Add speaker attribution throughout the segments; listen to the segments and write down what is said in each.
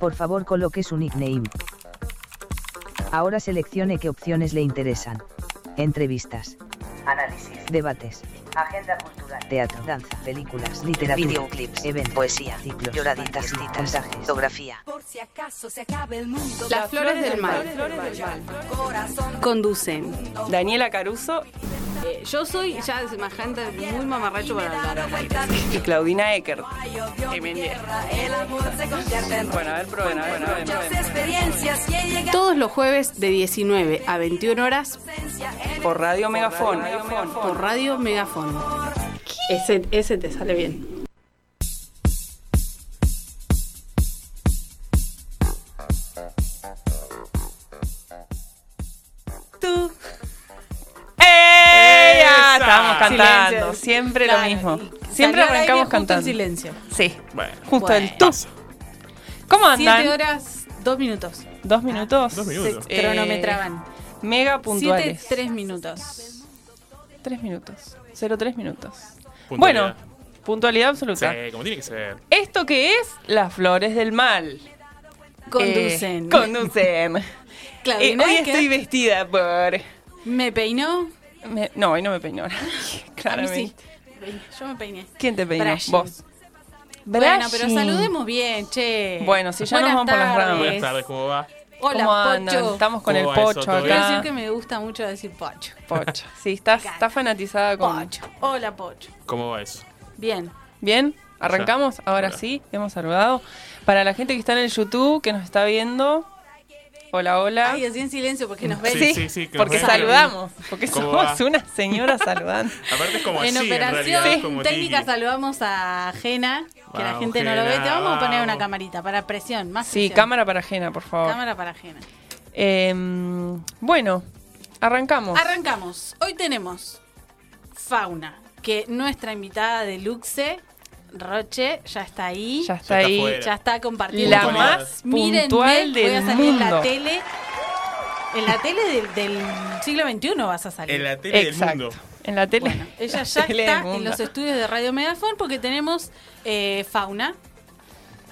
Speaker 1: por favor coloque su nickname. Ahora seleccione qué opciones le interesan. Entrevistas,
Speaker 2: Análisis.
Speaker 1: debates,
Speaker 2: Agenda cultural.
Speaker 1: teatro, danza, películas, literatura,
Speaker 2: Videoclips.
Speaker 1: eventos,
Speaker 2: Poesía.
Speaker 1: ciclos,
Speaker 2: Lloraditas. Citas.
Speaker 1: montajes.
Speaker 2: Fotografía.
Speaker 3: Por si acaso se acabe el mundo.
Speaker 4: Las flores del mal.
Speaker 3: Corazón.
Speaker 4: Conducen.
Speaker 5: Daniela Caruso
Speaker 4: Eh, yo soy ya semejante, muy mamarracho para
Speaker 3: Dar
Speaker 4: hablar.
Speaker 3: vueltas.
Speaker 5: y Claudina Eckert.
Speaker 3: Rayo, Dios, mi
Speaker 5: Tremendo.
Speaker 3: tierra. El amor se convierte en
Speaker 5: Bueno, a ver, prueben, a ver, a ver, a
Speaker 3: muchas
Speaker 5: ver.
Speaker 3: experiencias y he llegado
Speaker 4: Todos los jueves de 19 a 21 horas
Speaker 3: a la esencia. El
Speaker 5: Por Radio Megafón.
Speaker 4: por Radio Megafón. Ese, ese te sale bien.
Speaker 5: Tú. ¡Ella!
Speaker 6: Esa.
Speaker 5: Estábamos cantando.
Speaker 6: Silencio.
Speaker 5: Siempre
Speaker 6: Claro,
Speaker 5: lo mismo.
Speaker 6: y
Speaker 5: Siempre
Speaker 6: salió al aire
Speaker 5: arrancamos
Speaker 6: justo
Speaker 5: cantando.
Speaker 6: en silencio.
Speaker 5: Sí.
Speaker 7: Bueno.
Speaker 5: Justo el
Speaker 6: Bueno.
Speaker 5: tú. ¿Cómo andan?
Speaker 6: Siete horas, dos minutos.
Speaker 5: ¿Dos minutos?
Speaker 7: Ah, Dos
Speaker 6: Se
Speaker 7: minutos.
Speaker 5: Eh,
Speaker 6: cronometraban.
Speaker 5: Mega puntuales.
Speaker 6: Siete, tres minutos.
Speaker 5: Tres minutos. Cero tres minutos.
Speaker 7: Puntualidad.
Speaker 5: Bueno, puntualidad absoluta.
Speaker 7: Sí, como tiene que ser.
Speaker 5: ¿Esto que es? Las flores del mal.
Speaker 6: Conducen.
Speaker 5: Eh, conducen. Eh,
Speaker 6: Claudina
Speaker 5: hoy
Speaker 6: Eckert
Speaker 5: estoy vestida por...
Speaker 6: me peinó.
Speaker 5: Me- no, hoy no me peinó.
Speaker 6: A mí sí.
Speaker 5: Claramente.
Speaker 6: Yo me peiné.
Speaker 5: ¿Quién te peinó?
Speaker 6: Brian.
Speaker 5: Vos.
Speaker 6: Bueno, pero
Speaker 5: Brian.
Speaker 6: saludemos bien, che.
Speaker 5: Bueno, si ya nos
Speaker 6: Buenas
Speaker 5: vamos por las ramas.
Speaker 7: Buenas
Speaker 6: tardes.
Speaker 7: tardes, ¿cómo va?
Speaker 5: ¿Cómo
Speaker 6: Hola,
Speaker 5: andan?
Speaker 6: Pocho.
Speaker 5: Estamos con el
Speaker 7: ¿Cómo va eso?
Speaker 5: pocho
Speaker 7: ¿Todo
Speaker 6: Quiero
Speaker 7: bien?
Speaker 6: decir
Speaker 5: acá.
Speaker 6: que me gusta mucho decir Pocho.
Speaker 5: Pocho. Sí, estás, estás fanatizada con...
Speaker 6: Pocho. Hola, Pocho.
Speaker 7: ¿Cómo va eso?
Speaker 6: Bien.
Speaker 5: Bien, arrancamos. Ahora
Speaker 7: Hola.
Speaker 5: sí, hemos saludado. Para la gente que está en el YouTube, que nos está viendo. Hola, hola.
Speaker 6: Ay, así en silencio porque nos ven.
Speaker 7: Sí,
Speaker 5: ¿Ah? sí,
Speaker 7: sí, sí, que nos
Speaker 5: porque
Speaker 7: ven.
Speaker 5: saludamos. Porque
Speaker 7: ¿Cómo
Speaker 5: somos
Speaker 7: va?
Speaker 5: una señora saludando.
Speaker 7: Aparte es como
Speaker 6: En
Speaker 7: así, en
Speaker 6: operación
Speaker 7: realidad. es como
Speaker 6: técnica
Speaker 7: tiki.
Speaker 6: saludamos a Jena, que la
Speaker 7: Vamos,
Speaker 6: gente no lo ve. Te
Speaker 7: Jena,
Speaker 6: vamos a poner una
Speaker 7: vamos.
Speaker 6: camarita para presión, más
Speaker 5: Sí,
Speaker 6: presión.
Speaker 5: cámara para ajena, por favor.
Speaker 6: Cámara para Jena.
Speaker 5: Em, bueno, arrancamos.
Speaker 6: Arrancamos. Hoy tenemos Fauna, que nuestra invitada de Luxe, Roche, ya está ahí.
Speaker 5: ya
Speaker 6: Ya,
Speaker 5: está ahí.
Speaker 7: afuera.
Speaker 6: está compartiendo.
Speaker 5: La
Speaker 6: conmigo.
Speaker 5: más
Speaker 6: Mírenme,
Speaker 5: puntual
Speaker 6: voy a
Speaker 5: del
Speaker 6: salir en la
Speaker 5: mundo.
Speaker 6: tele. En la tele del, del siglo XXI vas a salir.
Speaker 7: En la tele del
Speaker 5: Exacto.
Speaker 7: mundo.
Speaker 5: En la tele.
Speaker 6: Bueno, ella ya
Speaker 5: tele del
Speaker 6: está en
Speaker 5: mundo.
Speaker 6: los estudios de Radio Megafon porque tenemos eh, Fauna,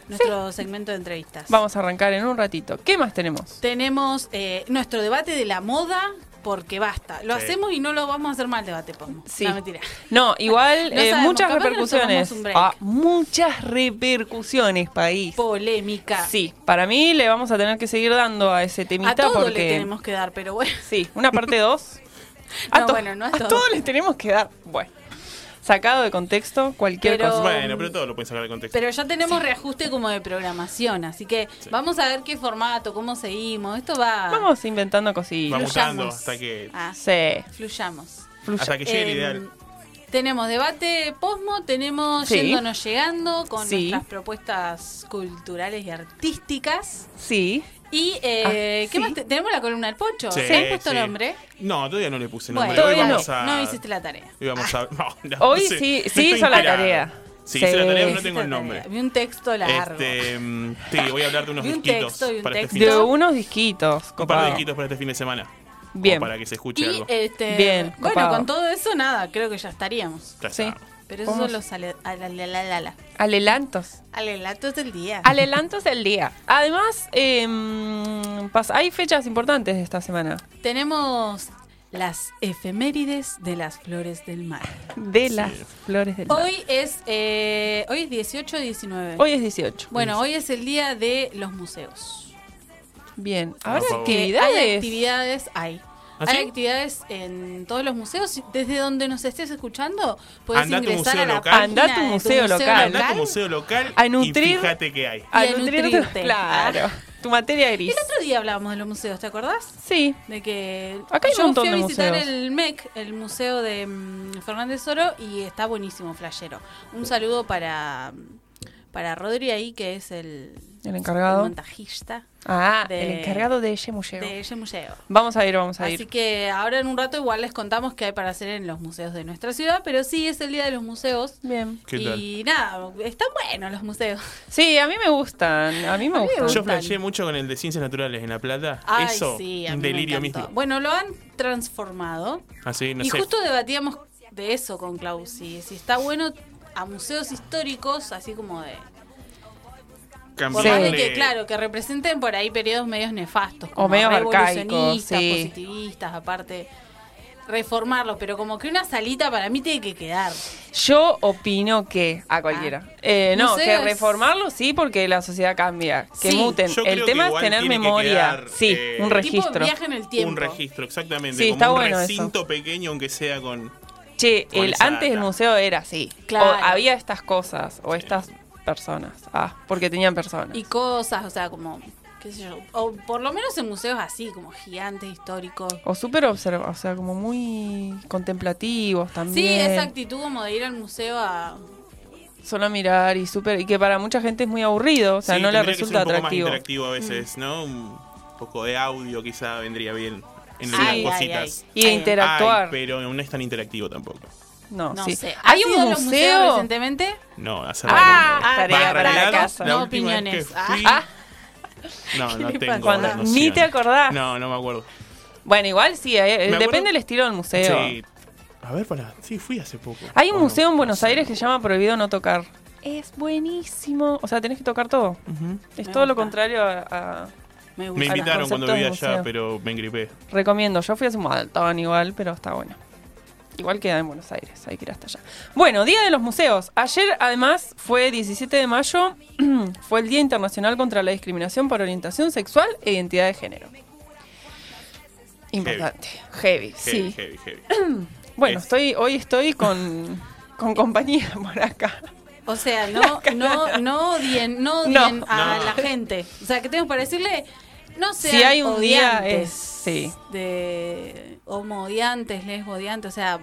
Speaker 6: nuestro segmento de entrevistas.
Speaker 5: Vamos a arrancar en un ratito. ¿Qué más tenemos?
Speaker 6: Tenemos eh, nuestro debate de la moda porque basta. Lo
Speaker 7: Sí.
Speaker 6: hacemos y no lo vamos a hacer mal debate, Pomo.
Speaker 5: Sí.
Speaker 6: No, mentira.
Speaker 5: No, igual
Speaker 6: No
Speaker 5: eh,
Speaker 6: sabemos, capaz
Speaker 5: muchas
Speaker 6: que nos
Speaker 5: repercusiones.
Speaker 6: tomamos un break.
Speaker 5: Ah, muchas repercusiones, país.
Speaker 6: Polémica.
Speaker 5: Sí, para mí le vamos a tener que seguir dando a ese temita
Speaker 6: A todo
Speaker 5: porque
Speaker 6: le tenemos que dar, pero bueno.
Speaker 5: sí, una parte 2.
Speaker 6: No, bueno, no a todo.
Speaker 5: le tenemos que dar. Bueno. Sacado de contexto cualquier
Speaker 6: Pero-
Speaker 5: cosa.
Speaker 7: Bueno, pero todo lo pueden sacar de contexto.
Speaker 6: Pero ya tenemos reajuste como de programación, así que vamos a ver qué formato, cómo seguimos. Esto va.
Speaker 5: Vamos inventando cosillas.
Speaker 7: Vamos
Speaker 6: fluyamos.
Speaker 7: dando hasta que-
Speaker 6: Ah,
Speaker 5: Sí.
Speaker 6: fluyamos.
Speaker 5: fluya.
Speaker 7: Hasta que llegue el
Speaker 6: Em,
Speaker 7: ideal.
Speaker 6: Tenemos debate posmo, tenemos
Speaker 5: Sí.
Speaker 6: yéndonos llegando con
Speaker 5: Sí.
Speaker 6: nuestras propuestas culturales y artísticas.
Speaker 5: Sí.
Speaker 6: Y eh, ¿qué
Speaker 5: Ah, sí.
Speaker 6: más te- tenemos la columna del Pocho.
Speaker 7: Sí,
Speaker 6: ¿Le has puesto
Speaker 7: sí.
Speaker 6: nombre?
Speaker 7: No, todavía no le puse
Speaker 6: Bueno,
Speaker 7: nombre. Hoy
Speaker 5: todavía
Speaker 7: vamos
Speaker 6: no.
Speaker 7: a.
Speaker 6: no hiciste la tarea.
Speaker 7: Hoy vamos a. no, no,
Speaker 5: Hoy
Speaker 7: no sé.
Speaker 5: sí-
Speaker 7: No
Speaker 5: sí
Speaker 7: estoy
Speaker 5: hizo la
Speaker 7: inspirado.
Speaker 5: tarea.
Speaker 7: Sí,
Speaker 5: Sí.
Speaker 7: hice la tarea, pero no
Speaker 6: Hiciste
Speaker 7: tengo el
Speaker 6: la
Speaker 7: nombre.
Speaker 6: tarea. Vi un texto largo.
Speaker 7: Este, mm, sí, voy a hablar de unos
Speaker 6: Vi un
Speaker 7: disquitos
Speaker 6: texto, vi un
Speaker 7: para
Speaker 6: texto.
Speaker 7: este fin
Speaker 5: De
Speaker 7: de
Speaker 5: unos disquitos,
Speaker 7: Un par de
Speaker 5: copado.
Speaker 7: disquitos para este fin de semana. Como
Speaker 5: Bien.
Speaker 7: Para que se escuche
Speaker 6: Y
Speaker 7: algo.
Speaker 6: este,
Speaker 5: Bien,
Speaker 6: bueno,
Speaker 5: copado.
Speaker 6: con todo eso nada, creo que ya estaríamos.
Speaker 7: Ya
Speaker 5: Sí.
Speaker 7: está.
Speaker 6: Pero esos
Speaker 5: Vamos.
Speaker 6: son los ale- alelala-
Speaker 5: Alelantos.
Speaker 6: alelatos del día.
Speaker 5: Alelantos del día. Además, em, pas- hay fechas importantes de esta semana.
Speaker 6: Tenemos las efemérides de las flores del mar.
Speaker 5: De las flores del mar.
Speaker 6: Hoy es eh, hoy es 18 19.
Speaker 5: Hoy es 18.
Speaker 6: bueno, hoy es el día de los museos.
Speaker 5: Bien. Ahora
Speaker 7: por favor.
Speaker 5: actividades.
Speaker 6: Eh, Hay actividades hay.
Speaker 7: ¿Ah,
Speaker 6: Hay
Speaker 7: sí?
Speaker 6: actividades en todos los museos. Desde donde nos estés escuchando, puedes
Speaker 7: Andá a tu
Speaker 6: ingresar a
Speaker 7: museo
Speaker 6: la
Speaker 7: local.
Speaker 6: página
Speaker 5: Andá a tu
Speaker 6: de
Speaker 5: museo local.
Speaker 7: Ah, Andá a tu museo local
Speaker 5: A
Speaker 7: y
Speaker 5: nutrir-
Speaker 7: fíjate qué hay.
Speaker 5: A
Speaker 6: y a Ah.
Speaker 5: nutrir-
Speaker 6: nutrirte.
Speaker 5: Claro. Tu materia gris.
Speaker 6: El otro día hablábamos de los museos, ¿te acordás?
Speaker 5: Sí.
Speaker 6: De que
Speaker 5: Acá hay un
Speaker 6: yo
Speaker 5: montón
Speaker 6: fui a
Speaker 5: de
Speaker 6: visitar
Speaker 5: museos.
Speaker 6: el MEC, el museo de mm, Fernández Oro, y está buenísimo, flashero. Un saludo para, para Rodri ahí, que es el,
Speaker 5: El encargado.
Speaker 6: el montajista
Speaker 5: Ah,
Speaker 6: De-
Speaker 5: el encargado de ese museo.
Speaker 6: de ese museo.
Speaker 5: Vamos a ir, vamos a
Speaker 6: Así
Speaker 5: ir.
Speaker 6: que ahora en un rato igual les contamos qué hay para hacer en los museos de nuestra ciudad, pero sí es el día de los museos.
Speaker 5: Bien.
Speaker 7: ¿Qué
Speaker 6: y nada, están buenos los museos.
Speaker 5: Sí, a mí me gustan. A mí me gustan.
Speaker 7: Yo flasheé mucho con el de ciencias naturales en La Plata.
Speaker 6: Ay,
Speaker 7: Eso,
Speaker 6: sí, a
Speaker 7: un
Speaker 6: mí me
Speaker 7: delirio
Speaker 6: encantó.
Speaker 7: mismo.
Speaker 6: Bueno, lo han transformado.
Speaker 7: Así, no
Speaker 6: y
Speaker 7: sé.
Speaker 6: justo debatíamos de eso con Klaus, si, si está bueno a museos históricos, así como de Por
Speaker 5: Sí.
Speaker 6: más de
Speaker 7: cambiarle.
Speaker 6: que, claro, que representen por ahí periodos medios nefastos. como
Speaker 5: medio
Speaker 6: revolucionistas,
Speaker 5: arcaicos, sí.
Speaker 6: positivistas, aparte. Reformarlos, pero como que una salita para mí tiene que quedar.
Speaker 5: Yo opino que a cualquiera. Eh,
Speaker 6: Ah.
Speaker 5: no,
Speaker 6: No sé,
Speaker 5: que
Speaker 6: es-
Speaker 5: reformarlo sí, porque la sociedad cambia. Que
Speaker 6: Sí.
Speaker 5: muten.
Speaker 7: Yo creo
Speaker 5: El
Speaker 7: que
Speaker 5: tema es
Speaker 7: igual
Speaker 5: tener
Speaker 7: tiene que
Speaker 5: memoria.
Speaker 7: quedar,
Speaker 5: sí,
Speaker 7: eh,
Speaker 5: un
Speaker 7: Tipo
Speaker 5: registro.
Speaker 6: Tipo viaje en el tiempo.
Speaker 7: Un registro, exactamente.
Speaker 5: Sí,
Speaker 7: como
Speaker 5: está
Speaker 7: un
Speaker 5: bueno eso.
Speaker 7: recinto pequeño, aunque sea con.
Speaker 5: Che,
Speaker 7: Con
Speaker 5: el,
Speaker 7: esa
Speaker 5: antes el
Speaker 7: data.
Speaker 5: museo era así.
Speaker 6: Claro.
Speaker 5: O había estas cosas o estas personas. Ah, porque tenían personas.
Speaker 6: Y cosas, o sea, como, qué sé yo. O por lo menos en museos así, como gigantes, históricos.
Speaker 5: O súper observa, o sea, como muy contemplativos también.
Speaker 6: Sí, esa actitud como de ir al museo a...
Speaker 5: Solo mirar y súper. Y que para mucha gente es muy aburrido, o sea,
Speaker 7: Sí,
Speaker 5: no le
Speaker 7: tendría que ser
Speaker 5: resulta
Speaker 7: un poco más
Speaker 5: atractivo.
Speaker 7: interactivo a
Speaker 6: Mm.
Speaker 7: veces, ¿no? Un poco de audio quizá vendría bien en
Speaker 6: Sí.
Speaker 7: algunas
Speaker 6: Ay, ay,
Speaker 7: cositas.
Speaker 5: Y de
Speaker 6: Ay,
Speaker 5: interactuar.
Speaker 7: Ay, pero no es tan interactivo tampoco.
Speaker 5: no,
Speaker 6: No
Speaker 5: sí.
Speaker 6: sé. ¿Has
Speaker 5: Hay
Speaker 6: ido a
Speaker 5: un
Speaker 6: los museos
Speaker 5: museo.
Speaker 6: recientemente?
Speaker 7: No, hace
Speaker 5: Ah,
Speaker 7: rato no.
Speaker 5: tarea
Speaker 7: Barra
Speaker 5: para
Speaker 7: helado,
Speaker 5: casa.
Speaker 7: la
Speaker 6: No
Speaker 7: última vez
Speaker 6: opiniones.
Speaker 7: que fui-
Speaker 5: Ah.
Speaker 7: No, no
Speaker 6: le
Speaker 7: tengo.
Speaker 6: pasa?
Speaker 7: la
Speaker 5: Cuando- ni te
Speaker 7: noción.
Speaker 5: acordás.
Speaker 7: No, no me acuerdo.
Speaker 5: Bueno, igual sí, eh,
Speaker 7: acuerdo-
Speaker 5: depende del estilo del museo.
Speaker 7: Sí. A ver, para. Sí, fui hace poco.
Speaker 5: Hay un
Speaker 7: ¿O no?
Speaker 5: museo en Buenos
Speaker 7: No sé.
Speaker 5: Aires que se llama Prohibido No Tocar. Es buenísimo. O sea, tenés que tocar todo.
Speaker 7: Ujú.
Speaker 5: Es
Speaker 6: Me
Speaker 5: todo lo
Speaker 6: gusta.
Speaker 5: contrario a, a- Ah,
Speaker 6: Me gusta.
Speaker 7: Me invitaron cuando
Speaker 5: conceptos
Speaker 7: vivía
Speaker 5: de museo.
Speaker 7: allá, pero me engripé.
Speaker 5: Recomiendo. Yo fui hace un montón igual, pero está bueno. Igual queda en Buenos Aires, hay que ir hasta allá. Bueno, Día de los Museos. Ayer, además, fue 17 de mayo, fue el Día Internacional contra la Discriminación por Orientación Sexual e Identidad de Género. Importante. Heavy,
Speaker 7: Heavy,
Speaker 5: sí.
Speaker 7: heavy, heavy.
Speaker 5: Bueno,
Speaker 7: Es-
Speaker 5: estoy, hoy estoy con, con compañía por acá.
Speaker 6: O sea, no, no, no odien, no odien
Speaker 5: No.
Speaker 6: a
Speaker 7: No.
Speaker 6: la gente. O sea, que tengo para decirle, no sé.
Speaker 5: Si hay un día es- sí.
Speaker 6: De homo odiantes, lesbo odiantes, o sea,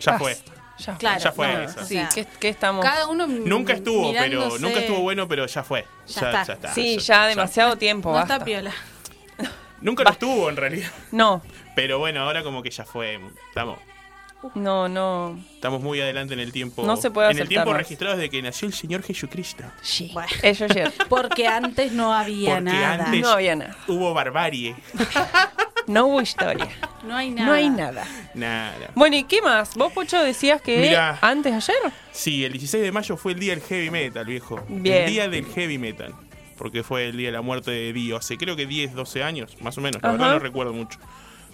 Speaker 7: Ya
Speaker 5: Ah,
Speaker 7: fue.
Speaker 5: Ya,
Speaker 6: Claro,
Speaker 7: Ya fue
Speaker 5: no,
Speaker 7: esa.
Speaker 5: Sí,
Speaker 6: O sea,
Speaker 5: que, que estamos.
Speaker 6: cada uno.
Speaker 7: Nunca estuvo, pero
Speaker 6: mirándose-
Speaker 7: nunca estuvo bueno, pero ya fue.
Speaker 6: Ya está.
Speaker 5: sí,
Speaker 7: yo-
Speaker 5: ya demasiado tiempo.
Speaker 6: No
Speaker 5: basta.
Speaker 6: está piola.
Speaker 7: Nunca lo estuvo en realidad.
Speaker 5: No,
Speaker 7: Pero bueno, ahora como que ya fue. Estamos,
Speaker 6: Uh.
Speaker 5: no, no.
Speaker 7: estamos muy adelante en el tiempo.
Speaker 5: No se puede
Speaker 7: En el
Speaker 5: aceptar
Speaker 7: tiempo
Speaker 5: más.
Speaker 7: registrado desde que nació el Señor Jesucristo.
Speaker 5: Sí.
Speaker 6: Bueno.
Speaker 5: Eso ayer.
Speaker 6: Porque antes no había
Speaker 7: Porque
Speaker 6: nada.
Speaker 7: antes-
Speaker 5: No había nada.
Speaker 7: Hubo barbarie.
Speaker 5: No hubo historia.
Speaker 6: No hay nada.
Speaker 5: No hay nada.
Speaker 7: Nada.
Speaker 5: Bueno, ¿y qué más? Vos, Pocho, decías que
Speaker 7: Mirá.
Speaker 5: antes ayer.
Speaker 7: Sí, el 16 de mayo fue el día del heavy metal, viejo.
Speaker 5: Bien.
Speaker 7: El día del heavy metal. Porque fue el día de la muerte de Dio hace creo que 10, 12 años, más o menos. La
Speaker 5: Ajá.
Speaker 7: verdad no recuerdo mucho.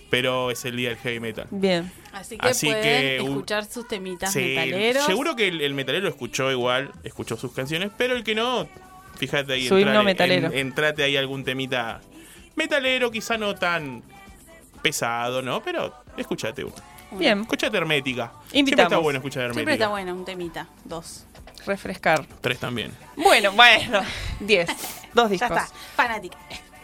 Speaker 7: Pero es el día del heavy metal.
Speaker 5: Bien.
Speaker 6: Así que
Speaker 7: Así
Speaker 6: pueden
Speaker 7: que un-
Speaker 6: escuchar sus temitas
Speaker 7: Sí,
Speaker 6: metaleros.
Speaker 7: Seguro que el, el metalero escuchó igual, escuchó sus canciones, pero el que no, fíjate ahí.
Speaker 5: Su himno
Speaker 7: entrale-
Speaker 5: metalero.
Speaker 7: en- entrate ahí algún temita metalero, quizá no tan pesado, ¿no? Pero escúchate uno.
Speaker 5: Bien.
Speaker 7: Escúchate Hermética. Siempre
Speaker 5: Invitamos.
Speaker 7: está bueno escuchar Hermética.
Speaker 6: Siempre está bueno un temita. Dos.
Speaker 5: Refrescar.
Speaker 7: Tres también.
Speaker 5: Bueno, bueno. Diez. Dos
Speaker 6: Ya
Speaker 5: discos.
Speaker 6: está. Fanática.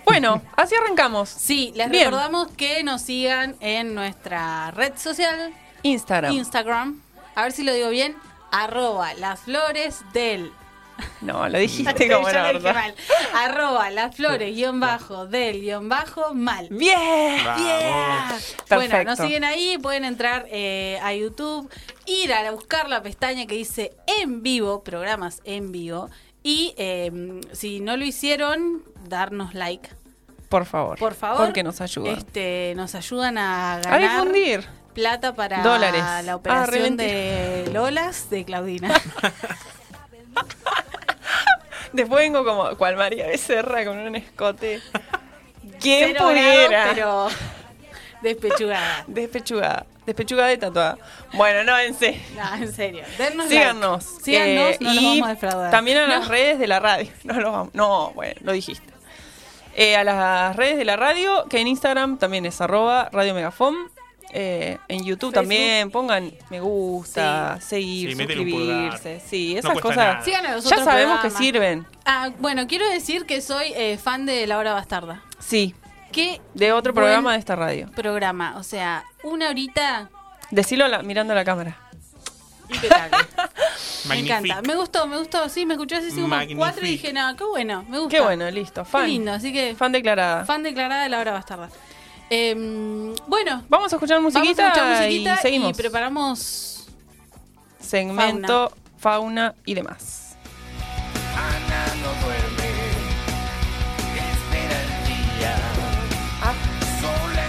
Speaker 5: Bueno, así arrancamos.
Speaker 6: Sí, les
Speaker 5: Bien.
Speaker 6: recordamos que nos sigan en nuestra red social,
Speaker 5: Instagram.
Speaker 6: Instagram. A ver si lo digo bien. Arroba las flores del.
Speaker 5: no, lo dijiste como
Speaker 6: Ya
Speaker 5: la
Speaker 6: lo dije
Speaker 5: verdad.
Speaker 6: mal. Arroba las flores guión bajo del guión bajo mal.
Speaker 5: Bien.
Speaker 7: Vamos.
Speaker 5: Perfecto.
Speaker 6: Bueno, nos siguen ahí, pueden entrar eh, a YouTube, ir a la- buscar la pestaña que dice en vivo, programas en vivo. Y eh, si no lo hicieron, darnos like,
Speaker 5: Por favor.
Speaker 6: por favor.
Speaker 5: Porque nos ayuda.
Speaker 6: Este, nos ayudan a
Speaker 5: A
Speaker 6: ganar
Speaker 5: difundir.
Speaker 6: plata para
Speaker 5: Dólares.
Speaker 6: la
Speaker 5: Ah, re
Speaker 6: operación
Speaker 5: mentira.
Speaker 6: de Lolas de Claudina.
Speaker 5: Después vengo como cual María Becerra con un escote. ¿Quién
Speaker 6: Cero
Speaker 5: pudiera?
Speaker 6: grado, pero despechugada.
Speaker 5: Despechugada. Despechugada y tatuada. Bueno, no, en serio.
Speaker 6: No, en serio. Dennos like.
Speaker 5: Síganos.
Speaker 6: Síganos,
Speaker 5: Eh,
Speaker 6: no los
Speaker 5: y
Speaker 6: vamos a defraudar.
Speaker 5: También a las
Speaker 6: No.
Speaker 5: redes de la radio. No, los vamos- no bueno, lo dijiste. Eh, a las redes de la radio, que en Instagram también es arroba Radio Megafon. Eh, en YouTube
Speaker 6: Facebook.
Speaker 5: también pongan me gusta, seguir,
Speaker 7: Sí, métele un pulgar.
Speaker 5: suscribirse. Sí,
Speaker 7: No
Speaker 5: esas
Speaker 7: cuesta
Speaker 5: cosas.
Speaker 7: nada.
Speaker 6: Sigan a los
Speaker 5: Ya
Speaker 6: otros
Speaker 5: sabemos que
Speaker 6: programas.
Speaker 5: sirven.
Speaker 6: Ah, bueno, quiero decir que soy eh, fan de La Hora Bastarda.
Speaker 5: Sí,
Speaker 6: Qué
Speaker 5: de otro
Speaker 6: buen
Speaker 5: programa de esta radio.
Speaker 6: programa. O sea, una horita
Speaker 5: Decilo a la- mirando a la cámara.
Speaker 6: impecable. me
Speaker 7: Magnifique.
Speaker 6: encanta. Me gustó, me gustó. Sí, me escuché hace como
Speaker 7: Magnifique.
Speaker 6: cuatro y dije, no, qué bueno, me gusta.
Speaker 5: Qué bueno, listo.
Speaker 6: Qué
Speaker 5: Fan.
Speaker 6: lindo, así que fan,
Speaker 5: Fan declarada.
Speaker 6: declarada de La Hora Bastarda. Em, bueno,
Speaker 5: Vamos a escuchar
Speaker 6: vamos a
Speaker 5: musiquita,
Speaker 6: escuchar musiquita
Speaker 5: y
Speaker 6: y,
Speaker 5: seguimos.
Speaker 6: preparamos...
Speaker 5: Segmento, fauna y demás.
Speaker 8: Ana no duerme, espera el día. Sola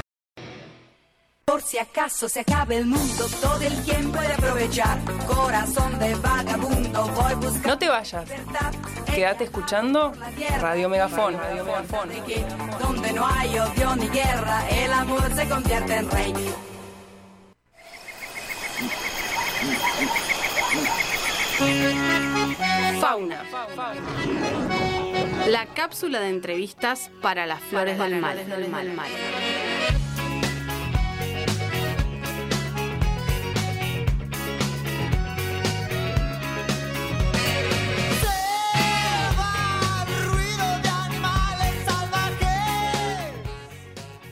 Speaker 3: Por si acaso se acaba el mundo, todo el tiempo de aprovechar. aprovechar. Corazón de vagabundo, voy buscando.
Speaker 5: No te vayas. Quédate escuchando Radio Megafón. Radio Megafón.
Speaker 3: Donde no hay odio ni guerra, el amor se convierte en rey.
Speaker 4: Fauna. La cápsula de entrevistas para las flores del mal.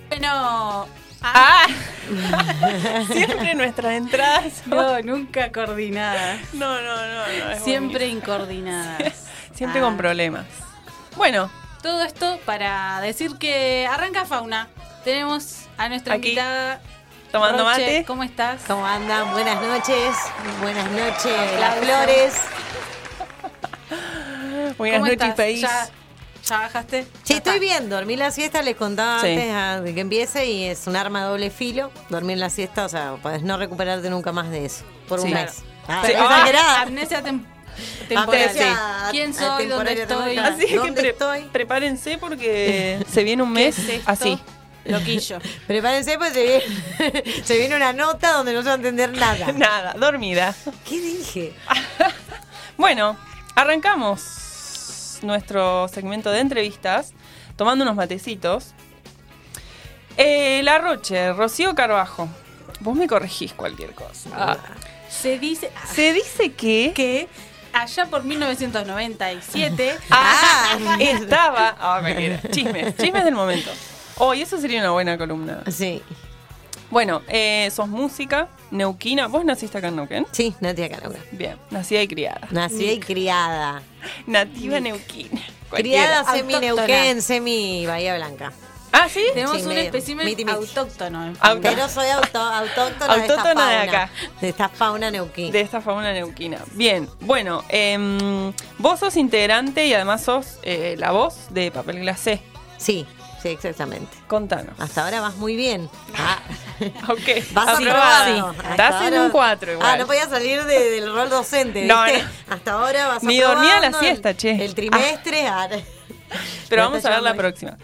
Speaker 6: Bueno,
Speaker 5: ¡Ah! Siempre nuestras entradas son-
Speaker 6: no, nunca coordinadas.
Speaker 5: No, no, no. no, es
Speaker 6: Siempre incoordinadas.
Speaker 5: buenísimo. Siempre
Speaker 6: Ah.
Speaker 5: con problemas. Bueno,
Speaker 6: Todo esto para decir que arranca fauna. Tenemos a nuestra
Speaker 5: Aquí.
Speaker 6: invitada.
Speaker 5: tomando
Speaker 6: Roche.
Speaker 5: mate.
Speaker 6: ¿Cómo estás?
Speaker 9: ¿Cómo andan? Buenas noches. Buenas noches, las flores.
Speaker 5: Buenas
Speaker 6: ¿Cómo
Speaker 5: noches,
Speaker 6: estás?
Speaker 5: país.
Speaker 6: ¿Ya, ya bajaste?
Speaker 9: Sí,
Speaker 6: Ya
Speaker 9: estoy
Speaker 6: está.
Speaker 9: bien. Dormí la siesta, les contaba
Speaker 5: Sí.
Speaker 9: antes ah, de que empiece y es un arma de doble filo. Dormir la siesta, o sea, podés no recuperarte nunca más de eso. Por
Speaker 5: Sí.
Speaker 9: un mes. Ah,
Speaker 5: Sí.
Speaker 9: es
Speaker 5: Ah,
Speaker 9: exagerada.
Speaker 6: Amnesia tem- temporal.
Speaker 9: Amnesia
Speaker 6: ¿Quién soy? ¿Dónde
Speaker 9: temporaria
Speaker 6: estoy?
Speaker 9: temporal.
Speaker 5: Así es que
Speaker 9: Ah, ¿Dónde
Speaker 5: pre-
Speaker 9: estoy?
Speaker 5: prepárense porque se viene un
Speaker 6: ¿Qué
Speaker 5: mes
Speaker 6: es esto?
Speaker 5: así.
Speaker 6: Loquillo.
Speaker 9: Prepárense, pues se viene, se viene una nota donde no se va a entender nada.
Speaker 5: Nada, dormida.
Speaker 9: ¿Qué dije?
Speaker 5: Bueno, arrancamos nuestro segmento de entrevistas tomando unos matecitos. Eh, la Roche, Rocío Carbajo. Vos me corregís cualquier cosa.
Speaker 6: Se dice ah,
Speaker 5: Se dice que,
Speaker 6: que allá por 1997
Speaker 5: Ah, estaba. Ah, cualquiera. Chismes, chismes del momento. Oh, y eso sería una buena columna.
Speaker 9: Sí,
Speaker 5: Bueno, eh, sos música, neuquina. ¿Vos naciste acá en Neuquén?
Speaker 9: sí, Nati Acarona.
Speaker 5: Bien, nacida y criada.
Speaker 9: Nacida y criada.
Speaker 5: Nativa neuquina.
Speaker 9: Criada
Speaker 5: Cualquiera.
Speaker 9: semi-Neuquén, semi-Bahía Blanca.
Speaker 5: Ah, ¿sí?
Speaker 6: tenemos
Speaker 9: Sí,
Speaker 6: un
Speaker 9: medio.
Speaker 6: espécimen
Speaker 9: Miti, miti.
Speaker 6: autóctono. en
Speaker 5: Auto-
Speaker 6: fauna.
Speaker 9: Pero soy auto, autóctona, de esta
Speaker 5: Autóctona de
Speaker 9: fauna.
Speaker 5: acá.
Speaker 9: De esta fauna neuquina.
Speaker 5: De esta fauna neuquina. Bien, bueno, em, vos sos integrante y además sos eh, la voz de Papel Glacé.
Speaker 9: Sí, sí, exactamente.
Speaker 5: Contanos.
Speaker 9: Hasta ahora vas muy bien. Ah,
Speaker 5: Ok,
Speaker 9: vas
Speaker 5: aprobada.
Speaker 9: aprobado. Hasta
Speaker 5: Estás en
Speaker 9: ahora-
Speaker 5: un 4 igual.
Speaker 9: Ah, no podía salir de- del rol docente.
Speaker 5: No,
Speaker 9: ¿viste?
Speaker 5: no.
Speaker 9: Hasta ahora vas
Speaker 5: Ni dormía la
Speaker 9: aprobando el-
Speaker 5: siesta, che.
Speaker 9: El trimestre. ah.
Speaker 5: Pero
Speaker 9: No
Speaker 5: vamos
Speaker 9: te
Speaker 5: a ver la
Speaker 9: llamo.
Speaker 5: próxima.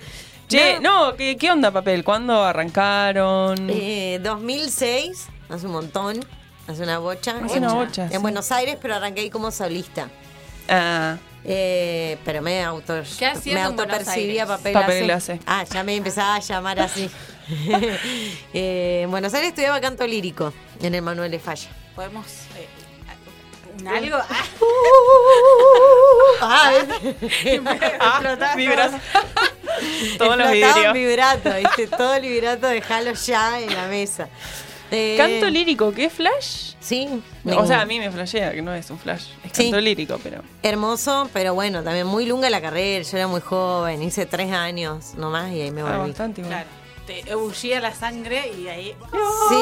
Speaker 5: Che, no, ¿qué, qué onda Papel? ¿Cuándo arrancaron?
Speaker 9: Eh, 2006, hace un montón. Hace una bocha.
Speaker 5: Hace
Speaker 9: En-
Speaker 5: una bocha,
Speaker 9: En
Speaker 5: sí.
Speaker 9: Buenos Aires, pero arranqué ahí como solista.
Speaker 5: Ah,
Speaker 9: Eh, pero me auto
Speaker 6: ¿Qué hacías
Speaker 9: me
Speaker 6: en Buenos
Speaker 9: autopercibía
Speaker 6: Aires?
Speaker 9: papel,
Speaker 5: Papel
Speaker 9: glacé.
Speaker 5: glacé.
Speaker 9: Ah, ya me empezaba a llamar así. Eh, en Buenos Aires estudiaba canto lírico en el Manuel de Falla.
Speaker 6: Podemos eh, un algo. Ah,
Speaker 5: Uh.
Speaker 9: Ah, ¿ves?
Speaker 5: ah vibras. Todos los
Speaker 9: Explotaba
Speaker 5: vidrios.
Speaker 9: un vibrato, ¿viste? todo el vibrato dejalo ya en la mesa. Eh,
Speaker 5: Canto lírico, ¿qué flash?
Speaker 9: Sí.
Speaker 5: O sea, a mí me flashea, que no es un flash. Es
Speaker 9: Sí.
Speaker 5: canto lírico, pero.
Speaker 9: Hermoso, pero bueno, también muy lunga la carrera. Yo era muy joven, hice tres años nomás y ahí me
Speaker 5: Ah,
Speaker 9: volví.
Speaker 5: bastante igual.
Speaker 6: claro. Te ebullía la sangre y ahí.
Speaker 9: sí.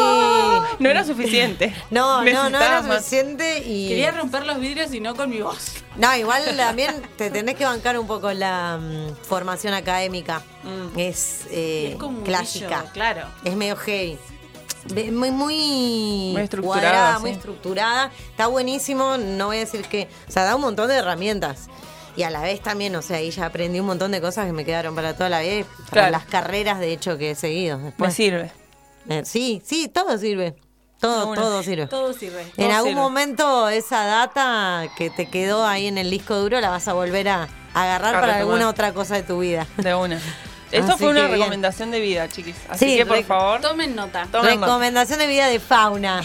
Speaker 5: No era suficiente.
Speaker 9: No, no, no era
Speaker 5: Necesitabas más.
Speaker 9: suficiente y.
Speaker 6: Quería romper los vidrios y no con mi voz.
Speaker 9: No, igual también te tenés que bancar un poco la mm, formación académica. Es, eh,
Speaker 6: Mm. es como un
Speaker 9: clásica.
Speaker 6: brillo, claro.
Speaker 9: Es medio heavy. Ve- Muy, muy,
Speaker 5: Muy estructurada,
Speaker 9: cuadrada, muy
Speaker 5: sí.
Speaker 9: estructurada. Está buenísimo, no voy a decir que. O sea, da un montón de herramientas. Y a la vez también, o sea, ahí ya aprendí un montón de cosas que me quedaron para toda la vida. Para
Speaker 5: Claro.
Speaker 9: las carreras, de hecho, que he seguido
Speaker 5: Me
Speaker 9: después.
Speaker 5: sirve.
Speaker 9: Eh, sí, sí, todo sirve. Todo,
Speaker 5: Bueno,
Speaker 9: todo sirve.
Speaker 6: Todo sirve.
Speaker 9: En
Speaker 5: Todo
Speaker 9: algún
Speaker 5: sirve.
Speaker 9: momento esa data que te quedó ahí en el disco duro la vas a volver a agarrar
Speaker 5: A
Speaker 9: para
Speaker 5: retomar.
Speaker 9: alguna otra cosa de tu vida.
Speaker 5: De una. Esto
Speaker 9: Así
Speaker 5: fue una
Speaker 9: que bien.
Speaker 5: recomendación de vida, chiquis. Así
Speaker 9: Sí,
Speaker 5: que, por
Speaker 9: re-
Speaker 5: favor,
Speaker 6: Tomen nota.
Speaker 5: tomen nota.
Speaker 9: Recomendación de vida de fauna.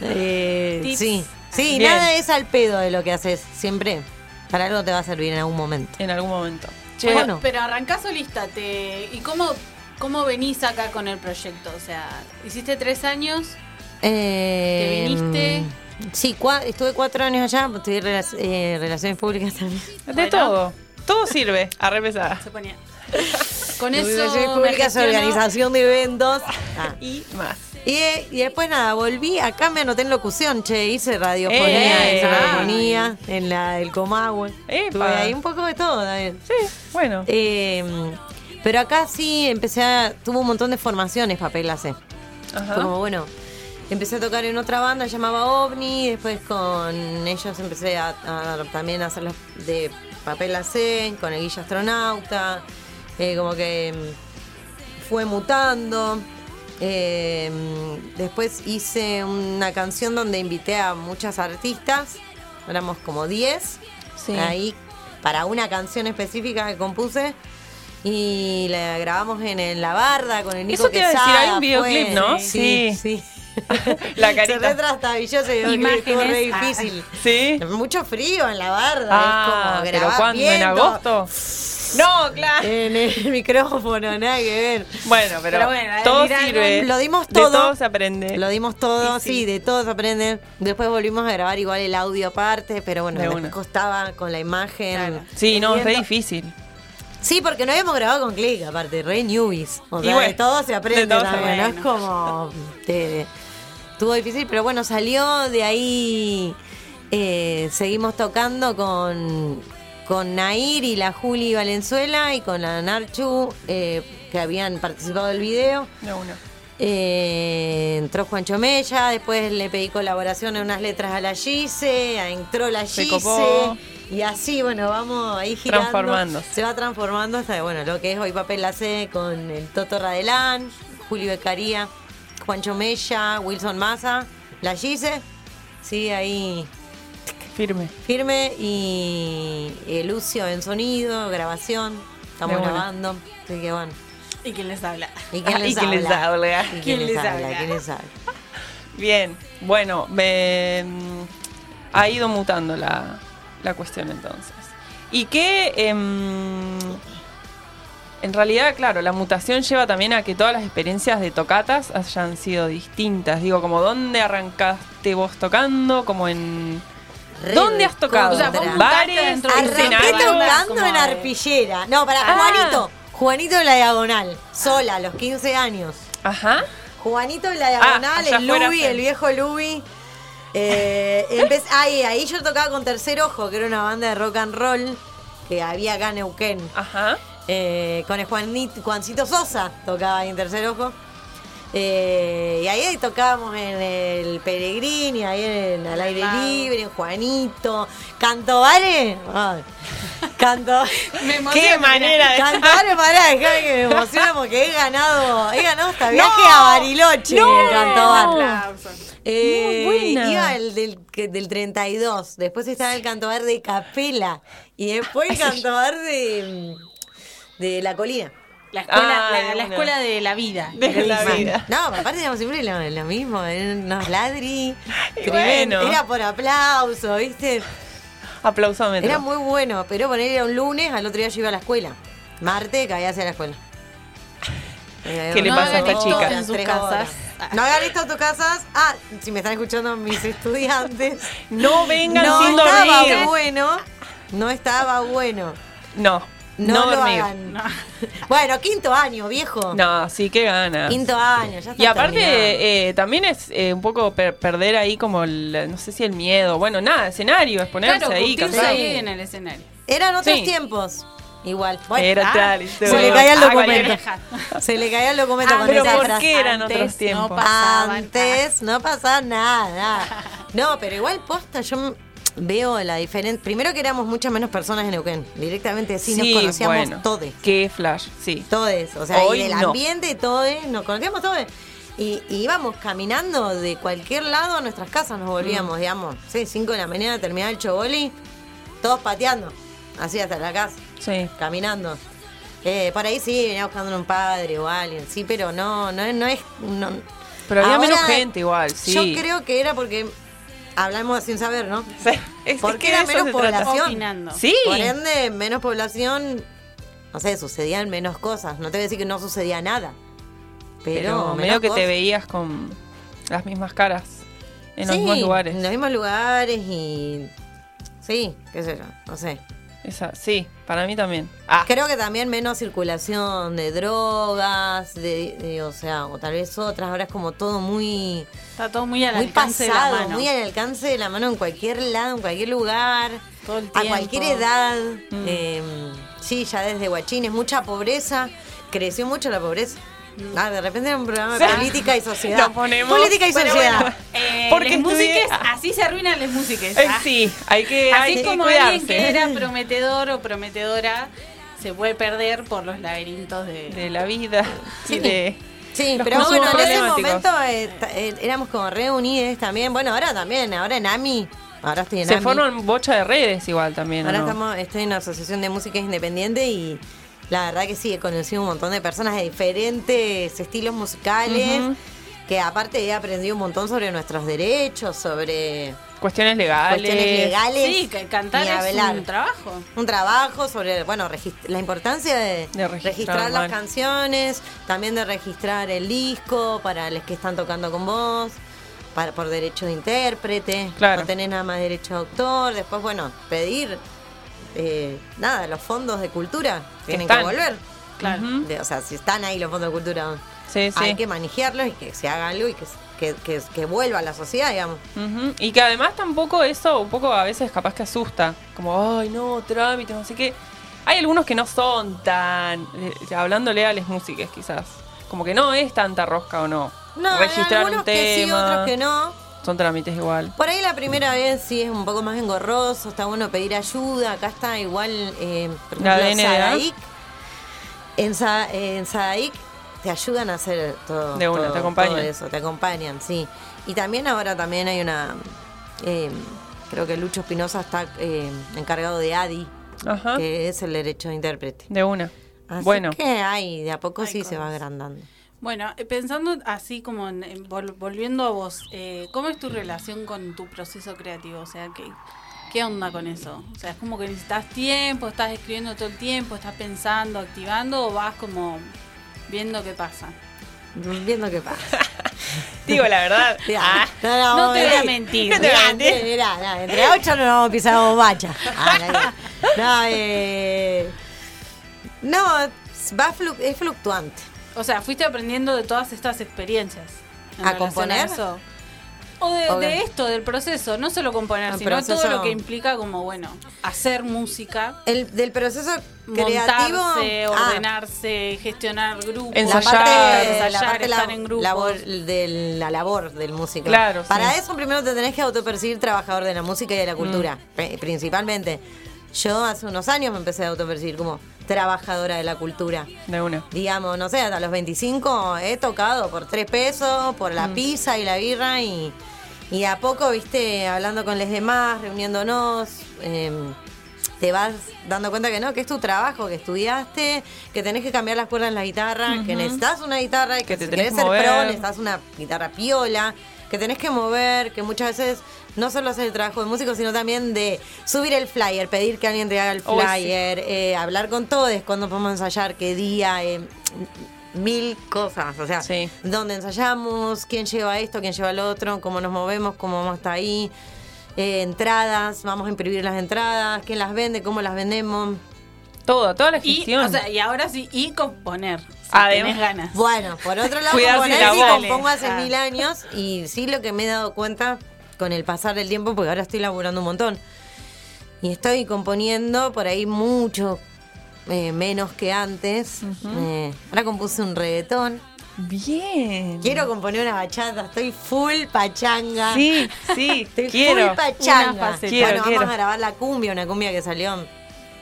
Speaker 9: Eh,
Speaker 6: Tips.
Speaker 9: sí, sí,
Speaker 5: Bien.
Speaker 9: nada es al pedo de lo que haces. Siempre para algo te va a servir en algún momento.
Speaker 5: en algún momento. Che,
Speaker 6: Pero-
Speaker 9: bueno.
Speaker 6: Pero arrancás solista. Te... ¿Y cómo, cómo venís acá con el proyecto? O sea, hiciste tres años.
Speaker 9: Eh,
Speaker 6: ¿Te viniste?
Speaker 9: Sí, cua- estuve cuatro años allá, estudié relac- eh, relaciones públicas también.
Speaker 5: de
Speaker 6: Bueno.
Speaker 5: todo. Todo sirve. A repesar.
Speaker 6: Se ponía. Con
Speaker 9: relaciones
Speaker 6: eso. me
Speaker 9: públicas,
Speaker 6: gestiono.
Speaker 9: organización de eventos. Ah.
Speaker 5: Y más.
Speaker 9: Y, eh, y después nada, volví, acá me anoté en locución, che, hice radiofonía,
Speaker 5: ¡Eh!
Speaker 9: hice radiofonía en la del Comahue.
Speaker 5: ¡Epa!
Speaker 9: Estuve ahí un poco de todo también.
Speaker 5: Sí, bueno.
Speaker 9: Eh, pero acá sí empecé a, tuvo un montón de formaciones papel hace.
Speaker 5: Ajá.
Speaker 9: Como bueno, Empecé a tocar en otra banda, se llamaba OVNI, después con ellos empecé a, a también a hacer las de papel hacen, con el guilla astronauta, eh, como que mm, fue mutando. Eh, mm, después hice una canción donde invité a muchas artistas, éramos como 10,
Speaker 5: Sí.
Speaker 9: ahí para una canción específica que compuse. Y la grabamos en, el La Barda con el Nico
Speaker 5: Eso te iba a decir,
Speaker 9: Quesada,
Speaker 5: hay un videoclip,
Speaker 9: fue-
Speaker 5: ¿no?
Speaker 9: Sí,
Speaker 5: Sí.
Speaker 9: sí.
Speaker 5: La
Speaker 9: Se
Speaker 5: carita.
Speaker 9: re trastabilloso y
Speaker 6: Imágenes,
Speaker 9: estuvo re
Speaker 6: ah,
Speaker 9: difícil.
Speaker 5: Sí.
Speaker 9: Mucho frío en La Barda,
Speaker 5: Ah,
Speaker 9: es como
Speaker 5: pero
Speaker 9: grabar
Speaker 5: ¿cuándo? ¿En
Speaker 9: viento
Speaker 5: agosto? No, claro.
Speaker 9: En el micrófono, nada que
Speaker 5: Bueno, pero,
Speaker 6: Pero bueno,
Speaker 5: todo
Speaker 6: mirá,
Speaker 5: sirve.
Speaker 9: eh, lo dimos
Speaker 5: De
Speaker 9: todo.
Speaker 5: todo se aprende.
Speaker 9: ver. Lo dimos todo, sí, de todos aprenden. Después volvimos a grabar igual el audio aparte, pero bueno,
Speaker 5: De
Speaker 9: nos
Speaker 5: una.
Speaker 9: costaba con la imagen.
Speaker 6: Claro.
Speaker 5: sí, no, es re
Speaker 6: Entiendo.
Speaker 5: difícil.
Speaker 9: Sí, porque no habíamos grabado con click, aparte, re newbies. O
Speaker 5: Y
Speaker 9: sea,
Speaker 5: bueno,
Speaker 9: de todo se aprende
Speaker 5: de todo se
Speaker 9: también, ¿no?
Speaker 5: aprende.
Speaker 9: Es como. te- estuvo difícil, pero bueno, salió de ahí. eh, seguimos tocando con, con Nair y la Juli Valenzuela y con la Narchu, eh, que habían participado del video.
Speaker 5: De una.
Speaker 9: Eh, entró Juancho Mella, después le pedí colaboración en unas letras a la Gise, a- entró la
Speaker 5: Se
Speaker 9: Gise.
Speaker 5: copó.
Speaker 9: Y así, bueno, vamos ahí girando.
Speaker 5: Transformándose.
Speaker 9: Se va transformando hasta, bueno, lo que es hoy Papel la C con el Toto Radelán, Julio Becaría, Juancho Mella, Wilson Massa, la Gise. Sí, ahí
Speaker 5: Firme.
Speaker 9: firme y eh, Lucio en sonido, grabación. Estamos
Speaker 5: De una.
Speaker 9: grabando. Así que bueno.
Speaker 6: ¿Y quién les habla?
Speaker 9: ¿Y quién
Speaker 5: Ah,
Speaker 9: les
Speaker 5: y quién les
Speaker 9: habla?
Speaker 5: habla.
Speaker 9: ¿Y
Speaker 6: ¿Quién
Speaker 9: quién les
Speaker 6: les
Speaker 9: habla?
Speaker 6: habla?
Speaker 9: ¿Quién les habla?
Speaker 5: Bien. Bueno, me- mm, ha ido mutando la, la cuestión entonces. Y que em, en realidad, claro, la mutación lleva también a que todas las experiencias de tocatas hayan sido distintas. Digo, como dónde arrancaste vos tocando, como en...
Speaker 9: Re
Speaker 5: ¿Dónde has tocado?
Speaker 9: O sea, vos
Speaker 5: ¿En
Speaker 9: mutaste
Speaker 5: bares?
Speaker 6: dentro de
Speaker 5: ¿En
Speaker 6: un escenario,
Speaker 9: Arranqué
Speaker 5: escenarios?
Speaker 9: tocando
Speaker 6: como
Speaker 9: en
Speaker 6: de-
Speaker 9: arpillera. No, para
Speaker 5: Ah.
Speaker 9: Juanito. Juanito de la Diagonal. Sola, a los 15 años.
Speaker 5: Ajá.
Speaker 9: Juanito de la Diagonal,
Speaker 5: Ah, allá
Speaker 9: el
Speaker 5: afuera,
Speaker 9: Lubi,
Speaker 5: Fer.
Speaker 9: el viejo Lubi. Eh, empe- ahí, ahí yo tocaba con Tercer Ojo, que era una banda de rock and roll que había acá en Neuquén.
Speaker 5: Ajá.
Speaker 9: Eh, con el Juanit- Juancito Sosa tocaba ahí en Tercer Ojo. Eh, y ahí tocábamos en el Peregrini, ahí en Al Aire Libre, en Juanito. ¿Canto vale? Ay. Canto.
Speaker 6: Me
Speaker 5: Qué
Speaker 6: emociona,
Speaker 5: manera de...
Speaker 9: Canto vale, pará, dejá que me emociono porque he ganado, he ganado hasta viaje a Bariloche
Speaker 5: ¡No!
Speaker 9: en el Canto Bar.
Speaker 6: Ah, Aplausos.
Speaker 9: Eh,
Speaker 5: Muy buena.
Speaker 9: Iba el del, que- del 32, después estaba el cantobar de Capela y después el cantobar de, mm, de La Colina.
Speaker 6: La escuela,
Speaker 5: Ah,
Speaker 6: la-
Speaker 5: de
Speaker 6: la,
Speaker 5: una.
Speaker 6: escuela de la vida.
Speaker 5: De la
Speaker 9: Mal.
Speaker 5: vida.
Speaker 9: No, pero aparte éramos siempre lo, lo mismo, eran unos ladri,
Speaker 5: Y
Speaker 9: tremendo.
Speaker 5: bueno.
Speaker 9: era por aplauso, ¿viste?
Speaker 5: Aplausómetro.
Speaker 9: Era muy bueno, pero poner era un lunes, al otro día yo iba a la escuela. Martes caía hacia la escuela.
Speaker 5: ¿Qué le
Speaker 6: No
Speaker 5: pasa a
Speaker 6: hagan
Speaker 5: esta
Speaker 9: Dos,
Speaker 6: esto
Speaker 5: chica?
Speaker 6: en sus
Speaker 9: tres
Speaker 6: casas.
Speaker 9: horas. No hagan esto en tus casas. Ah, si me están escuchando mis estudiantes.
Speaker 5: No vengan
Speaker 9: No
Speaker 5: sin
Speaker 9: estaba
Speaker 5: dormir.
Speaker 9: bueno. No estaba bueno.
Speaker 5: No, no,
Speaker 9: No, lo
Speaker 5: dormir.
Speaker 9: hagan. Bueno, quinto año, viejo.
Speaker 5: No, sí, qué ganas.
Speaker 9: Quinto año, ya está.
Speaker 5: Y aparte,
Speaker 9: terminado.
Speaker 5: eh, también es eh, un poco per- perder ahí como, el, no sé si el miedo, bueno, nada, escenario, es ponerse
Speaker 6: Claro,
Speaker 5: ahí,
Speaker 6: curtirse
Speaker 5: cantar.
Speaker 6: ahí en el escenario.
Speaker 9: Eran otros
Speaker 5: Sí.
Speaker 9: tiempos. Igual. Bueno,
Speaker 5: Era
Speaker 9: ah,
Speaker 5: tal y todo.
Speaker 9: se le caía el
Speaker 5: Ah,
Speaker 9: documento.
Speaker 5: cualquiera.
Speaker 9: se le caía el documento
Speaker 6: Ah,
Speaker 9: con
Speaker 5: Pero
Speaker 9: esa
Speaker 5: ¿por
Speaker 9: frase.
Speaker 5: qué eran otros
Speaker 6: Antes no
Speaker 5: tiempos?
Speaker 6: pa- pasaban?
Speaker 9: Antes no pasaba nada. No, pero igual posta, yo veo la diferencia. Primero que éramos muchas menos personas en Neuquén. Directamente sí, nos conocíamos
Speaker 5: bueno,
Speaker 9: todes.
Speaker 5: Qué flash, sí.
Speaker 9: Todes. O sea,
Speaker 5: Hoy
Speaker 9: y del
Speaker 5: no.
Speaker 9: ambiente todes, nos conocíamos todes. Y, y íbamos caminando de cualquier lado a nuestras casas, nos volvíamos,
Speaker 5: Mm.
Speaker 9: digamos. Sí, 5 de la mañana terminaba el choboli, todos pateando. Así hasta la casa
Speaker 5: Sí.
Speaker 9: caminando. Eh, por ahí sí, venía buscando un padre o alguien, sí, pero no, no, es- no es... no-
Speaker 5: Pero había
Speaker 9: Ahora,
Speaker 5: menos gente igual, sí.
Speaker 9: Yo creo que era porque hablamos sin saber, ¿no?
Speaker 5: Sí, es-
Speaker 9: Porque
Speaker 5: es que
Speaker 9: era
Speaker 5: de eso
Speaker 9: menos
Speaker 5: se trata.
Speaker 9: población.
Speaker 6: Opinando.
Speaker 5: Sí.
Speaker 9: Por ende, menos población, no sé, sucedían menos cosas. No te voy a decir que no sucedía nada, pero...
Speaker 5: Pero
Speaker 9: menos
Speaker 5: medio que te
Speaker 9: cosas.
Speaker 5: veías con las mismas caras en los
Speaker 9: Sí,
Speaker 5: mismos lugares.
Speaker 9: En los mismos lugares y... Sí, qué sé yo, no sé.
Speaker 5: Esa, sí, para mí también. Ah,
Speaker 9: Creo que también menos circulación de drogas, de, de- o sea, o tal vez otras. Ahora es como todo muy,
Speaker 6: Está todo muy al
Speaker 9: muy
Speaker 6: alcance de la
Speaker 9: pasado,
Speaker 6: mano.
Speaker 9: muy al alcance de la mano en cualquier lado, en cualquier lugar,
Speaker 6: Todo el
Speaker 9: a
Speaker 6: tiempo.
Speaker 9: cualquier edad. Em, Eh, sí, ya desde guachines, mucha pobreza. Creció mucho la pobreza. Ah, de repente era un programa de
Speaker 5: Sí.
Speaker 9: política y sociedad.
Speaker 5: Lo ponemos.
Speaker 9: Política y
Speaker 5: Pero
Speaker 9: sociedad.
Speaker 5: bueno.
Speaker 6: Eh,
Speaker 5: Porque
Speaker 6: les
Speaker 5: estudié-
Speaker 6: musiques, así se arruinan las músiques.
Speaker 5: Eh, sí, hay que,
Speaker 6: Ah, Así
Speaker 5: hay que
Speaker 6: como alguien que
Speaker 5: cuidarse.
Speaker 6: era prometedor o prometedora se puede perder por los laberintos de...
Speaker 5: De la vida. y de-
Speaker 9: Sí,
Speaker 5: Los
Speaker 9: pero
Speaker 5: consumos
Speaker 9: bueno, en ese
Speaker 5: problemáticos.
Speaker 9: momento eh, ta- eh, éramos como reunidos también. Bueno, ahora también, ahora en AMI. Ahora estoy en
Speaker 5: Se
Speaker 9: AMI.
Speaker 5: forman bocha de redes igual también. ¿o
Speaker 9: Ahora
Speaker 5: no?
Speaker 9: estamos, estoy en la Asociación de Música Independiente y la verdad que sí, he conocido un montón de personas de diferentes estilos musicales, que aparte he aprendido un montón sobre nuestros derechos, sobre
Speaker 5: Cuestiones legales.
Speaker 9: cuestiones legales.
Speaker 6: Sí, que cantar
Speaker 9: ni
Speaker 6: es
Speaker 9: hablar.
Speaker 6: un trabajo.
Speaker 9: Un trabajo sobre, bueno, regist- la importancia de,
Speaker 5: De registrar,
Speaker 9: registrar, las
Speaker 5: bueno.
Speaker 9: canciones, también de registrar el disco para los que están tocando con vos, para, por derecho de intérprete,
Speaker 5: Claro.
Speaker 9: no tenés nada más derecho de autor, después, bueno, pedir, eh, nada, los fondos de cultura tienen
Speaker 5: están.
Speaker 9: que volver.
Speaker 6: Claro.
Speaker 5: Ujú.
Speaker 9: De- o sea, si están ahí los fondos de cultura,
Speaker 5: Sí, sí.
Speaker 9: hay que manejarlos y que se haga algo y que, que, que- que vuelva a la sociedad, digamos.
Speaker 5: Ujú. Y que además tampoco eso, un poco a veces capaz que asusta. Como, ay, no, trámite, no sé qué. Hay algunos que no son tan. eh, hablándole a les músiques, quizás. Como que no es tanta rosca o no.
Speaker 9: No, hay
Speaker 5: Registrar
Speaker 9: algunos
Speaker 5: un
Speaker 9: que sí,
Speaker 5: tema.
Speaker 9: otros que no.
Speaker 5: Son trámites igual.
Speaker 9: Por ahí la primera vez sí es un poco más engorroso, está bueno pedir ayuda. Acá está igual, eh, por
Speaker 5: La
Speaker 9: ejemplo,
Speaker 5: DNDA.
Speaker 9: Sadaic. En, Sa- en Sadaic te ayudan a hacer todo.
Speaker 5: De una,
Speaker 9: todo-
Speaker 5: te acompañan.
Speaker 9: todo eso, te acompañan, sí. Y también ahora también hay una. eh, creo que Lucho Espinosa está eh, encargado de ADI,
Speaker 5: Ajá.
Speaker 9: que es el derecho de intérprete.
Speaker 5: De una.
Speaker 9: Así
Speaker 5: bueno.
Speaker 9: que hay, de a poco sí se va
Speaker 6: cosas.
Speaker 9: agrandando.
Speaker 6: Bueno, eh, pensando así como en- en vol- volviendo a vos, eh, ¿cómo es tu relación con tu proceso creativo? O sea, ¿qué, ¿qué onda con eso? O sea, es como que necesitas tiempo, estás escribiendo todo el tiempo, estás pensando, activando o vas como viendo qué pasa.
Speaker 9: Viendo qué pasa.
Speaker 5: Digo la verdad. Ah.
Speaker 9: no,
Speaker 6: No te voy a
Speaker 9: eh,
Speaker 6: mentir.
Speaker 9: no te voy a mentir. Mirá, no, entre 8 no nos vamos a pisar la bombacha. Ah, no, no, eh, no, va flu- es fluctuante.
Speaker 6: O sea, fuiste aprendiendo de todas estas experiencias. en
Speaker 9: ¿A
Speaker 6: relación
Speaker 9: componer?
Speaker 6: eso. O de,
Speaker 9: ¿O
Speaker 6: de
Speaker 9: qué?
Speaker 6: esto, del proceso, no solo componer,
Speaker 9: El
Speaker 6: sino todo
Speaker 9: proceso-
Speaker 6: lo que implica como, bueno, hacer música,
Speaker 9: El, del proceso creativo.
Speaker 6: montarse,
Speaker 9: ah,
Speaker 6: ordenarse, gestionar grupos,
Speaker 9: la
Speaker 5: Ensayar,
Speaker 9: parte,
Speaker 6: ensayar,
Speaker 9: la parte
Speaker 6: estar
Speaker 9: labo-
Speaker 6: en grupos.
Speaker 9: labor- de la labor del músico.
Speaker 5: Claro, sí.
Speaker 9: Para eso primero te tenés que autopercibir trabajador de la música y de la cultura, pri- principalmente. Yo hace unos años me empecé a autopercibir como trabajadora de la cultura.
Speaker 5: De una.
Speaker 9: digamos, no sé, hasta los 25 he tocado por tres pesos, por
Speaker 5: Mm.
Speaker 9: la pizza y la birra y, y de a poco, viste, hablando con los demás, reuniéndonos, eh, te vas dando cuenta que no, que es tu trabajo, que estudiaste, que tenés que cambiar las cuerdas en la guitarra, que necesitas una guitarra, que,
Speaker 5: Que te
Speaker 9: si
Speaker 5: tenés
Speaker 9: querés
Speaker 5: que
Speaker 9: ser pro
Speaker 5: mover.
Speaker 9: necesitas una guitarra piola, que tenés que mover, que muchas veces... No solo hacer el trabajo de músico, sino también de subir el flyer, pedir que alguien te haga el
Speaker 5: Oh, sí.
Speaker 9: flyer, ver, eh, hablar con todos, cuándo podemos ensayar, qué día, eh, mil cosas. O sea,
Speaker 5: Sí.
Speaker 9: dónde ensayamos, quién lleva esto, quién lleva el otro, cómo nos movemos, cómo vamos hasta ahí, eh, entradas, vamos a imprimir las entradas, quién las vende, cómo las vendemos.
Speaker 5: Todo, toda la
Speaker 6: y,
Speaker 5: gestión.
Speaker 6: o sea, y ahora sí, y componer. Si
Speaker 5: Además-
Speaker 6: tenés ganas.
Speaker 9: Bueno, por otro lado,
Speaker 5: Cuidar
Speaker 9: como
Speaker 5: si la
Speaker 9: Nancy
Speaker 5: voz.
Speaker 9: compongo hace
Speaker 6: Ah.
Speaker 9: mil años y sí lo que me he dado cuenta con el pasar del tiempo, porque ahora estoy laburando un montón. Y estoy componiendo por ahí mucho eh, menos que antes. Eh, ahora compuse un reggaetón.
Speaker 5: Bien.
Speaker 9: Quiero componer una bachata, estoy full pachanga.
Speaker 5: Sí, sí,
Speaker 9: Estoy
Speaker 5: quiero.
Speaker 9: full pachanga.
Speaker 6: Una faceta.
Speaker 5: Quiero,
Speaker 9: bueno,
Speaker 5: quiero.
Speaker 9: vamos a grabar la cumbia, una cumbia que salió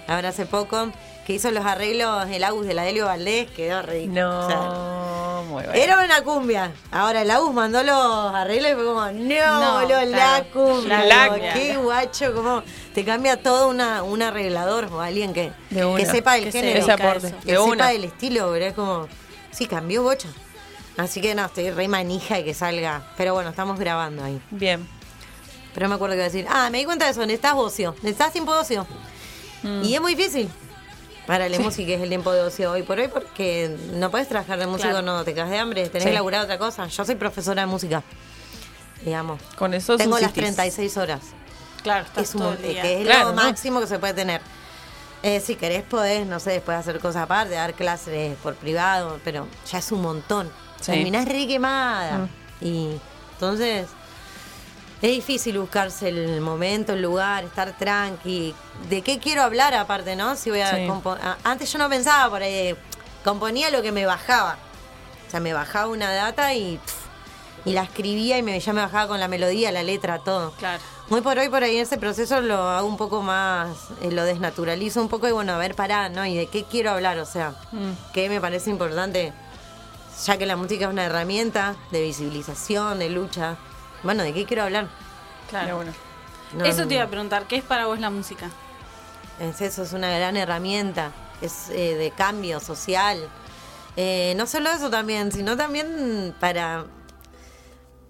Speaker 9: ahora hace poco, que hizo los arreglos el Agus de la Delio Valdés, quedó ridículo. O sea,
Speaker 5: No, muy bueno.
Speaker 9: era una cumbia. Ahora la US mandó los arreglos y fue como, no,
Speaker 6: No,
Speaker 9: boludo, la
Speaker 6: claro,
Speaker 9: cumbia.
Speaker 5: la
Speaker 9: Digo,
Speaker 5: cumbia.
Speaker 9: Qué guacho, como te cambia todo una, un arreglador o alguien que,
Speaker 5: De una.
Speaker 9: que sepa del
Speaker 6: Que se
Speaker 9: género.
Speaker 5: Ese aporte,
Speaker 9: Que
Speaker 5: de
Speaker 9: sepa
Speaker 5: una.
Speaker 9: del estilo, pero es como, sí, cambió bocha. Así que no, estoy re manija y que salga. Pero bueno, estamos grabando ahí.
Speaker 5: Bien.
Speaker 9: Pero me acuerdo que iba a decir, ah, me di cuenta de eso, necesitas ocio, necesitas tiempo de ocio. Y es muy difícil para la música es el tiempo de ocio hoy por hoy porque no puedes trabajar de músico,
Speaker 6: Claro.
Speaker 9: no te quedas de hambre, tenés
Speaker 5: Sí.
Speaker 9: que laburar otra cosa. Yo soy profesora de música, digamos.
Speaker 5: Con eso
Speaker 9: Tengo las
Speaker 5: subsistís.
Speaker 9: 36 horas,
Speaker 6: Claro, estás
Speaker 9: es un
Speaker 6: todo el
Speaker 9: monte,
Speaker 6: día.
Speaker 9: que es
Speaker 5: Claro,
Speaker 9: lo
Speaker 5: ¿no?
Speaker 9: máximo que se puede tener. Eh, si querés podés, no sé, después hacer cosas aparte, dar clases por privado, pero ya es un montón.
Speaker 5: Sí.
Speaker 9: Terminás re quemada. Y entonces... Es difícil buscarse el momento, el lugar, estar tranqui. ¿De qué quiero hablar aparte, no? Si voy a
Speaker 5: Sí.
Speaker 9: compo- a- Antes yo no pensaba por ahí. Componía lo que me bajaba. O sea, me bajaba una data y, pf, y la escribía y me, ya me bajaba con la melodía, la letra, todo.
Speaker 6: Claro.
Speaker 9: Muy por hoy, por ahí, ese proceso lo hago un poco más, eh, lo desnaturalizo un poco y bueno, a ver, pará, ¿no? ¿Y de qué quiero hablar? O sea,
Speaker 6: Mm.
Speaker 9: ¿qué me parece importante? Ya que la música es una herramienta de visibilización, de lucha. Bueno, ¿de qué quiero hablar?
Speaker 5: Pero
Speaker 6: Claro.
Speaker 5: bueno.
Speaker 9: No,
Speaker 6: Eso
Speaker 9: no,
Speaker 6: te iba a preguntar, ¿qué es para vos la música?
Speaker 9: es eso, es una gran herramienta, es eh, de cambio social. Eh, no solo eso también, sino también para,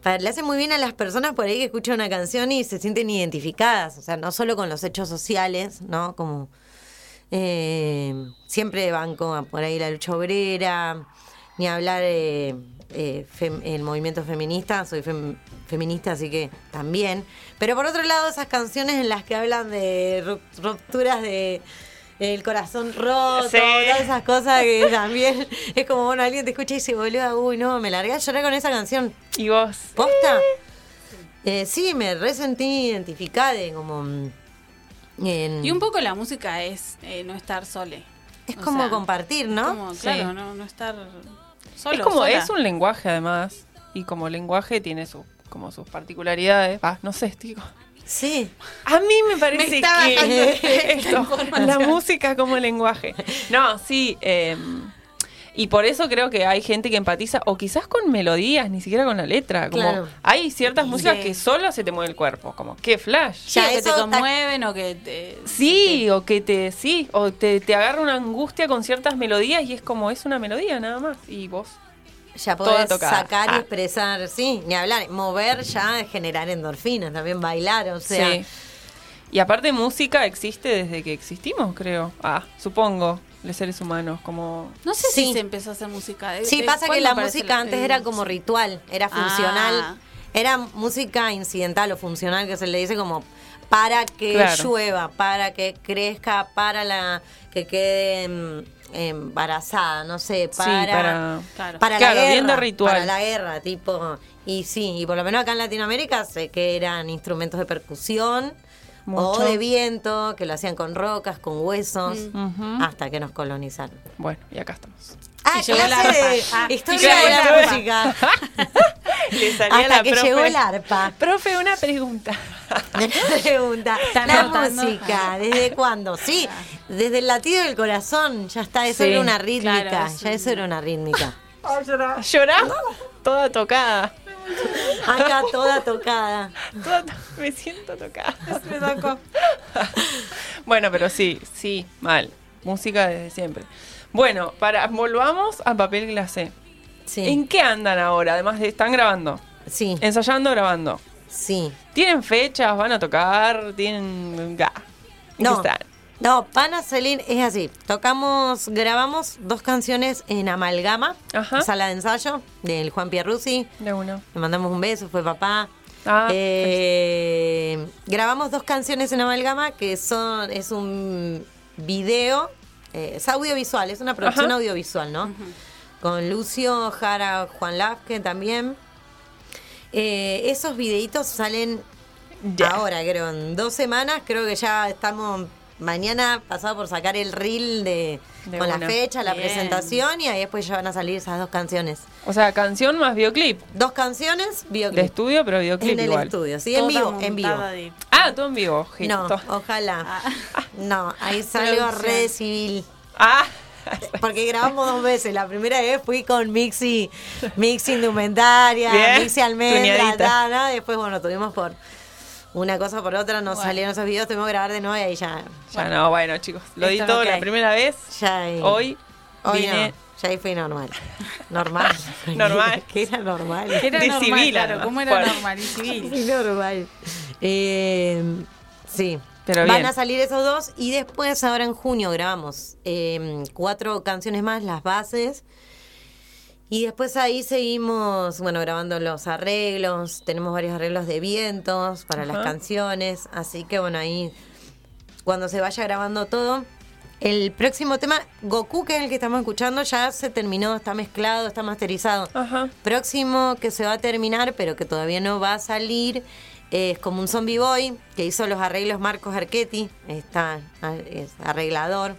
Speaker 9: para... Le hace muy bien a las personas por ahí que escuchan una canción y se sienten identificadas, o sea, no solo con los hechos sociales, ¿no? Como eh, siempre banco a por ahí la lucha obrera, ni hablar eh, eh, fem- el movimiento feminista, soy fem- feminista, así que también. Pero por otro lado, esas canciones en las que hablan de ru- rupturas de el corazón roto,
Speaker 5: Sí.
Speaker 9: todas esas cosas que también es como, bueno, alguien te escucha y dice, boludo, uy, no, me largué a llorar con esa canción.
Speaker 5: Y vos.
Speaker 9: ¿Posta? Eh, sí, me resentí identificada, como... mm, en-
Speaker 6: Y un poco la música es eh, no estar sole.
Speaker 9: es
Speaker 6: o
Speaker 9: como
Speaker 6: sea,
Speaker 9: compartir, ¿no?
Speaker 6: Como,
Speaker 5: Sí.
Speaker 6: Claro, no, no estar solo.
Speaker 5: es como,
Speaker 6: sola.
Speaker 5: es un lenguaje además. Y como lenguaje tiene su, como sus particularidades. Ah, no sé, digo.
Speaker 9: Sí.
Speaker 5: A mí me parece
Speaker 6: Me está bajando
Speaker 5: que esto, la música como lenguaje. No, sí. eh, y por eso creo que hay gente que empatiza, o quizás con melodías, ni siquiera con la letra. Como
Speaker 9: Claro.
Speaker 5: hay ciertas músicas
Speaker 6: Sí.
Speaker 5: que solo se te mueve el cuerpo, como qué flash.
Speaker 6: Sí, o
Speaker 9: Ya,
Speaker 6: que
Speaker 9: eso
Speaker 6: te
Speaker 9: está-
Speaker 6: conmueven o que te...
Speaker 5: Sí, o que te, sí, o te, te agarra una angustia con ciertas melodías y es como, es una melodía nada más. Y vos.
Speaker 9: Ya
Speaker 5: Toda
Speaker 9: podés
Speaker 5: tocada.
Speaker 9: sacar
Speaker 5: Ah.
Speaker 9: y expresar, sí, ni hablar, mover ya, generar endorfinas, también bailar, o sea,
Speaker 5: sí. Y aparte música existe desde que existimos, creo. Ah, supongo, los seres humanos, como...
Speaker 6: No sé
Speaker 9: Sí.
Speaker 6: si se empezó a hacer música.
Speaker 9: Sí, pasa que la música antes era como ritual, era
Speaker 6: Ah.
Speaker 9: funcional, era música incidental o funcional que se le dice como para que
Speaker 5: Claro.
Speaker 9: llueva, para que crezca, para la que quede mm, embarazada, no sé,
Speaker 5: Sí,
Speaker 9: para
Speaker 5: para-
Speaker 6: Claro.
Speaker 9: para
Speaker 5: Claro,
Speaker 9: la guerra,
Speaker 5: bien de ritual.
Speaker 9: para la guerra, tipo y sí, y por lo menos acá en Latinoamérica sé que eran instrumentos de percusión. O
Speaker 5: Mucho.
Speaker 9: de viento, que lo hacían con rocas, con huesos,
Speaker 5: Ujú.
Speaker 9: hasta que nos colonizaron.
Speaker 5: Bueno, y acá estamos.
Speaker 9: Ah,
Speaker 6: llegó la
Speaker 9: clase de
Speaker 6: arpa. Ah,
Speaker 9: historia
Speaker 5: y
Speaker 9: de
Speaker 5: llegó
Speaker 9: la
Speaker 5: la
Speaker 9: música.
Speaker 5: Le salía
Speaker 9: Hasta que
Speaker 5: profe.
Speaker 9: llegó el arpa.
Speaker 5: Profe, una pregunta.
Speaker 9: Pregunta,
Speaker 6: Están
Speaker 9: la
Speaker 6: anotando.
Speaker 9: música, ¿desde cuándo? Sí, desde el latido del corazón, ya está, eso
Speaker 5: Sí,
Speaker 9: era una rítmica,
Speaker 6: claro, es
Speaker 9: ya eso era una rítmica.
Speaker 5: Lloraba toda tocada.
Speaker 9: Acá toda tocada.
Speaker 5: Toda to- me siento tocada. Me tocó. bueno, pero sí, sí, mal. Música desde siempre. Bueno, para volvamos a papel glacé. ¿En
Speaker 9: Sí,
Speaker 5: qué andan ahora? Además de están grabando,
Speaker 9: sí,
Speaker 5: ensayando, grabando.
Speaker 9: sí.
Speaker 5: ¿Tienen fechas? ¿Van a tocar? ¿Tienen.? ga? ¿En qué
Speaker 9: No,
Speaker 5: están?
Speaker 9: no, Pana Celine es así. Tocamos, grabamos dos canciones en Amalgama,
Speaker 5: Ajá.
Speaker 9: sala de ensayo del Juan Pierruzzi.
Speaker 5: De uno.
Speaker 9: Le mandamos un beso, fue papá.
Speaker 5: Ah,
Speaker 9: Eh, grabamos dos canciones en Amalgama que son, es un video, eh, es audiovisual, es una producción
Speaker 5: Ajá.
Speaker 9: audiovisual, ¿no? Con Lucio, Jara, Juan Lafke también. Eh, esos videitos salen
Speaker 5: Ya.
Speaker 9: ahora, creo, en dos semanas. Creo que ya estamos mañana pasado por sacar el reel de,
Speaker 5: De
Speaker 9: con
Speaker 5: una.
Speaker 9: la fecha, la
Speaker 6: Bien.
Speaker 9: presentación y ahí después ya van a salir esas dos canciones.
Speaker 5: O sea, canción más videoclip.
Speaker 9: Dos canciones,
Speaker 5: De
Speaker 9: videoclip.
Speaker 5: estudio, pero videoclip
Speaker 9: En el
Speaker 5: igual.
Speaker 9: estudio, sí,
Speaker 6: Toda
Speaker 9: en vivo, en vivo.
Speaker 6: montada de-
Speaker 5: Ah, todo en vivo. gente.
Speaker 9: No, ojalá. No, ahí salgo
Speaker 6: Producción.
Speaker 9: re civil.
Speaker 5: Ah,
Speaker 9: oh. Porque grabamos dos veces. La primera vez fui con Mixi, Mixi Indumentaria,
Speaker 5: Bien,
Speaker 9: Mixi Almendra,
Speaker 5: tuneadita.
Speaker 9: ta, ¿no? Después, bueno, tuvimos por una cosa por otra, nos salieron esos videos, tuvimos que grabar de nuevo y ahí ya.
Speaker 5: ya no, bueno, chicos. Lo di
Speaker 6: Esto es lo
Speaker 5: todo
Speaker 6: que
Speaker 5: la
Speaker 6: hay.
Speaker 5: primera vez.
Speaker 9: ya ahí-
Speaker 5: Hoy,
Speaker 9: hoy
Speaker 5: vine.
Speaker 9: no, Ya ahí fui normal. Normal.
Speaker 5: Normal.
Speaker 9: que era normal.
Speaker 6: Era
Speaker 5: De
Speaker 6: normal,
Speaker 5: civil,
Speaker 6: claro,
Speaker 5: además.
Speaker 6: como era
Speaker 5: Fuerte.
Speaker 6: normal y civil.
Speaker 9: Y normal. Eh, sí.
Speaker 5: Em, Pero
Speaker 9: Van
Speaker 5: bien.
Speaker 9: a salir esos dos y después ahora en junio grabamos eh, cuatro canciones más, las bases. Y después ahí seguimos, bueno, grabando los arreglos. Tenemos varios arreglos de vientos para las
Speaker 5: Ajá.
Speaker 9: canciones. Así que bueno, ahí cuando se vaya grabando todo. El próximo tema, Goku, que es el que estamos escuchando, ya se terminó, está mezclado, está masterizado
Speaker 5: Ajá.
Speaker 9: próximo que se va a terminar, pero que todavía no va a salir, eh, es como un zombie boy que hizo los arreglos Marcos ah, Archetti, está es arreglador.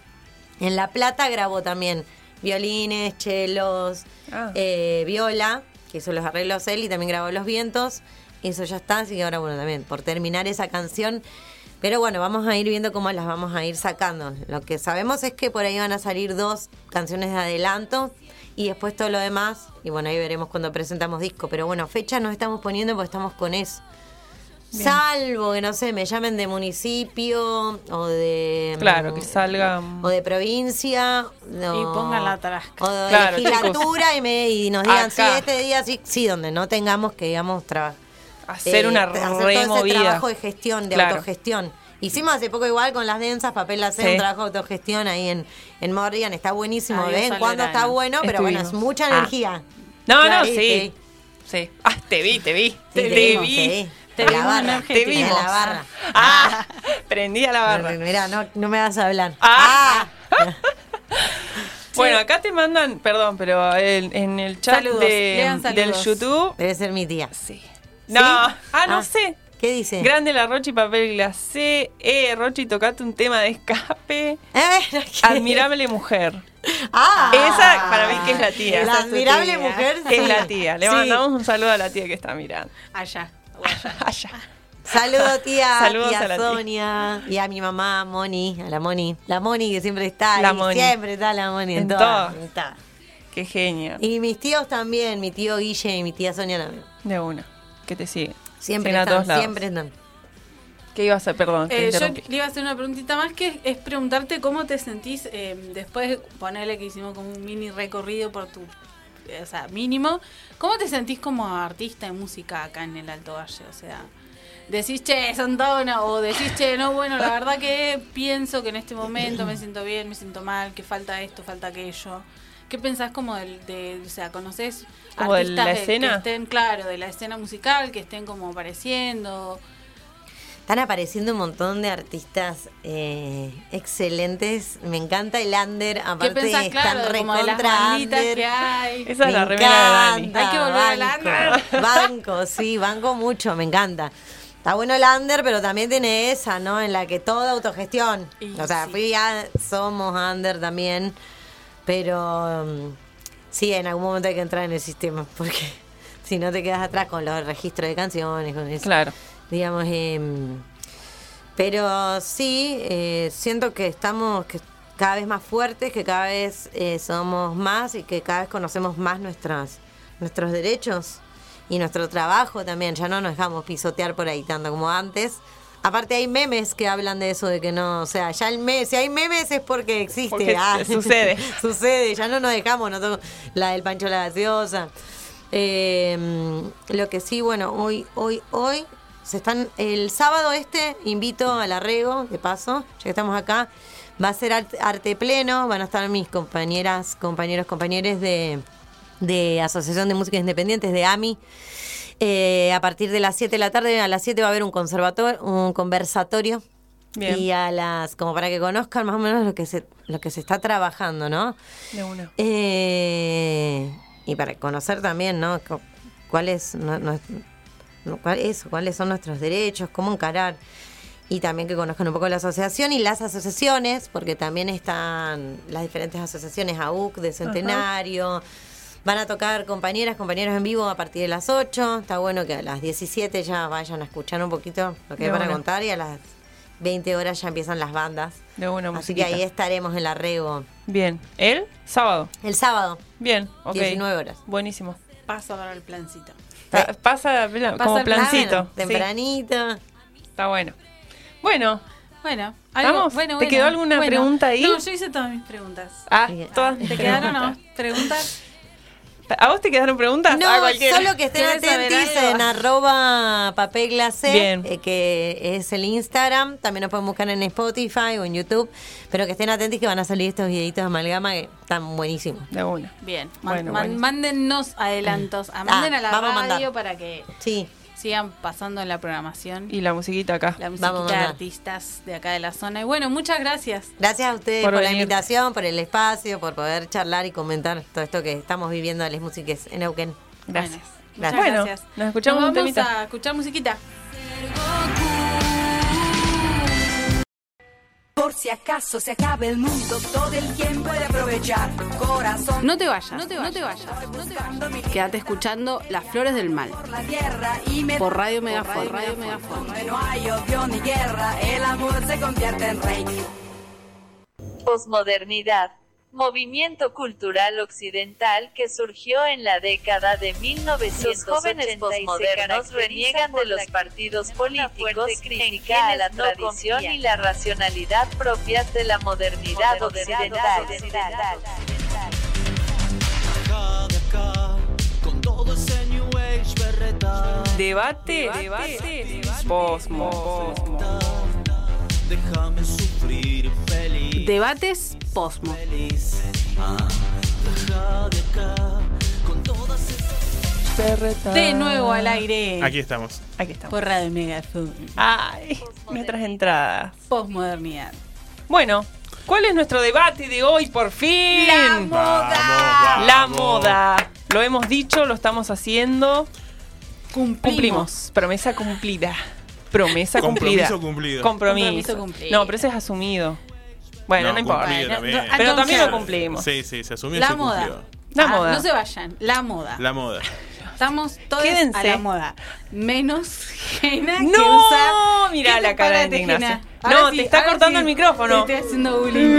Speaker 9: En La Plata grabó también violines, chelos,
Speaker 5: Ah.
Speaker 9: eh, viola, que hizo los arreglos él y también grabó los vientos. Eso ya está, así que ahora, bueno, también por terminar esa canción. Pero bueno, vamos a ir viendo cómo las vamos a ir sacando. Lo que sabemos es que por ahí van a salir dos canciones de adelanto y después todo lo demás. Y bueno, ahí veremos cuando presentamos disco. Pero bueno, fecha no estamos poniendo porque estamos con eso. Salvo que, no sé, me llamen de municipio o de... mm,
Speaker 5: Claro, que salga. mm,
Speaker 9: O de provincia. no.
Speaker 6: Y pongan la tarasca.
Speaker 9: O de
Speaker 5: Claro,
Speaker 9: legislatura
Speaker 5: chicos.
Speaker 9: y, me- y nos
Speaker 5: Acá.
Speaker 9: digan, sí, este día sí, sí, donde no tengamos que, digamos, trabajar.
Speaker 5: Hacer una
Speaker 9: todo ese
Speaker 5: removida.
Speaker 9: trabajo de gestión, de
Speaker 5: Claro.
Speaker 9: autogestión. Hicimos hace poco igual con las densas, papel hacer
Speaker 5: Sí.
Speaker 9: un trabajo de autogestión ahí en, en Morrigan. Está buenísimo.
Speaker 6: Adiós,
Speaker 9: de vez en cuando
Speaker 6: Soledad,
Speaker 9: está
Speaker 6: ¿no?
Speaker 9: bueno, pero bueno, es
Speaker 5: Estuvimos.
Speaker 9: mucha
Speaker 5: Ah.
Speaker 9: energía.
Speaker 5: No,
Speaker 9: Claro,
Speaker 5: no,
Speaker 9: sí,
Speaker 5: sí. Sí. Ah, te vi, te vi.
Speaker 9: Sí,
Speaker 5: te,
Speaker 9: vimos,
Speaker 5: vi.
Speaker 6: vimos
Speaker 9: Te vi. La
Speaker 6: en
Speaker 9: barra.
Speaker 6: Argentina.
Speaker 5: Te
Speaker 9: En
Speaker 5: vimos.
Speaker 9: La barra.
Speaker 5: Ah, prendí a la barra.
Speaker 9: Mirá, no, no me vas a hablar.
Speaker 5: Ah. Bueno, acá te mandan, perdón, pero en, en el chat
Speaker 6: Saludos,
Speaker 5: de-
Speaker 6: lean saludos.
Speaker 5: del YouTube.
Speaker 9: Debe ser mi tía.
Speaker 5: Sí. No, ah, no
Speaker 9: Ah.
Speaker 5: sé.
Speaker 9: ¿Qué dice?
Speaker 5: Grande la Rochi papel glacé. Eh, Rochi, tocate un tema de escape.
Speaker 9: Eh, no, ¿qué?
Speaker 5: Admirable mujer.
Speaker 9: Ah.
Speaker 5: Esa para mí que es la tía.
Speaker 6: Esa
Speaker 9: La
Speaker 6: es tu
Speaker 9: admirable
Speaker 6: tía.
Speaker 9: mujer. sí.
Speaker 5: Es la tía. Le
Speaker 9: Sí.
Speaker 5: mandamos un saludo a la tía que está mirando.
Speaker 6: Allá. o allá.
Speaker 5: Allá.
Speaker 9: Saludo tía,
Speaker 5: Saludos
Speaker 9: tía
Speaker 5: a la tía.
Speaker 9: Sonia y a mi mamá Moni, a la Moni. La Moni que siempre está
Speaker 5: La
Speaker 9: ahí,
Speaker 5: Moni.
Speaker 9: siempre está la Moni en,
Speaker 5: En
Speaker 9: todas,
Speaker 5: todas.
Speaker 9: en todas.
Speaker 5: Qué genia.
Speaker 9: Y mis tíos también, mi tío Guille y mi tía Sonia también.
Speaker 5: De una. Que te sigue.
Speaker 9: Siempre
Speaker 5: Siguen a todos
Speaker 9: están,
Speaker 5: lados.
Speaker 9: siempre están.
Speaker 5: ¿Qué ibas a Perdón, te
Speaker 6: Eh, yo
Speaker 5: interrumpí.
Speaker 6: le iba a hacer una preguntita más que es preguntarte cómo te sentís eh, después de ponerle que hicimos como un mini recorrido por tu, eh, o sea, mínimo, ¿cómo te sentís como artista de música acá en el Alto Valle? O sea, decís, che, son todos una- o decís, che, no, bueno, la verdad que pienso que en este momento me siento bien, me siento mal, que falta esto, falta aquello. ¿Qué pensás como del, de, o sea, conoces
Speaker 5: ¿Como de la
Speaker 6: que-
Speaker 5: escena?
Speaker 6: que estén, claro, de la escena musical, que estén como apareciendo?
Speaker 9: Están apareciendo un montón de artistas eh, excelentes. Me encanta el under,
Speaker 6: ¿Qué
Speaker 9: aparte
Speaker 6: pensás, claro,
Speaker 9: están
Speaker 6: de como de las
Speaker 9: recontra
Speaker 6: banditas
Speaker 9: under.
Speaker 6: que hay?
Speaker 5: Esa es
Speaker 9: Me
Speaker 5: la remera de Dani.
Speaker 9: encanta,
Speaker 6: Hay que volver al
Speaker 9: banco. Banco, sí, banco mucho, me encanta. Está bueno el under, pero también tiene esa, ¿no? En la que toda autogestión.
Speaker 6: Y
Speaker 9: o sea,
Speaker 6: sí.
Speaker 9: fui a- somos under también, pero mm, sí, en algún momento hay que entrar en el sistema, porque si no te quedas atrás con los registros de canciones, con eso.
Speaker 5: Claro.
Speaker 9: Digamos, em, pero sí, eh, siento que estamos que cada vez más fuertes, que cada vez eh, somos más y que cada vez conocemos más nuestras, nuestros derechos y nuestro trabajo también. Ya no nos dejamos pisotear por ahí tanto como antes. Aparte hay memes que hablan de eso, de que no, o sea, ya el mes, si hay memes es porque existe.
Speaker 5: Porque
Speaker 9: ah.
Speaker 5: sucede.
Speaker 9: sucede, ya no nos dejamos, no toco- la del Pancho la gaseosa. Eh, lo que sí, bueno, hoy, hoy, hoy, se están, el sábado este, invito a la Rego, de paso, ya que estamos acá, va a ser arte, arte pleno, van a estar mis compañeras, compañeros, compañeros de, de Asociación de Músicas Independientes, de AMI. Eh, a partir de las 7 de la tarde, a las 7 va a haber un conservatorio, un conversatorio
Speaker 5: Bien.
Speaker 9: y a las, como para que conozcan más o menos lo que se, lo que se está trabajando, ¿no?
Speaker 5: De una.
Speaker 9: Eh, y para conocer también, ¿no? Co- ¿Cuáles, no- no- no- cuál- eso, cuáles son nuestros derechos, cómo encarar. Y también que conozcan un poco la asociación y las asociaciones, porque también están las diferentes asociaciones AUC de Centenario. Van a tocar compañeras, compañeros en vivo a partir de las 8. Está bueno que a las 17 ya vayan a escuchar un poquito lo que
Speaker 5: De
Speaker 9: hay para
Speaker 5: una.
Speaker 9: contar y a las 20 horas ya empiezan las bandas.
Speaker 5: De una
Speaker 9: Así que
Speaker 5: musiquita.
Speaker 9: ahí estaremos en la Rego
Speaker 5: Bien. ¿El? Sábado.
Speaker 9: el sábado.
Speaker 5: Bien. Ok.
Speaker 9: 19 horas.
Speaker 5: Buenísimo.
Speaker 6: Paso para el plancito.
Speaker 5: Ta- Pasa, pla- como
Speaker 6: el
Speaker 5: plancito. sí.
Speaker 9: Temprano, Tempranito.
Speaker 5: está bueno. Bueno.
Speaker 6: Bueno,
Speaker 5: ¿Estamos? ¿Te quedó alguna pregunta ahí?
Speaker 6: No, yo hice todas mis preguntas.
Speaker 5: Ah,
Speaker 9: Bien.
Speaker 5: todas
Speaker 6: ¿Te quedaron no? preguntas?
Speaker 5: ¿A vos te quedaron preguntas? A
Speaker 9: No,
Speaker 5: cualquiera.
Speaker 9: solo que estén
Speaker 6: ¿Quieres saber
Speaker 9: atentis
Speaker 6: algo?
Speaker 9: en arroba papel glacé,
Speaker 5: Bien.
Speaker 9: eh, que es el Instagram. También nos pueden buscar en Spotify o en YouTube. Pero que estén atentis que van a salir estos videitos de amalgama que están buenísimos.
Speaker 5: De una.
Speaker 6: Bien. Man-
Speaker 5: Bueno,
Speaker 6: man-
Speaker 5: buenísimo.
Speaker 6: Mándennos adelantos. Ah, manden a la
Speaker 9: vamos a mandar.
Speaker 6: radio para que
Speaker 9: Sí,
Speaker 6: sigan pasando en la programación.
Speaker 5: Y la musiquita acá.
Speaker 6: la
Speaker 9: vamos
Speaker 6: musiquita
Speaker 9: a
Speaker 6: de
Speaker 9: mandar.
Speaker 6: artistas de acá de la zona. Y bueno, muchas gracias.
Speaker 9: gracias a ustedes
Speaker 5: Por
Speaker 9: por, la
Speaker 5: venir.
Speaker 9: invitación, por el espacio, por poder charlar y comentar todo esto que estamos viviendo de las músicas en Neuquén.
Speaker 5: Gracias.
Speaker 6: Bueno, muchas
Speaker 5: Bueno,
Speaker 6: gracias.
Speaker 5: nos escuchamos un
Speaker 6: vamos
Speaker 5: temita.
Speaker 6: a escuchar musiquita.
Speaker 3: Por Si acaso se acaba el mundo, todo el tiempo he de aprovechar. Corazón.
Speaker 4: No te vayas, no te vayas, no te vayas. Quédate escuchando Las Flores del Mal.
Speaker 3: por la tierra y me
Speaker 4: Por Radio Megafon,
Speaker 3: por
Speaker 4: Radio Megafon.
Speaker 3: Donde no hay odio ni guerra, el amor se convierte en rey.
Speaker 10: Posmodernidad. Movimiento cultural occidental que surgió en la década de 1980
Speaker 3: Los jóvenes
Speaker 10: y se
Speaker 3: posmodernos
Speaker 10: caracteriza
Speaker 3: reniegan
Speaker 10: por
Speaker 3: de los
Speaker 10: la-
Speaker 3: partidos
Speaker 10: una fuerte
Speaker 3: políticos en quienes
Speaker 10: crítica a la
Speaker 3: no
Speaker 10: tradición
Speaker 3: confían.
Speaker 10: y la racionalidad propias de la modernidad occidental.
Speaker 5: Debate, debate, posmo, posmo.
Speaker 4: Debates posmo.
Speaker 6: De nuevo al aire.
Speaker 7: Aquí estamos.
Speaker 5: Aquí estamos.
Speaker 6: Por Radio Megafon.
Speaker 5: Ay, nuestras entradas.
Speaker 6: Postmodernidad.
Speaker 5: Bueno, ¿cuál es nuestro debate de hoy por fin? La La
Speaker 7: Vamos, vamos.
Speaker 5: moda. Lo hemos dicho, lo estamos haciendo.
Speaker 6: Cumplimos.
Speaker 5: Cumplimos. Promesa cumplida. Promesa cumplida.
Speaker 7: Compromiso cumplido.
Speaker 5: Compromiso.
Speaker 6: Compromiso cumplido.
Speaker 5: No, pero ese es asumido. Bueno, no, importa.
Speaker 7: cumplido también.
Speaker 6: No,
Speaker 5: Pero también lo
Speaker 6: Entonces,
Speaker 5: cumplimos.
Speaker 7: Sí, sí, se asumió y
Speaker 6: La
Speaker 7: se
Speaker 6: moda.
Speaker 7: cumplió.
Speaker 5: La
Speaker 6: Ah,
Speaker 5: moda.
Speaker 6: No se vayan. La moda.
Speaker 7: La moda.
Speaker 6: Estamos todos
Speaker 5: Quédense.
Speaker 6: a la moda. Menos Jena que
Speaker 5: No,
Speaker 6: usa.
Speaker 5: mira
Speaker 6: ¿Qué te
Speaker 5: la cara de
Speaker 6: parate,
Speaker 5: indignación.
Speaker 6: Jena? Ahora
Speaker 5: No,
Speaker 6: sí,
Speaker 5: te está
Speaker 6: ahora
Speaker 5: cortando
Speaker 6: sí,
Speaker 5: el micrófono.
Speaker 6: Te estoy haciendo
Speaker 7: Mm.
Speaker 6: bullying.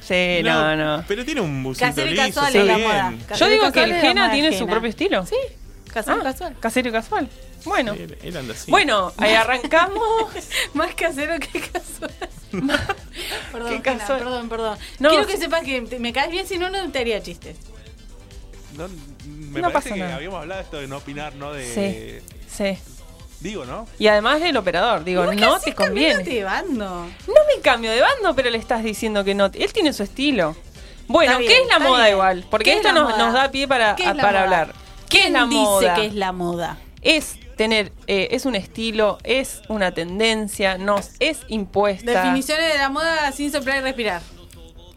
Speaker 5: Sí, Eh, no, no.
Speaker 7: Pero tiene un bucito
Speaker 6: Casero y
Speaker 7: liso.
Speaker 6: casual
Speaker 7: está
Speaker 6: es la
Speaker 7: bien.
Speaker 6: moda.
Speaker 5: Yo
Speaker 6: Casero y
Speaker 5: digo que
Speaker 6: casual
Speaker 5: el
Speaker 6: es la
Speaker 5: Jena
Speaker 6: moda
Speaker 5: tiene su
Speaker 6: ajena.
Speaker 5: propio estilo.
Speaker 6: Sí, casero
Speaker 5: Ah,
Speaker 6: casual.
Speaker 5: Casero y casual. Bueno.
Speaker 7: Él, él anda así.
Speaker 5: Bueno, ahí arrancamos.
Speaker 6: Más casero que casual. perdón,
Speaker 5: Que
Speaker 6: Jena,
Speaker 5: casual.
Speaker 6: perdón, perdón.
Speaker 5: No,
Speaker 6: Quiero
Speaker 5: sí.
Speaker 6: que sepas que te- me caes bien, si no, no te haría chistes.
Speaker 11: No, me
Speaker 5: No
Speaker 11: parece
Speaker 5: pasa
Speaker 11: que
Speaker 5: nada.
Speaker 11: habíamos hablado de esto de no opinar, ¿no? De,
Speaker 5: Sí. Sí.
Speaker 11: Digo, ¿no?
Speaker 5: Y además del operador, digo,
Speaker 6: ¿Vos qué
Speaker 5: no
Speaker 6: haces
Speaker 5: te conviene.
Speaker 6: cambiándote de bando?
Speaker 5: No me cambio de bando, pero le estás diciendo que no. Él tiene su estilo. Bueno,
Speaker 6: Está bien,
Speaker 5: ¿qué es la
Speaker 6: está
Speaker 5: moda
Speaker 6: bien.
Speaker 5: igual? Porque
Speaker 6: ¿Qué es
Speaker 5: esto
Speaker 6: la
Speaker 5: nos,
Speaker 6: moda?
Speaker 5: nos da pie para,
Speaker 6: ¿Qué es la
Speaker 5: para
Speaker 6: moda?
Speaker 5: hablar. ¿Qué es
Speaker 6: ¿Quién
Speaker 5: la
Speaker 6: dice
Speaker 5: moda?
Speaker 6: que es la moda?
Speaker 5: Es tener, eh, es un estilo, es una tendencia, nos es impuesta.
Speaker 6: Definiciones de la moda sin soplar y respirar.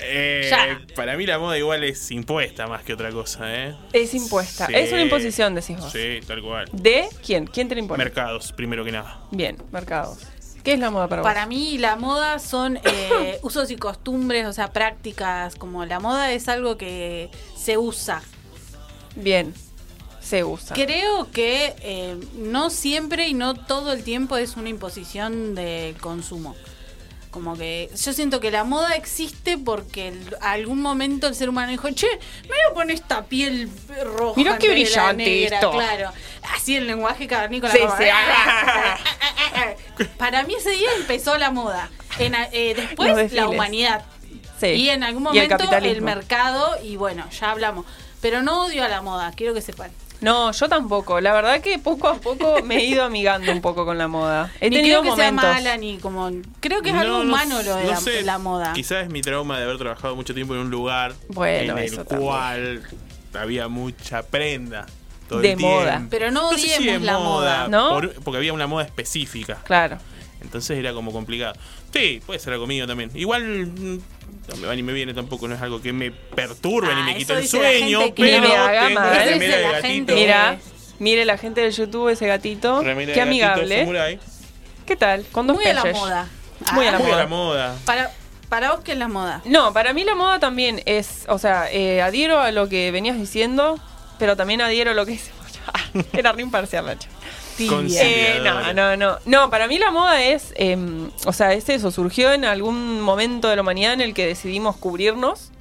Speaker 7: Eh,
Speaker 6: Ya.
Speaker 7: Para mí la moda igual es impuesta más que otra cosa, ¿eh?
Speaker 5: Es impuesta.
Speaker 7: Sí.
Speaker 5: Es una imposición, decís vos.
Speaker 7: Sí, tal cual.
Speaker 5: ¿De quién? ¿Quién te la impone?
Speaker 7: Mercados, primero que nada.
Speaker 5: Bien, mercados. ¿Qué es la moda para,
Speaker 6: Para
Speaker 5: vos?
Speaker 6: mí la moda son eh, usos y costumbres, o sea, prácticas, como la moda es algo que se usa.
Speaker 5: Bien, se usa.
Speaker 6: Creo que eh, no siempre y no todo el tiempo es una imposición del consumo. Como que yo siento que la moda existe porque el- algún momento el ser humano dijo, che, me voy a poner esta piel roja.
Speaker 5: Mirá qué
Speaker 6: en vez de la
Speaker 5: brillante
Speaker 6: negra",
Speaker 5: esto.
Speaker 6: Claro, así el lenguaje cavernícola.
Speaker 5: Sí,
Speaker 6: como, "Ah,
Speaker 5: sí.
Speaker 6: Para mí ese día empezó la moda. En a- eh,
Speaker 5: Los
Speaker 6: después
Speaker 5: desfiles.
Speaker 6: la humanidad.
Speaker 5: Sí.
Speaker 6: Y en algún
Speaker 5: Y el
Speaker 6: momento el,
Speaker 5: capitalismo.
Speaker 6: mercado y bueno, ya hablamos. Pero no odio a la moda, quiero que sepan.
Speaker 5: No, yo tampoco. La verdad que poco a poco me he ido amigando un poco con la moda. He
Speaker 6: ni
Speaker 5: tenido
Speaker 6: creo que
Speaker 5: momentos.
Speaker 6: sea mala ni como creo que es algo
Speaker 7: No, no
Speaker 6: humano
Speaker 7: s-
Speaker 6: lo de
Speaker 7: no
Speaker 6: la,
Speaker 7: sé.
Speaker 6: la moda.
Speaker 7: Quizás es mi trauma de haber trabajado mucho tiempo en un lugar
Speaker 5: Bueno,
Speaker 7: en
Speaker 5: eso
Speaker 7: el
Speaker 5: también.
Speaker 7: cual había mucha prenda. Todo
Speaker 5: De
Speaker 7: el
Speaker 5: moda.
Speaker 7: tiempo.
Speaker 6: Pero no
Speaker 7: sé si
Speaker 6: odiemos
Speaker 7: de
Speaker 6: la moda.
Speaker 5: ¿No?
Speaker 7: por- porque había una moda específica.
Speaker 5: Claro.
Speaker 7: Entonces era como complicado. Sí, puede ser algo mío también. Igual mm, no me va ni me viene tampoco, no es algo que me perturbe ni
Speaker 6: Ah,
Speaker 7: me
Speaker 6: eso
Speaker 7: quita el
Speaker 6: dice la
Speaker 7: sueño,
Speaker 6: gente que
Speaker 7: pero
Speaker 5: no me haga
Speaker 7: tengo
Speaker 5: mal. Eso
Speaker 7: remera
Speaker 6: dice
Speaker 7: de
Speaker 6: la
Speaker 7: gatito.
Speaker 6: gente.
Speaker 5: Mira, mire la gente de YouTube, ese gatito.
Speaker 7: remera
Speaker 5: Qué
Speaker 7: de gatito
Speaker 5: amigable.
Speaker 7: samurái.
Speaker 5: ¿Qué tal? Con dos
Speaker 6: Muy a la
Speaker 5: peyes.
Speaker 6: moda. Ah,
Speaker 5: Muy a la
Speaker 7: Muy a la
Speaker 5: moda.
Speaker 7: moda.
Speaker 6: Para, para vos que es la moda.
Speaker 5: No, para mí la moda también es, o sea, eh, adhiero a lo que venías diciendo, pero también adhiero a lo que dice. Era re imparcial, Nacho. Eh, no, no, no. No, para mí la moda es, eh, o sea, es eso, surgió en algún momento de la humanidad en el que decidimos cubrirnos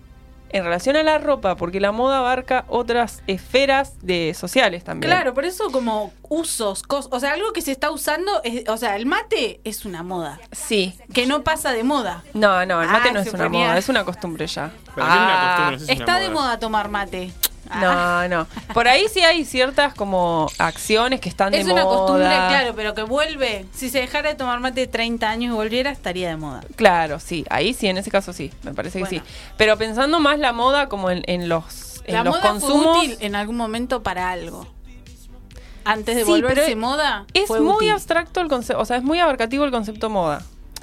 Speaker 5: en relación a la ropa, porque la moda abarca otras esferas de sociales también.
Speaker 6: Claro, por eso como usos, cos- o sea, algo que se está usando, es- o sea, el mate es una moda,
Speaker 5: Sí.
Speaker 6: que no pasa de moda.
Speaker 5: No, no, el mate
Speaker 6: Ah,
Speaker 5: no es
Speaker 6: se
Speaker 5: una
Speaker 6: ponía-
Speaker 5: moda, es una costumbre ya.
Speaker 7: Para mí es una costumbre, no sé si es
Speaker 6: Ah. Está
Speaker 7: una
Speaker 6: de moda tomar mate. Ah,
Speaker 5: No, no. Por ahí sí hay ciertas como acciones que están
Speaker 6: es
Speaker 5: de
Speaker 6: una
Speaker 5: moda.
Speaker 6: costumbre, claro, pero que vuelve. Si se dejara de tomar mate 30 años y volviera, estaría de moda.
Speaker 5: Claro, sí, ahí sí, en ese caso sí, me parece que
Speaker 6: Bueno.
Speaker 5: sí. Pero pensando más la moda como en, en los, en
Speaker 6: La
Speaker 5: los
Speaker 6: moda
Speaker 5: consumos.
Speaker 6: fue útil eh, en algún momento para algo. Antes de
Speaker 5: Sí,
Speaker 6: volverse
Speaker 5: pero
Speaker 6: moda,
Speaker 5: Es
Speaker 6: fue
Speaker 5: muy
Speaker 6: útil.
Speaker 5: abstracto el concepto, o sea, es muy abarcativo el concepto moda.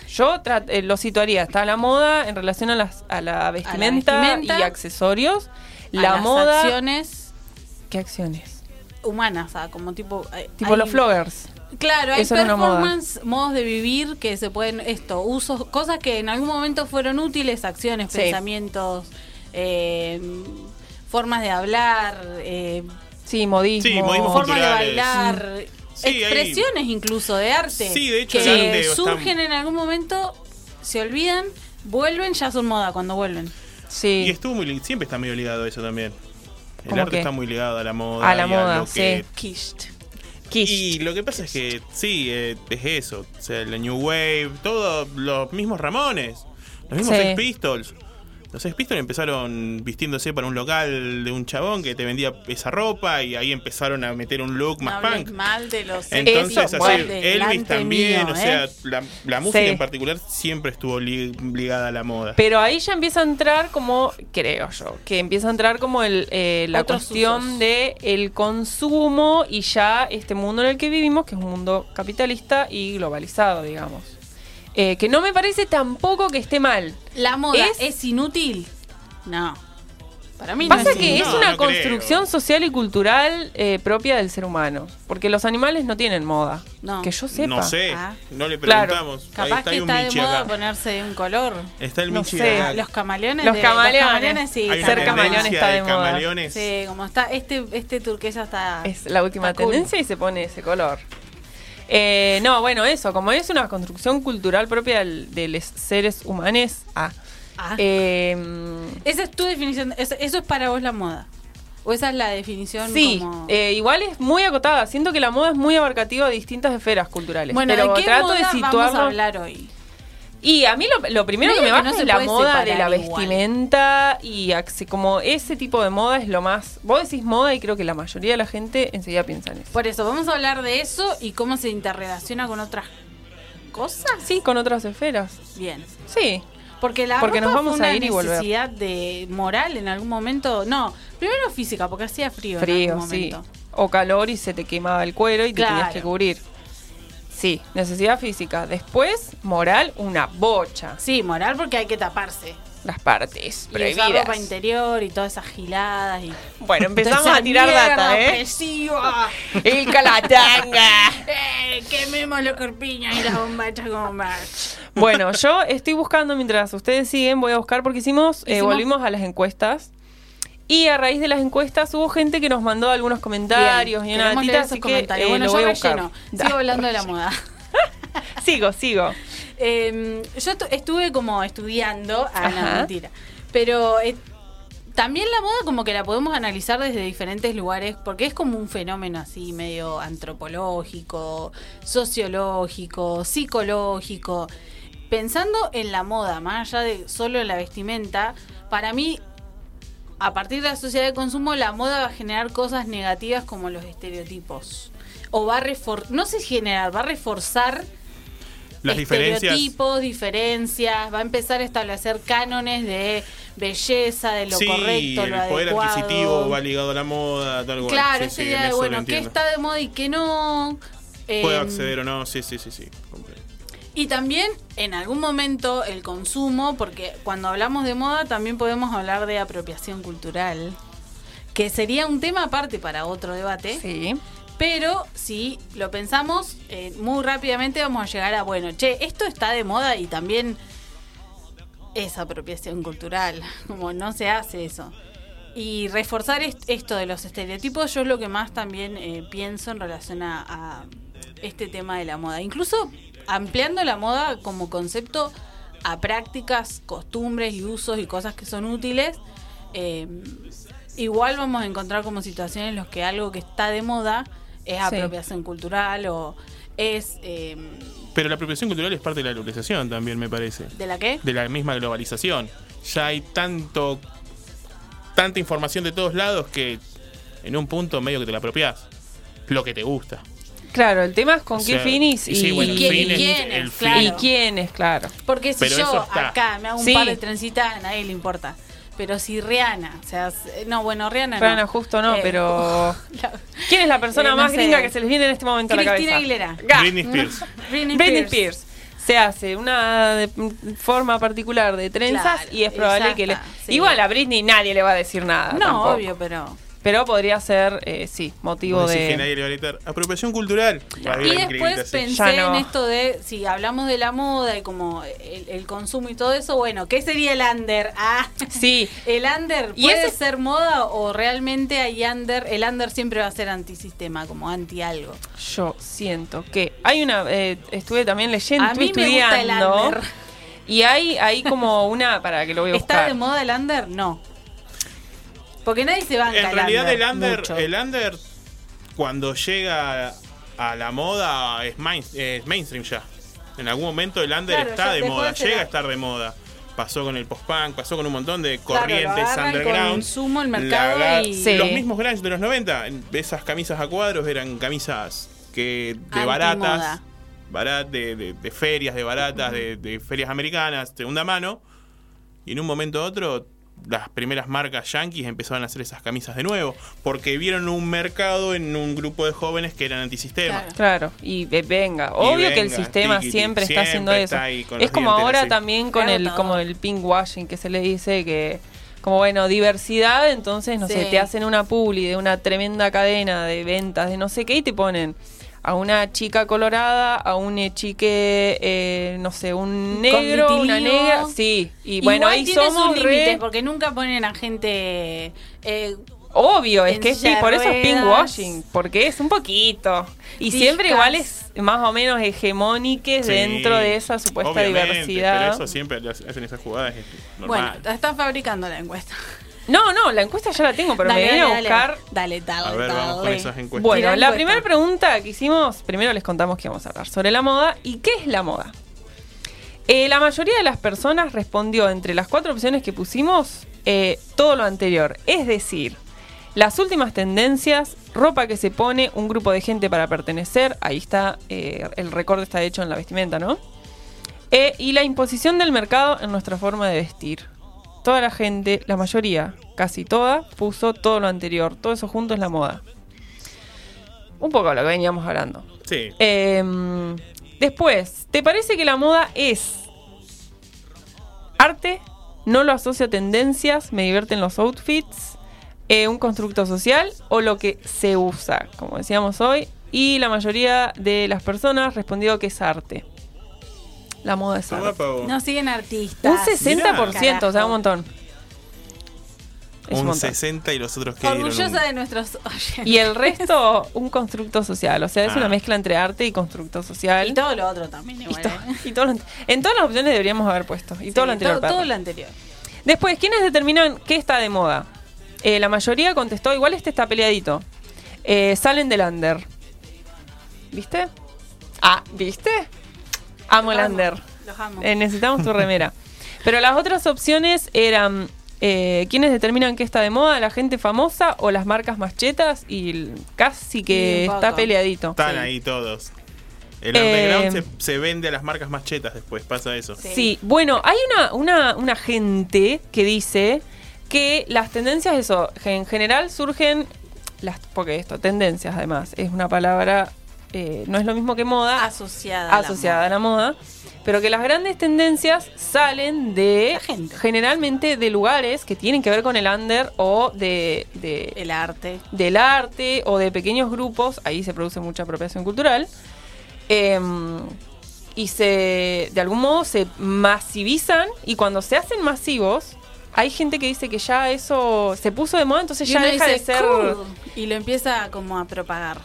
Speaker 5: Yo tra- eh, lo situaría, está la moda en relación a, las, a la vestimenta
Speaker 6: vestimenta,
Speaker 5: y accesorios.
Speaker 6: A
Speaker 5: La
Speaker 6: las
Speaker 5: moda.
Speaker 6: acciones
Speaker 5: ¿Qué acciones?
Speaker 6: humanas, o sea, como tipo. eh,
Speaker 5: Tipo
Speaker 6: hay-
Speaker 5: los floggers.
Speaker 6: Claro, hay
Speaker 5: Eso era una moda.
Speaker 6: performance, modos de vivir que se pueden, esto, usos, cosas que en algún momento fueron útiles, acciones,
Speaker 5: Sí.
Speaker 6: pensamientos, eh, formas de hablar, eh,
Speaker 5: Sí, modismo.
Speaker 7: Sí, modismos
Speaker 6: formas de
Speaker 7: culturales.
Speaker 6: bailar,
Speaker 7: Sí, hay-
Speaker 6: expresiones incluso de arte.
Speaker 7: Sí, de hecho,
Speaker 6: que
Speaker 7: el arte está-
Speaker 6: surgen en algún momento, se olvidan, vuelven, ya son moda cuando vuelven.
Speaker 5: Sí.
Speaker 7: Y estuvo muy, li- siempre está medio ligado a eso también. El
Speaker 5: ¿Cómo
Speaker 7: arte
Speaker 5: qué?
Speaker 7: está muy ligado a la moda.
Speaker 5: A la
Speaker 7: y
Speaker 5: moda,
Speaker 7: lo que-
Speaker 5: Kitsch.
Speaker 7: Y lo que pasa es que, sí, eh, es eso. O sea, la New Wave, todos los mismos Ramones, los mismos
Speaker 5: Sí.
Speaker 7: Sex Pistols. Los Sex Pistols empezaron vistiéndose para un local de un chabón que te vendía esa ropa y ahí empezaron a meter un look
Speaker 6: No
Speaker 7: más
Speaker 6: hables
Speaker 7: punk.
Speaker 6: mal de los
Speaker 7: Entonces,
Speaker 6: Elvis,
Speaker 7: así,
Speaker 6: por
Speaker 7: Elvis
Speaker 6: delante
Speaker 7: también,
Speaker 6: mío,
Speaker 7: o sea,
Speaker 6: ¿eh?
Speaker 7: la, la música
Speaker 5: Sí.
Speaker 7: en particular siempre estuvo li- ligada a la moda.
Speaker 5: Pero ahí ya empieza a entrar como, creo yo, que empieza a entrar como el, eh, la
Speaker 6: Otros
Speaker 5: cuestión
Speaker 6: usos.
Speaker 5: de el consumo y ya este mundo en el que vivimos, que es un mundo capitalista y globalizado, digamos. Eh, que no me parece tampoco que esté mal.
Speaker 6: La moda
Speaker 5: Es-
Speaker 6: es, inútil. No. Para mí no
Speaker 5: Pasa
Speaker 6: es
Speaker 5: que
Speaker 6: inútil.
Speaker 5: es
Speaker 7: No,
Speaker 5: una
Speaker 7: no creo.
Speaker 5: construcción social y cultural eh, propia del ser humano. Porque los animales no tienen moda.
Speaker 6: No.
Speaker 5: Que yo sepa.
Speaker 7: No sé,
Speaker 6: Ah.
Speaker 7: no le
Speaker 5: Claro.
Speaker 7: preguntamos. Ahí
Speaker 6: Capaz
Speaker 7: está,
Speaker 6: que
Speaker 7: hay un
Speaker 6: está de
Speaker 7: Michi
Speaker 6: moda
Speaker 7: acá.
Speaker 6: ponerse de un color.
Speaker 7: Está el
Speaker 5: No
Speaker 7: Michi
Speaker 5: sé,
Speaker 7: acá.
Speaker 6: Los camaleones.
Speaker 5: Los
Speaker 6: de-
Speaker 5: camaleones.
Speaker 6: sí.
Speaker 7: Hay una
Speaker 5: ser
Speaker 6: están de moda.
Speaker 5: camaleón
Speaker 7: tendencia
Speaker 5: está de
Speaker 7: de
Speaker 5: moda.
Speaker 7: camaleones.
Speaker 6: Sí, como está. Este, este turquesa está.
Speaker 5: Es la última
Speaker 6: Está cool.
Speaker 5: tendencia y se pone ese color. Eh, no, bueno, eso, como es una construcción cultural propia del- de los seres humanos. Ah.
Speaker 6: Ah.
Speaker 5: Eh,
Speaker 6: Esa es tu definición. Eso, eso es para vos la moda. O esa es la definición.
Speaker 5: sí,
Speaker 6: como-
Speaker 5: eh, igual es muy acotada. Siento que la moda es muy abarcativa a distintas esferas culturales.
Speaker 6: bueno,
Speaker 5: pero
Speaker 6: ¿de qué
Speaker 5: trato
Speaker 6: moda
Speaker 5: de
Speaker 6: vamos a
Speaker 5: situarlo.
Speaker 6: hablar hoy?
Speaker 5: Y a mí lo, lo primero
Speaker 6: Medio
Speaker 5: que me
Speaker 6: que
Speaker 5: baja
Speaker 6: no se
Speaker 5: es la
Speaker 6: puede
Speaker 5: moda de la
Speaker 6: separar igual.
Speaker 5: vestimenta y acce- como ese tipo de moda es lo más. Vos decís moda y creo que la mayoría de la gente enseguida piensa en eso.
Speaker 6: Por eso, vamos a hablar de eso y cómo se interrelaciona con otras cosas.
Speaker 5: Sí, con otras esferas.
Speaker 6: Bien.
Speaker 5: Sí.
Speaker 6: Porque la
Speaker 5: Porque
Speaker 6: ropa
Speaker 5: nos vamos
Speaker 6: fue
Speaker 5: a
Speaker 6: una
Speaker 5: ir y volver.
Speaker 6: necesidad de moral en algún momento. No, primero física, porque hacía frío, en
Speaker 5: frío,
Speaker 6: algún
Speaker 5: sí.
Speaker 6: momento.
Speaker 5: O calor y se te quemaba el cuero y te
Speaker 6: Claro.
Speaker 5: tenías que cubrir. Sí, necesidad física. Después, moral, una bocha.
Speaker 6: Sí, moral porque hay que taparse.
Speaker 5: Las partes
Speaker 6: Y usar ropa
Speaker 5: prohibidas.
Speaker 6: interior y todas esas giladas. Y
Speaker 5: Bueno, empezamos
Speaker 6: Toda esa
Speaker 5: a tirar
Speaker 6: mierda pues.
Speaker 5: data, ¿eh?
Speaker 6: opresiva.
Speaker 5: El calatanga.
Speaker 6: Eh, quememos los corpiños y las bombachas como match.
Speaker 5: Bueno, yo estoy buscando mientras ustedes siguen, voy a buscar porque hicimos, eh,
Speaker 6: Hicimos-
Speaker 5: volvimos a las encuestas. Y a raíz de las encuestas hubo gente que nos mandó algunos comentarios y una
Speaker 6: Queremos
Speaker 5: datita,
Speaker 6: leer
Speaker 5: así
Speaker 6: esos
Speaker 5: que
Speaker 6: comentarios.
Speaker 5: eh,
Speaker 6: bueno,
Speaker 5: lo
Speaker 6: yo
Speaker 5: voy a buscar.
Speaker 6: relleno.
Speaker 5: Da.
Speaker 6: Sigo hablando de la moda.
Speaker 5: Sigo, sigo.
Speaker 6: Eh, yo estu- estuve como estudiando. Ah,
Speaker 5: Ajá.
Speaker 6: no, mentira. Pero eh, también la moda como que la podemos analizar desde diferentes lugares porque es como un fenómeno así medio antropológico, sociológico, psicológico. Pensando en la moda, más allá de solo en la vestimenta, para mí, a partir de la sociedad de consumo, la moda va a generar cosas negativas como los estereotipos. O va a reforzar, no sé si generar, va a reforzar
Speaker 7: Las diferencias.
Speaker 6: estereotipos, diferencias, va a empezar a establecer cánones de belleza, de lo
Speaker 7: sí,
Speaker 6: correcto,
Speaker 7: el
Speaker 6: lo
Speaker 7: poder
Speaker 6: adecuado.
Speaker 7: adquisitivo va ligado a la moda, tal cual.
Speaker 6: claro,
Speaker 7: Sí,
Speaker 6: esa
Speaker 7: sí,
Speaker 6: idea
Speaker 7: en
Speaker 6: de
Speaker 7: eso lo
Speaker 6: bueno, qué
Speaker 7: entiendo.
Speaker 6: está de moda y qué no.
Speaker 7: Puede
Speaker 6: Em,
Speaker 7: acceder o no, sí, sí, sí, sí. completo.
Speaker 6: Y también en algún momento el consumo, porque cuando hablamos de moda también podemos hablar de apropiación cultural, que sería un tema aparte para otro debate.
Speaker 5: Sí.
Speaker 6: Pero si lo pensamos, eh, muy rápidamente vamos a llegar a, bueno, che, esto está de moda y también es apropiación cultural, como no se hace eso. Y reforzar est- esto de los estereotipos, yo es lo que más también eh, pienso en relación a, a este tema de la moda. Incluso ampliando la moda como concepto a prácticas, costumbres y usos y cosas que son útiles. eh, igual vamos a encontrar como situaciones en las que algo que está de moda es
Speaker 5: Sí.
Speaker 6: apropiación cultural o es... eh,
Speaker 7: Pero la apropiación cultural es parte de la globalización también, me parece.
Speaker 6: ¿De la qué?
Speaker 7: De la misma globalización. Ya hay tanto. tanta información de todos lados que en un punto medio que te la apropias. Lo que te gusta.
Speaker 5: Claro, el tema es con
Speaker 7: O
Speaker 5: qué
Speaker 7: sea,
Speaker 5: finis y,
Speaker 7: y sí, bueno, el
Speaker 6: quién-
Speaker 7: fin
Speaker 6: y
Speaker 7: es-
Speaker 6: quiénes,
Speaker 7: el
Speaker 6: claro.
Speaker 5: y
Speaker 7: fin.
Speaker 5: quiénes, claro.
Speaker 6: Porque si
Speaker 7: Pero eso
Speaker 6: yo
Speaker 7: está.
Speaker 6: acá me hago un
Speaker 5: Sí.
Speaker 6: par de trencitas, a nadie le importa. Pero si Rihanna, o sea, s- eh, no, bueno, Rihanna,
Speaker 5: Rihanna
Speaker 6: no. Eh,
Speaker 5: justo no, pero-
Speaker 6: la-
Speaker 5: ¿Quién es la persona
Speaker 6: Eh, no
Speaker 5: más
Speaker 6: sé.
Speaker 5: gringa que se les viene en este momento a la
Speaker 6: Cristina
Speaker 5: cabeza?
Speaker 6: Aguilera.
Speaker 5: Ga.
Speaker 7: Britney Spears.
Speaker 6: Britney,
Speaker 5: Britney
Speaker 6: Spears.
Speaker 5: Spears. Se hace una de- m- forma particular de trenzas
Speaker 6: Claro,
Speaker 5: y es probable
Speaker 6: y ya
Speaker 5: que le...
Speaker 6: está, sí.
Speaker 5: Igual a Britney nadie le va a decir nada.
Speaker 6: No,
Speaker 5: Ah, tampoco.
Speaker 6: obvio, pero
Speaker 5: Pero podría ser, eh, sí, motivo
Speaker 7: No decís que
Speaker 5: de...
Speaker 7: nadie le va a gritar. Apropiación cultural. Va a haber
Speaker 6: Y
Speaker 7: alguien que le
Speaker 6: después
Speaker 7: grita así.
Speaker 6: pensé en esto de, si hablamos de la moda y como el, el consumo y todo eso, bueno, ¿qué sería el under? Ah,
Speaker 5: sí.
Speaker 6: El under
Speaker 5: Y
Speaker 6: puede
Speaker 5: ese-
Speaker 6: ser moda o realmente hay under, el under siempre va a ser antisistema, como anti algo.
Speaker 5: Yo siento que hay una. eh, estuve también leyendo,
Speaker 6: A mí me
Speaker 5: estuve estudiando.
Speaker 6: gusta el under.
Speaker 5: y hay, hay como una. Para que lo voy a
Speaker 6: ¿Está de
Speaker 5: buscar.
Speaker 6: moda el under? No. Porque nadie se banca
Speaker 7: En realidad
Speaker 6: el
Speaker 7: el
Speaker 6: under.
Speaker 7: under,
Speaker 6: mucho.
Speaker 7: el under cuando llega a la moda es, main- es mainstream ya. En algún momento el under
Speaker 6: Claro,
Speaker 7: está
Speaker 6: ya
Speaker 7: de
Speaker 6: dejó
Speaker 7: moda,
Speaker 6: de ser-
Speaker 7: llega a estar de moda. Pasó con el post-punk, pasó con un montón de
Speaker 6: Claro, lo
Speaker 7: corrientes
Speaker 6: agarran
Speaker 7: underground.
Speaker 6: con sumo el mercado
Speaker 7: La-
Speaker 6: y-
Speaker 7: Los
Speaker 6: Sí.
Speaker 7: mismos grunge de los 90, esas camisas a cuadros eran camisas que de
Speaker 6: Antimoda.
Speaker 7: baratas, barat, de, de- de ferias, de baratas, de, de ferias americanas, segunda mano. Y en un momento u otro, las primeras marcas yankees empezaron a hacer esas camisas de nuevo, porque vieron un mercado en un grupo de jóvenes que eran antisistema.
Speaker 5: Claro, y ve- venga. Obvio que el
Speaker 7: venga,
Speaker 5: sistema
Speaker 7: tiqui, tiqui,
Speaker 5: siempre está
Speaker 7: siempre
Speaker 5: haciendo
Speaker 7: está
Speaker 5: eso.
Speaker 7: ahí con
Speaker 5: es
Speaker 7: los
Speaker 5: como
Speaker 7: dientes
Speaker 5: ahora
Speaker 7: así.
Speaker 5: también con
Speaker 7: Claro,
Speaker 5: el
Speaker 7: todo.
Speaker 5: como el pink washing que se le dice que como bueno, diversidad, entonces no sé,
Speaker 6: Sí.
Speaker 5: te hacen una publi de una tremenda cadena de ventas de no sé qué y te ponen a una chica colorada, a un eh, chique, eh, no sé, un negro, una
Speaker 6: vitiligo.
Speaker 5: negra, sí, y bueno,
Speaker 6: Igual
Speaker 5: ahí
Speaker 6: tiene su
Speaker 5: somos re-
Speaker 6: límite, porque nunca ponen a gente eh,
Speaker 5: Obvio, es
Speaker 6: en
Speaker 5: que es
Speaker 6: silla
Speaker 5: pi-
Speaker 6: de
Speaker 5: por eso es
Speaker 6: ruedas.
Speaker 5: pinkwashing, porque es un poquito. Y
Speaker 6: Discas.
Speaker 5: siempre igual es más o menos hegemónicas
Speaker 7: Sí,
Speaker 5: dentro de esa supuesta
Speaker 7: obviamente, Pero
Speaker 5: diversidad.
Speaker 7: eso siempre le hace- hacen esas jugadas. es
Speaker 6: Bueno,
Speaker 7: normal.
Speaker 6: estás fabricando la encuesta.
Speaker 5: No, no, la encuesta ya la tengo, pero me voy a buscar.
Speaker 6: Dale, dale,
Speaker 7: A ver,
Speaker 6: dale.
Speaker 7: vamos con esas encuestas.
Speaker 5: Bueno,
Speaker 6: Tira
Speaker 5: la
Speaker 6: encuesta.
Speaker 5: primera pregunta que hicimos, primero les contamos que vamos a hablar sobre la moda. ¿Y qué es la moda? Eh, la mayoría de las personas respondió entre las cuatro opciones que pusimos eh, todo lo anterior. Es decir, las últimas tendencias, ropa que se pone, un grupo de gente para pertenecer. Ahí está, eh, el recorte está hecho en la vestimenta, ¿no? Eh, y la imposición del mercado en nuestra forma de vestir. Toda la gente, la mayoría, casi toda, puso todo lo anterior. Todo eso junto es la moda. Un poco lo que veníamos hablando.
Speaker 7: Sí.
Speaker 5: Em, después, ¿te parece que la moda es arte? No lo asocio a tendencias, me divierten los outfits, eh, un constructo social o lo que se usa, como decíamos hoy. Y la mayoría de las personas respondió que es arte. La moda es
Speaker 7: Toma,
Speaker 5: arte.
Speaker 7: pavo.
Speaker 6: No siguen artistas.
Speaker 5: Un 60%, o sea, un montón. Es un
Speaker 7: un
Speaker 5: montón.
Speaker 7: 60 y los otros que dieron un-
Speaker 6: Orgullosa de nuestros oyentes.
Speaker 5: Y el resto, un constructo social. O sea, es
Speaker 7: Ah.
Speaker 5: una mezcla entre arte y constructo social.
Speaker 6: Y todo lo otro también igual. ¿eh?
Speaker 5: Y todo lo ante- en todas las opciones deberíamos haber puesto. Y todo lo
Speaker 6: Sí,
Speaker 5: anterior.
Speaker 6: Todo,
Speaker 5: perdón.
Speaker 6: todo lo anterior.
Speaker 5: Después, ¿quiénes determinan qué está de moda? Eh, la mayoría contestó, igual este está peleadito. Eh, salen del under. ¿Viste? Ah, ¿viste? Amo el
Speaker 6: Amo,
Speaker 5: under.
Speaker 6: Los amo.
Speaker 5: Eh, necesitamos tu remera. Pero las otras opciones eran eh, quiénes determinan qué está de moda, la gente famosa o las marcas más chetas y l- casi que
Speaker 7: Y un
Speaker 5: está
Speaker 7: poco.
Speaker 5: peleadito.
Speaker 7: Están
Speaker 5: Sí.
Speaker 7: ahí todos. El
Speaker 5: Eh,
Speaker 7: underground se, se vende a las marcas más chetas después, pasa eso.
Speaker 5: Sí. bueno, hay una, una, una gente que dice que las tendencias, eso, que en general surgen, las, porque esto, tendencias además, es una palabra, eh, no es lo mismo que moda,
Speaker 6: Asociada. a la
Speaker 5: asociada a la moda, pero que las grandes tendencias salen de, generalmente de lugares que tienen que ver con el under o de, de-
Speaker 6: El arte.
Speaker 5: del arte o de pequeños grupos, ahí se produce mucha apropiación cultural, em, y se, de algún modo se masivizan y cuando se hacen masivos, hay gente que dice que ya eso se puso de moda, entonces
Speaker 6: Y
Speaker 5: ya
Speaker 6: uno
Speaker 5: deja de
Speaker 6: dice,
Speaker 5: ser...
Speaker 6: "Cool", y lo empieza como a propagar.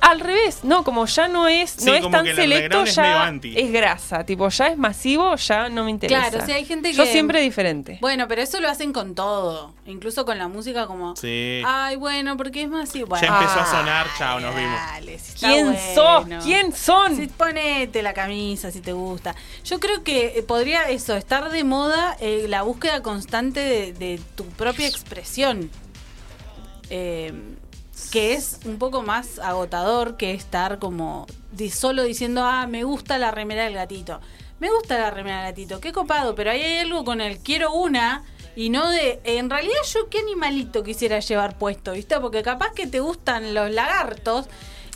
Speaker 5: Al revés, no, como ya no es,
Speaker 6: Sí,
Speaker 5: no es
Speaker 6: como
Speaker 5: tan
Speaker 6: que el
Speaker 5: selecto,
Speaker 6: underground es medio
Speaker 5: ya
Speaker 6: anti.
Speaker 5: es grasa, tipo ya es masivo, ya no me interesa.
Speaker 6: Claro, o sea, hay gente
Speaker 5: Yo
Speaker 6: que-
Speaker 5: siempre diferente.
Speaker 6: Bueno, pero eso lo hacen con todo. Incluso con la música como...
Speaker 7: Sí.
Speaker 5: Ah,
Speaker 6: Ay, bueno, porque es más igual.
Speaker 7: ya empezó a sonar, chao, nos vimos.
Speaker 5: ¿Quién sos? ¿Quién son?
Speaker 6: ponete la camisa si te gusta. Yo creo que eh, podría eso, estar de moda eh, la búsqueda constante de, de tu propia expresión. Eh, que es un poco más agotador que estar como di- solo diciendo, ah, me gusta la remera del gatito. Me gusta la remera del gatito, qué copado, pero ahí hay algo con el quiero una y no de, en realidad yo qué animalito quisiera llevar puesto, ¿viste? Porque capaz que te gustan los lagartos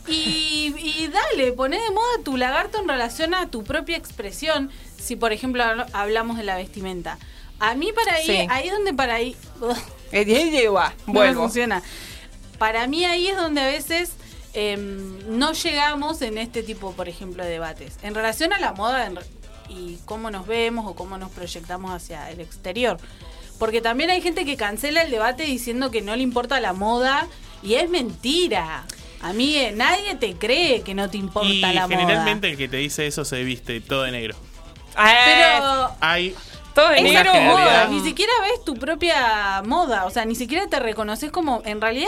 Speaker 6: y, y dale, poné de moda tu lagarto en relación a tu propia expresión. Si, por ejemplo, habl- hablamos de la vestimenta. A mí para ahí,
Speaker 5: Sí.
Speaker 6: ahí es donde para ahí...
Speaker 5: Eh, eh, eh, va,
Speaker 6: No
Speaker 5: Vuelvo.
Speaker 6: me funciona. para mí ahí es donde a veces em, no llegamos en este tipo, por ejemplo, de debates. En relación a la moda en re- y cómo nos vemos o cómo nos proyectamos hacia el exterior. Porque también hay gente que cancela el debate diciendo que no le importa la moda y es mentira. A mí eh, nadie te cree que no te importa
Speaker 7: Y
Speaker 6: la moda.
Speaker 7: generalmente el que te dice eso se viste todo de negro.
Speaker 6: Pero
Speaker 7: Hay
Speaker 5: todo
Speaker 7: de negro,
Speaker 6: moda,
Speaker 7: moda.
Speaker 6: ni siquiera ves tu propia moda, o sea, ni siquiera te reconoces como en realidad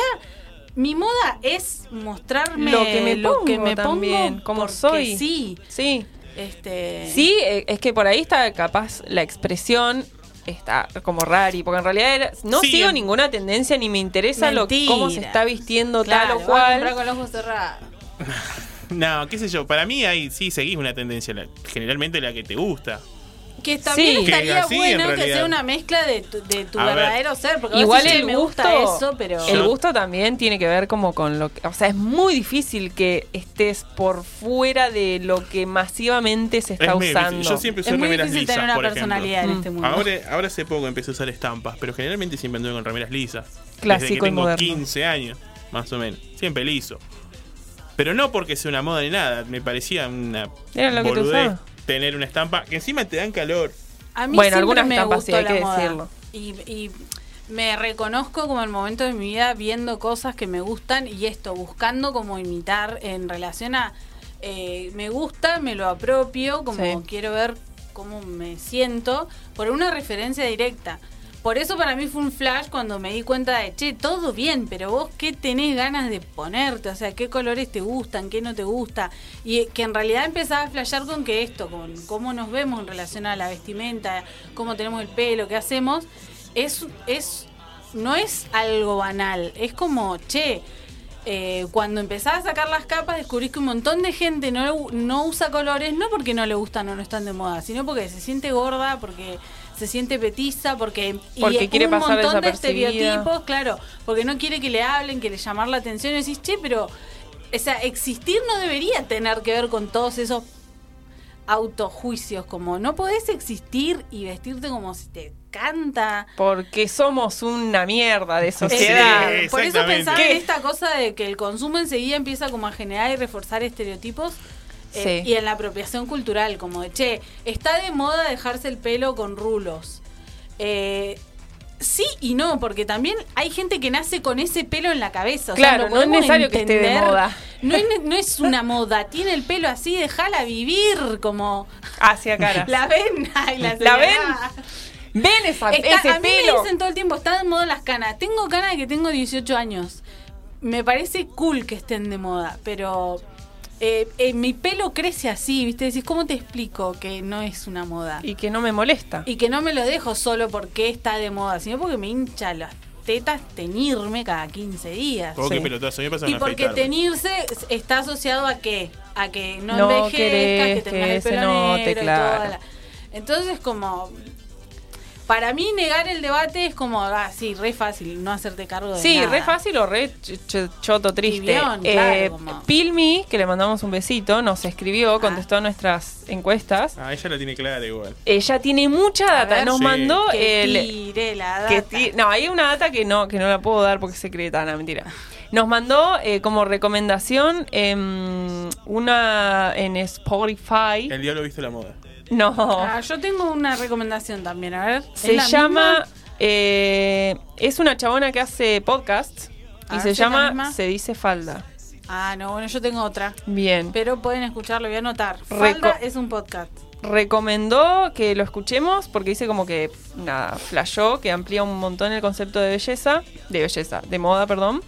Speaker 6: mi moda es mostrarme
Speaker 5: Lo que me
Speaker 6: lo que
Speaker 5: pongo
Speaker 6: me
Speaker 5: también,
Speaker 6: pongo
Speaker 5: como
Speaker 6: porque
Speaker 5: soy.
Speaker 6: Sí.
Speaker 5: Sí.
Speaker 6: Este
Speaker 5: Sí, eh, es que por ahí está capaz la expresión está como rari, porque en realidad era- no
Speaker 6: Sí.
Speaker 5: sigo ninguna tendencia ni me interesa lo
Speaker 6: Mentira.
Speaker 5: cómo se está vistiendo
Speaker 6: claro,
Speaker 5: tal o
Speaker 6: vas a
Speaker 5: cual.
Speaker 6: comprar con los ojos cerrados.
Speaker 7: No, qué sé yo, para mí ahí sí seguís una tendencia, la- generalmente la que te gusta.
Speaker 6: Que también
Speaker 7: Sí. Que
Speaker 6: estaría
Speaker 7: así, en
Speaker 6: bueno que
Speaker 7: realidad.
Speaker 6: sea una mezcla de tu, de tu
Speaker 5: A ver.
Speaker 6: verdadero ser, porque vos
Speaker 5: Igual
Speaker 6: decís,
Speaker 5: el
Speaker 6: "Che, me
Speaker 5: gusto,
Speaker 6: gusta eso, pero
Speaker 5: el gusto también tiene que ver como con lo que, o sea, es muy difícil que estés por fuera de lo que masivamente se está
Speaker 7: Es muy difícil.
Speaker 5: usando.
Speaker 7: Yo siempre usé remeras lisas, por ejemplo.
Speaker 6: este
Speaker 5: Mm.
Speaker 7: Ahora, ahora hace poco empecé a usar estampas, pero generalmente siempre anduve con remeras lisas. Desde que
Speaker 5: Clásico y
Speaker 7: tengo
Speaker 5: moderno.
Speaker 7: 15 años, más o menos. Siempre liso. Pero no porque sea una moda ni nada, me parecía una
Speaker 5: Era lo que te
Speaker 7: boludez
Speaker 5: usaba.
Speaker 7: tener una estampa que encima te dan calor.
Speaker 6: A mí
Speaker 5: Bueno,
Speaker 6: siempre
Speaker 5: algunas
Speaker 6: me
Speaker 5: estampas
Speaker 6: gustó
Speaker 5: sí, hay
Speaker 6: la
Speaker 5: que
Speaker 6: moda.
Speaker 5: decirlo.
Speaker 6: Y, y me reconozco como en momentos de mi vida viendo cosas que me gustan y esto, buscando como imitar en relación a eh, me gusta, me lo apropio, como
Speaker 5: Sí.
Speaker 6: quiero ver cómo me siento, por una referencia directa. Por eso para mí fue un flash cuando me di cuenta de, che, todo bien, pero vos qué tenés ganas de ponerte, o sea, qué colores te gustan, qué no te gusta. Y eh, que en realidad empezaba a flashear con que esto, con cómo nos vemos en relación a la vestimenta, cómo tenemos el pelo, qué hacemos, es, es no es algo banal, es como, che, eh, cuando empezás a sacar las capas descubrís que un montón de gente no, le- no usa colores, no porque no le gustan o no están de moda, sino porque se siente gorda, porque se siente petiza, porque,
Speaker 5: Porque
Speaker 6: es
Speaker 5: quiere
Speaker 6: un
Speaker 5: pasar
Speaker 6: montón de
Speaker 5: desapercibida.
Speaker 6: estereotipos, claro, porque no quiere que le hablen, que le llamar la atención, y decís, che, pero, o sea, existir no debería tener que ver con todos esos autojuicios, como no podés existir y vestirte como si te canta.
Speaker 5: Porque somos una mierda de sociedad.
Speaker 6: Exacto. Eh, Por eso pensaba
Speaker 5: ¿Qué?
Speaker 6: en esta cosa de que el consumo enseguida empieza como a generar y reforzar estereotipos eh,
Speaker 5: Sí.
Speaker 6: y en la apropiación cultural, como de, che, está de moda dejarse el pelo con rulos. Eh, sí y no, porque también hay gente que nace con ese pelo en la cabeza. O sea,
Speaker 5: Claro,
Speaker 6: lo
Speaker 5: no es
Speaker 6: podemos
Speaker 5: necesario que esté de
Speaker 6: entender.
Speaker 5: moda.
Speaker 6: No es, ne- no es una moda, tiene el pelo así, déjala vivir como...
Speaker 5: Hacia cara.
Speaker 6: La ven, ay, la,
Speaker 5: ¿La ven?
Speaker 6: señora.
Speaker 5: Ven esa,
Speaker 6: Está-
Speaker 5: ese
Speaker 6: a mí
Speaker 5: pelo.
Speaker 6: me dicen todo el tiempo, está de moda las canas. Tengo canas de que tengo 18 años. Me parece cool que estén de moda, pero eh, eh, mi pelo crece así, ¿viste? Decís, ¿cómo te explico que no es una moda?
Speaker 5: Y que no me molesta.
Speaker 6: Y que no me lo dejo solo porque está de moda, sino porque me hincha las tetas teñirme cada 15 días.
Speaker 7: Como que pelotazo, a mí me pasa
Speaker 6: Y
Speaker 7: con
Speaker 6: porque
Speaker 7: afeitarme.
Speaker 6: teñirse es- está asociado a qué? A que no,
Speaker 5: No
Speaker 6: envejezcas,
Speaker 5: querés
Speaker 6: que tengas
Speaker 5: que
Speaker 6: el
Speaker 5: se
Speaker 6: pelo
Speaker 5: note,
Speaker 6: negro y
Speaker 5: claro.
Speaker 6: toda la- Entonces, como... Para mí, negar el debate es como, ah, sí, re fácil, no hacerte cargo de
Speaker 5: Sí,
Speaker 6: nada.
Speaker 5: re fácil o re ch- ch- choto triste.
Speaker 6: Tibión,
Speaker 5: Eh,
Speaker 6: claro, como- Ah.
Speaker 5: Pilmi, que le mandamos un besito, nos escribió, contestó a nuestras encuestas.
Speaker 7: Ah, ella la tiene clara igual.
Speaker 5: Ella tiene mucha data,
Speaker 7: ver.
Speaker 5: nos
Speaker 7: Sí.
Speaker 5: mandó
Speaker 6: Que
Speaker 5: el...
Speaker 6: tire la
Speaker 5: que
Speaker 6: data.
Speaker 5: ti- no, hay una data que no, que no la puedo dar porque es secreta, no, mentira. Nos mandó eh, como recomendación em, una en Spotify.
Speaker 7: El diablo viste la moda.
Speaker 5: No.
Speaker 6: Ah, yo tengo una recomendación también, a ver. ¿es
Speaker 5: Se
Speaker 6: la
Speaker 5: llama.
Speaker 6: misma?
Speaker 5: eh, es una chabona que hace podcasts
Speaker 6: A
Speaker 5: y
Speaker 6: ver
Speaker 5: se
Speaker 6: si Ah, es la
Speaker 5: llama
Speaker 6: misma.
Speaker 5: Se dice Falda.
Speaker 6: Ah, no, bueno, yo tengo otra.
Speaker 5: Bien.
Speaker 6: Pero pueden escucharlo, voy a anotar. Falda
Speaker 5: Reco-
Speaker 6: es un podcast.
Speaker 5: Recomendó que lo escuchemos porque dice como que, nada, flashó, que amplía un montón el concepto de belleza, de belleza, de moda, perdón.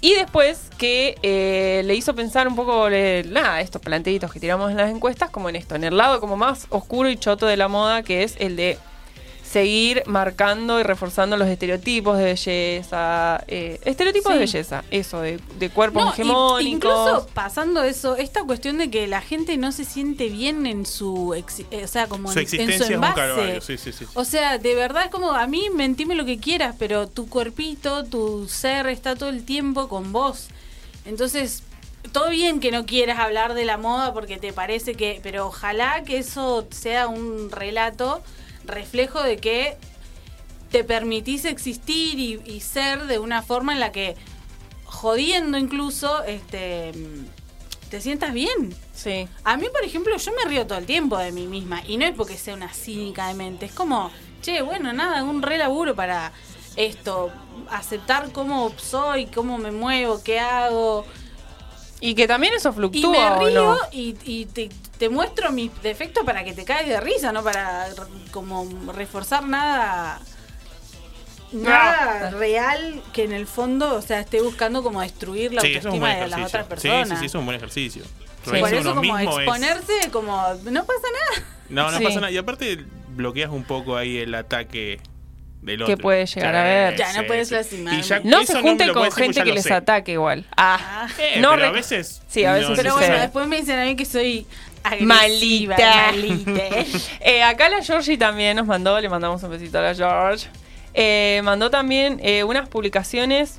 Speaker 5: Y después que eh, le hizo pensar un poco, le- nada, estos planteitos que tiramos en las encuestas, como en esto, en el lado como más oscuro y choto de la moda, que es el de seguir marcando y reforzando los estereotipos de belleza, eh, estereotipos
Speaker 6: Sí.
Speaker 5: de belleza, eso, de, de cuerpos
Speaker 6: No, y-
Speaker 5: hegemónicos.
Speaker 6: Incluso pasando eso, esta cuestión de que la gente no se siente bien en su, exi- eh, o sea, como
Speaker 7: Su
Speaker 6: en, en
Speaker 7: existencia
Speaker 6: su
Speaker 7: es un
Speaker 6: envase.
Speaker 7: calvario, sí, sí, sí.
Speaker 6: O sea, de verdad es como a mí mentime lo que quieras, pero tu cuerpito, tu ser está todo el tiempo con vos. Entonces, todo bien que no quieras hablar de la moda porque te parece que, pero ojalá que eso sea un relato reflejo de que te permitís existir y, y ser de una forma en la que jodiendo incluso, este, mm, te sientas bien.
Speaker 5: Sí.
Speaker 6: A mí, por ejemplo, yo me río todo el tiempo de mí misma. Y no es porque sea una cínica de mente. Es como, che, bueno, nada, un re laburo para esto. Aceptar cómo soy, cómo me muevo, qué hago.
Speaker 5: Y que también eso
Speaker 6: Y me
Speaker 5: fluctúa. ¿o
Speaker 6: río
Speaker 5: no?
Speaker 6: y, y te, te muestro mis defectos para que te caigas de risa, no para r- como reforzar nada nada real que en el fondo, o sea, esté buscando como destruir la
Speaker 7: Sí, eso es un
Speaker 6: autoestima
Speaker 7: buen
Speaker 6: de las
Speaker 7: ejercicio.
Speaker 6: otras
Speaker 7: Sí,
Speaker 6: personas.
Speaker 7: sí, sí, es un buen ejercicio.
Speaker 6: Por
Speaker 7: Reírse de
Speaker 6: eso
Speaker 7: uno
Speaker 6: como
Speaker 7: mismo es-
Speaker 6: exponerse como no pasa nada.
Speaker 7: No, no
Speaker 6: Sí.
Speaker 7: pasa nada. Y aparte bloqueas un poco ahí el ataque del otro.
Speaker 5: Que puede llegar a ver.
Speaker 7: Sí, sí. Y ya-
Speaker 5: No se
Speaker 7: eso me
Speaker 5: junten
Speaker 7: lo
Speaker 5: con
Speaker 7: puedes decir, pues
Speaker 5: gente
Speaker 7: ya
Speaker 5: que
Speaker 7: lo
Speaker 5: les
Speaker 7: sé.
Speaker 5: ataque igual. Ah,
Speaker 7: Eh,
Speaker 5: no
Speaker 7: pero a
Speaker 5: rec-
Speaker 7: veces.
Speaker 5: Sí, a veces
Speaker 7: no,
Speaker 6: Pero
Speaker 7: no
Speaker 6: bueno,
Speaker 7: sé.
Speaker 6: después me dicen a mí que soy agresiva,
Speaker 5: Malita.
Speaker 6: malita.
Speaker 5: Eh, acá la Georgie también nos mandó, le mandamos un besito a la George. Eh, mandó también eh, unas publicaciones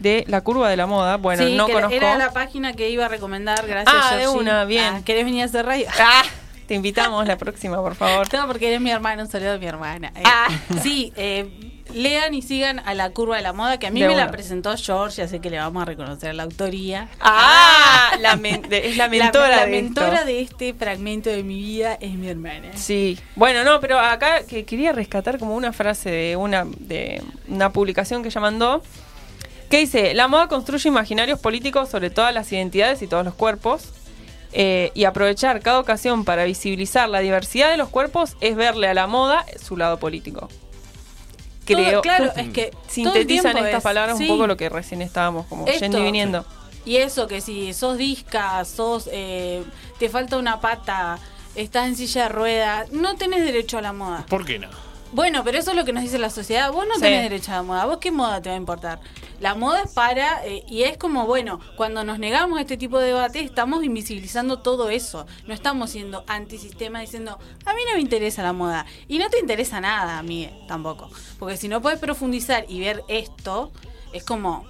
Speaker 5: de la curva de la moda. Bueno,
Speaker 6: Sí,
Speaker 5: no
Speaker 6: que
Speaker 5: conozco.
Speaker 6: Era la página que iba a recomendar, gracias.
Speaker 5: ah, de
Speaker 6: Georgie.
Speaker 5: una, bien.
Speaker 6: Ah, ¿Querés venir a hacer radio?
Speaker 5: Ah, te invitamos la próxima, por favor.
Speaker 6: No, porque eres mi hermana, un saludo de mi hermana. Eh,
Speaker 5: Ah.
Speaker 6: Sí, eh, lean y sigan a la curva de la moda, que a mí
Speaker 5: De
Speaker 6: me
Speaker 5: una.
Speaker 6: la presentó George, así que le vamos a reconocer la autoría.
Speaker 5: Ah, la men- de- es la mentora
Speaker 6: La,
Speaker 5: de
Speaker 6: mentora
Speaker 5: esto.
Speaker 6: de este fragmento de mi vida es mi hermana.
Speaker 5: Sí. Bueno, no, pero acá que quería rescatar como una frase de una, de una publicación que ella mandó. Que dice, la moda construye imaginarios políticos sobre todas las identidades y todos los cuerpos. eh, y aprovechar cada ocasión para visibilizar la diversidad de los cuerpos es verle a la moda su lado político.
Speaker 6: Todo-
Speaker 5: Creo
Speaker 6: claro, es que todo el
Speaker 5: sintetizan
Speaker 6: tiempo
Speaker 5: estas
Speaker 6: es-
Speaker 5: palabras
Speaker 6: sí.
Speaker 5: un poco lo que recién estábamos como
Speaker 6: Esto.
Speaker 5: yendo y viniendo.
Speaker 6: Y eso, que si sos disca, sos, eh, te falta una pata, estás en silla de ruedas, no tenés derecho a la moda.
Speaker 7: ¿Por qué no?
Speaker 6: Bueno, pero eso es lo que nos dice la sociedad. Vos no
Speaker 5: Sí.
Speaker 6: tenés derecho a la moda. ¿Vos qué moda te va a importar? La moda es para, eh, y es como, bueno, cuando nos negamos a este tipo de debate, estamos invisibilizando todo eso. No estamos siendo antisistema diciendo, a mí no me interesa la moda. Y no te interesa nada a mí tampoco. Porque si no podés profundizar y ver esto, es como,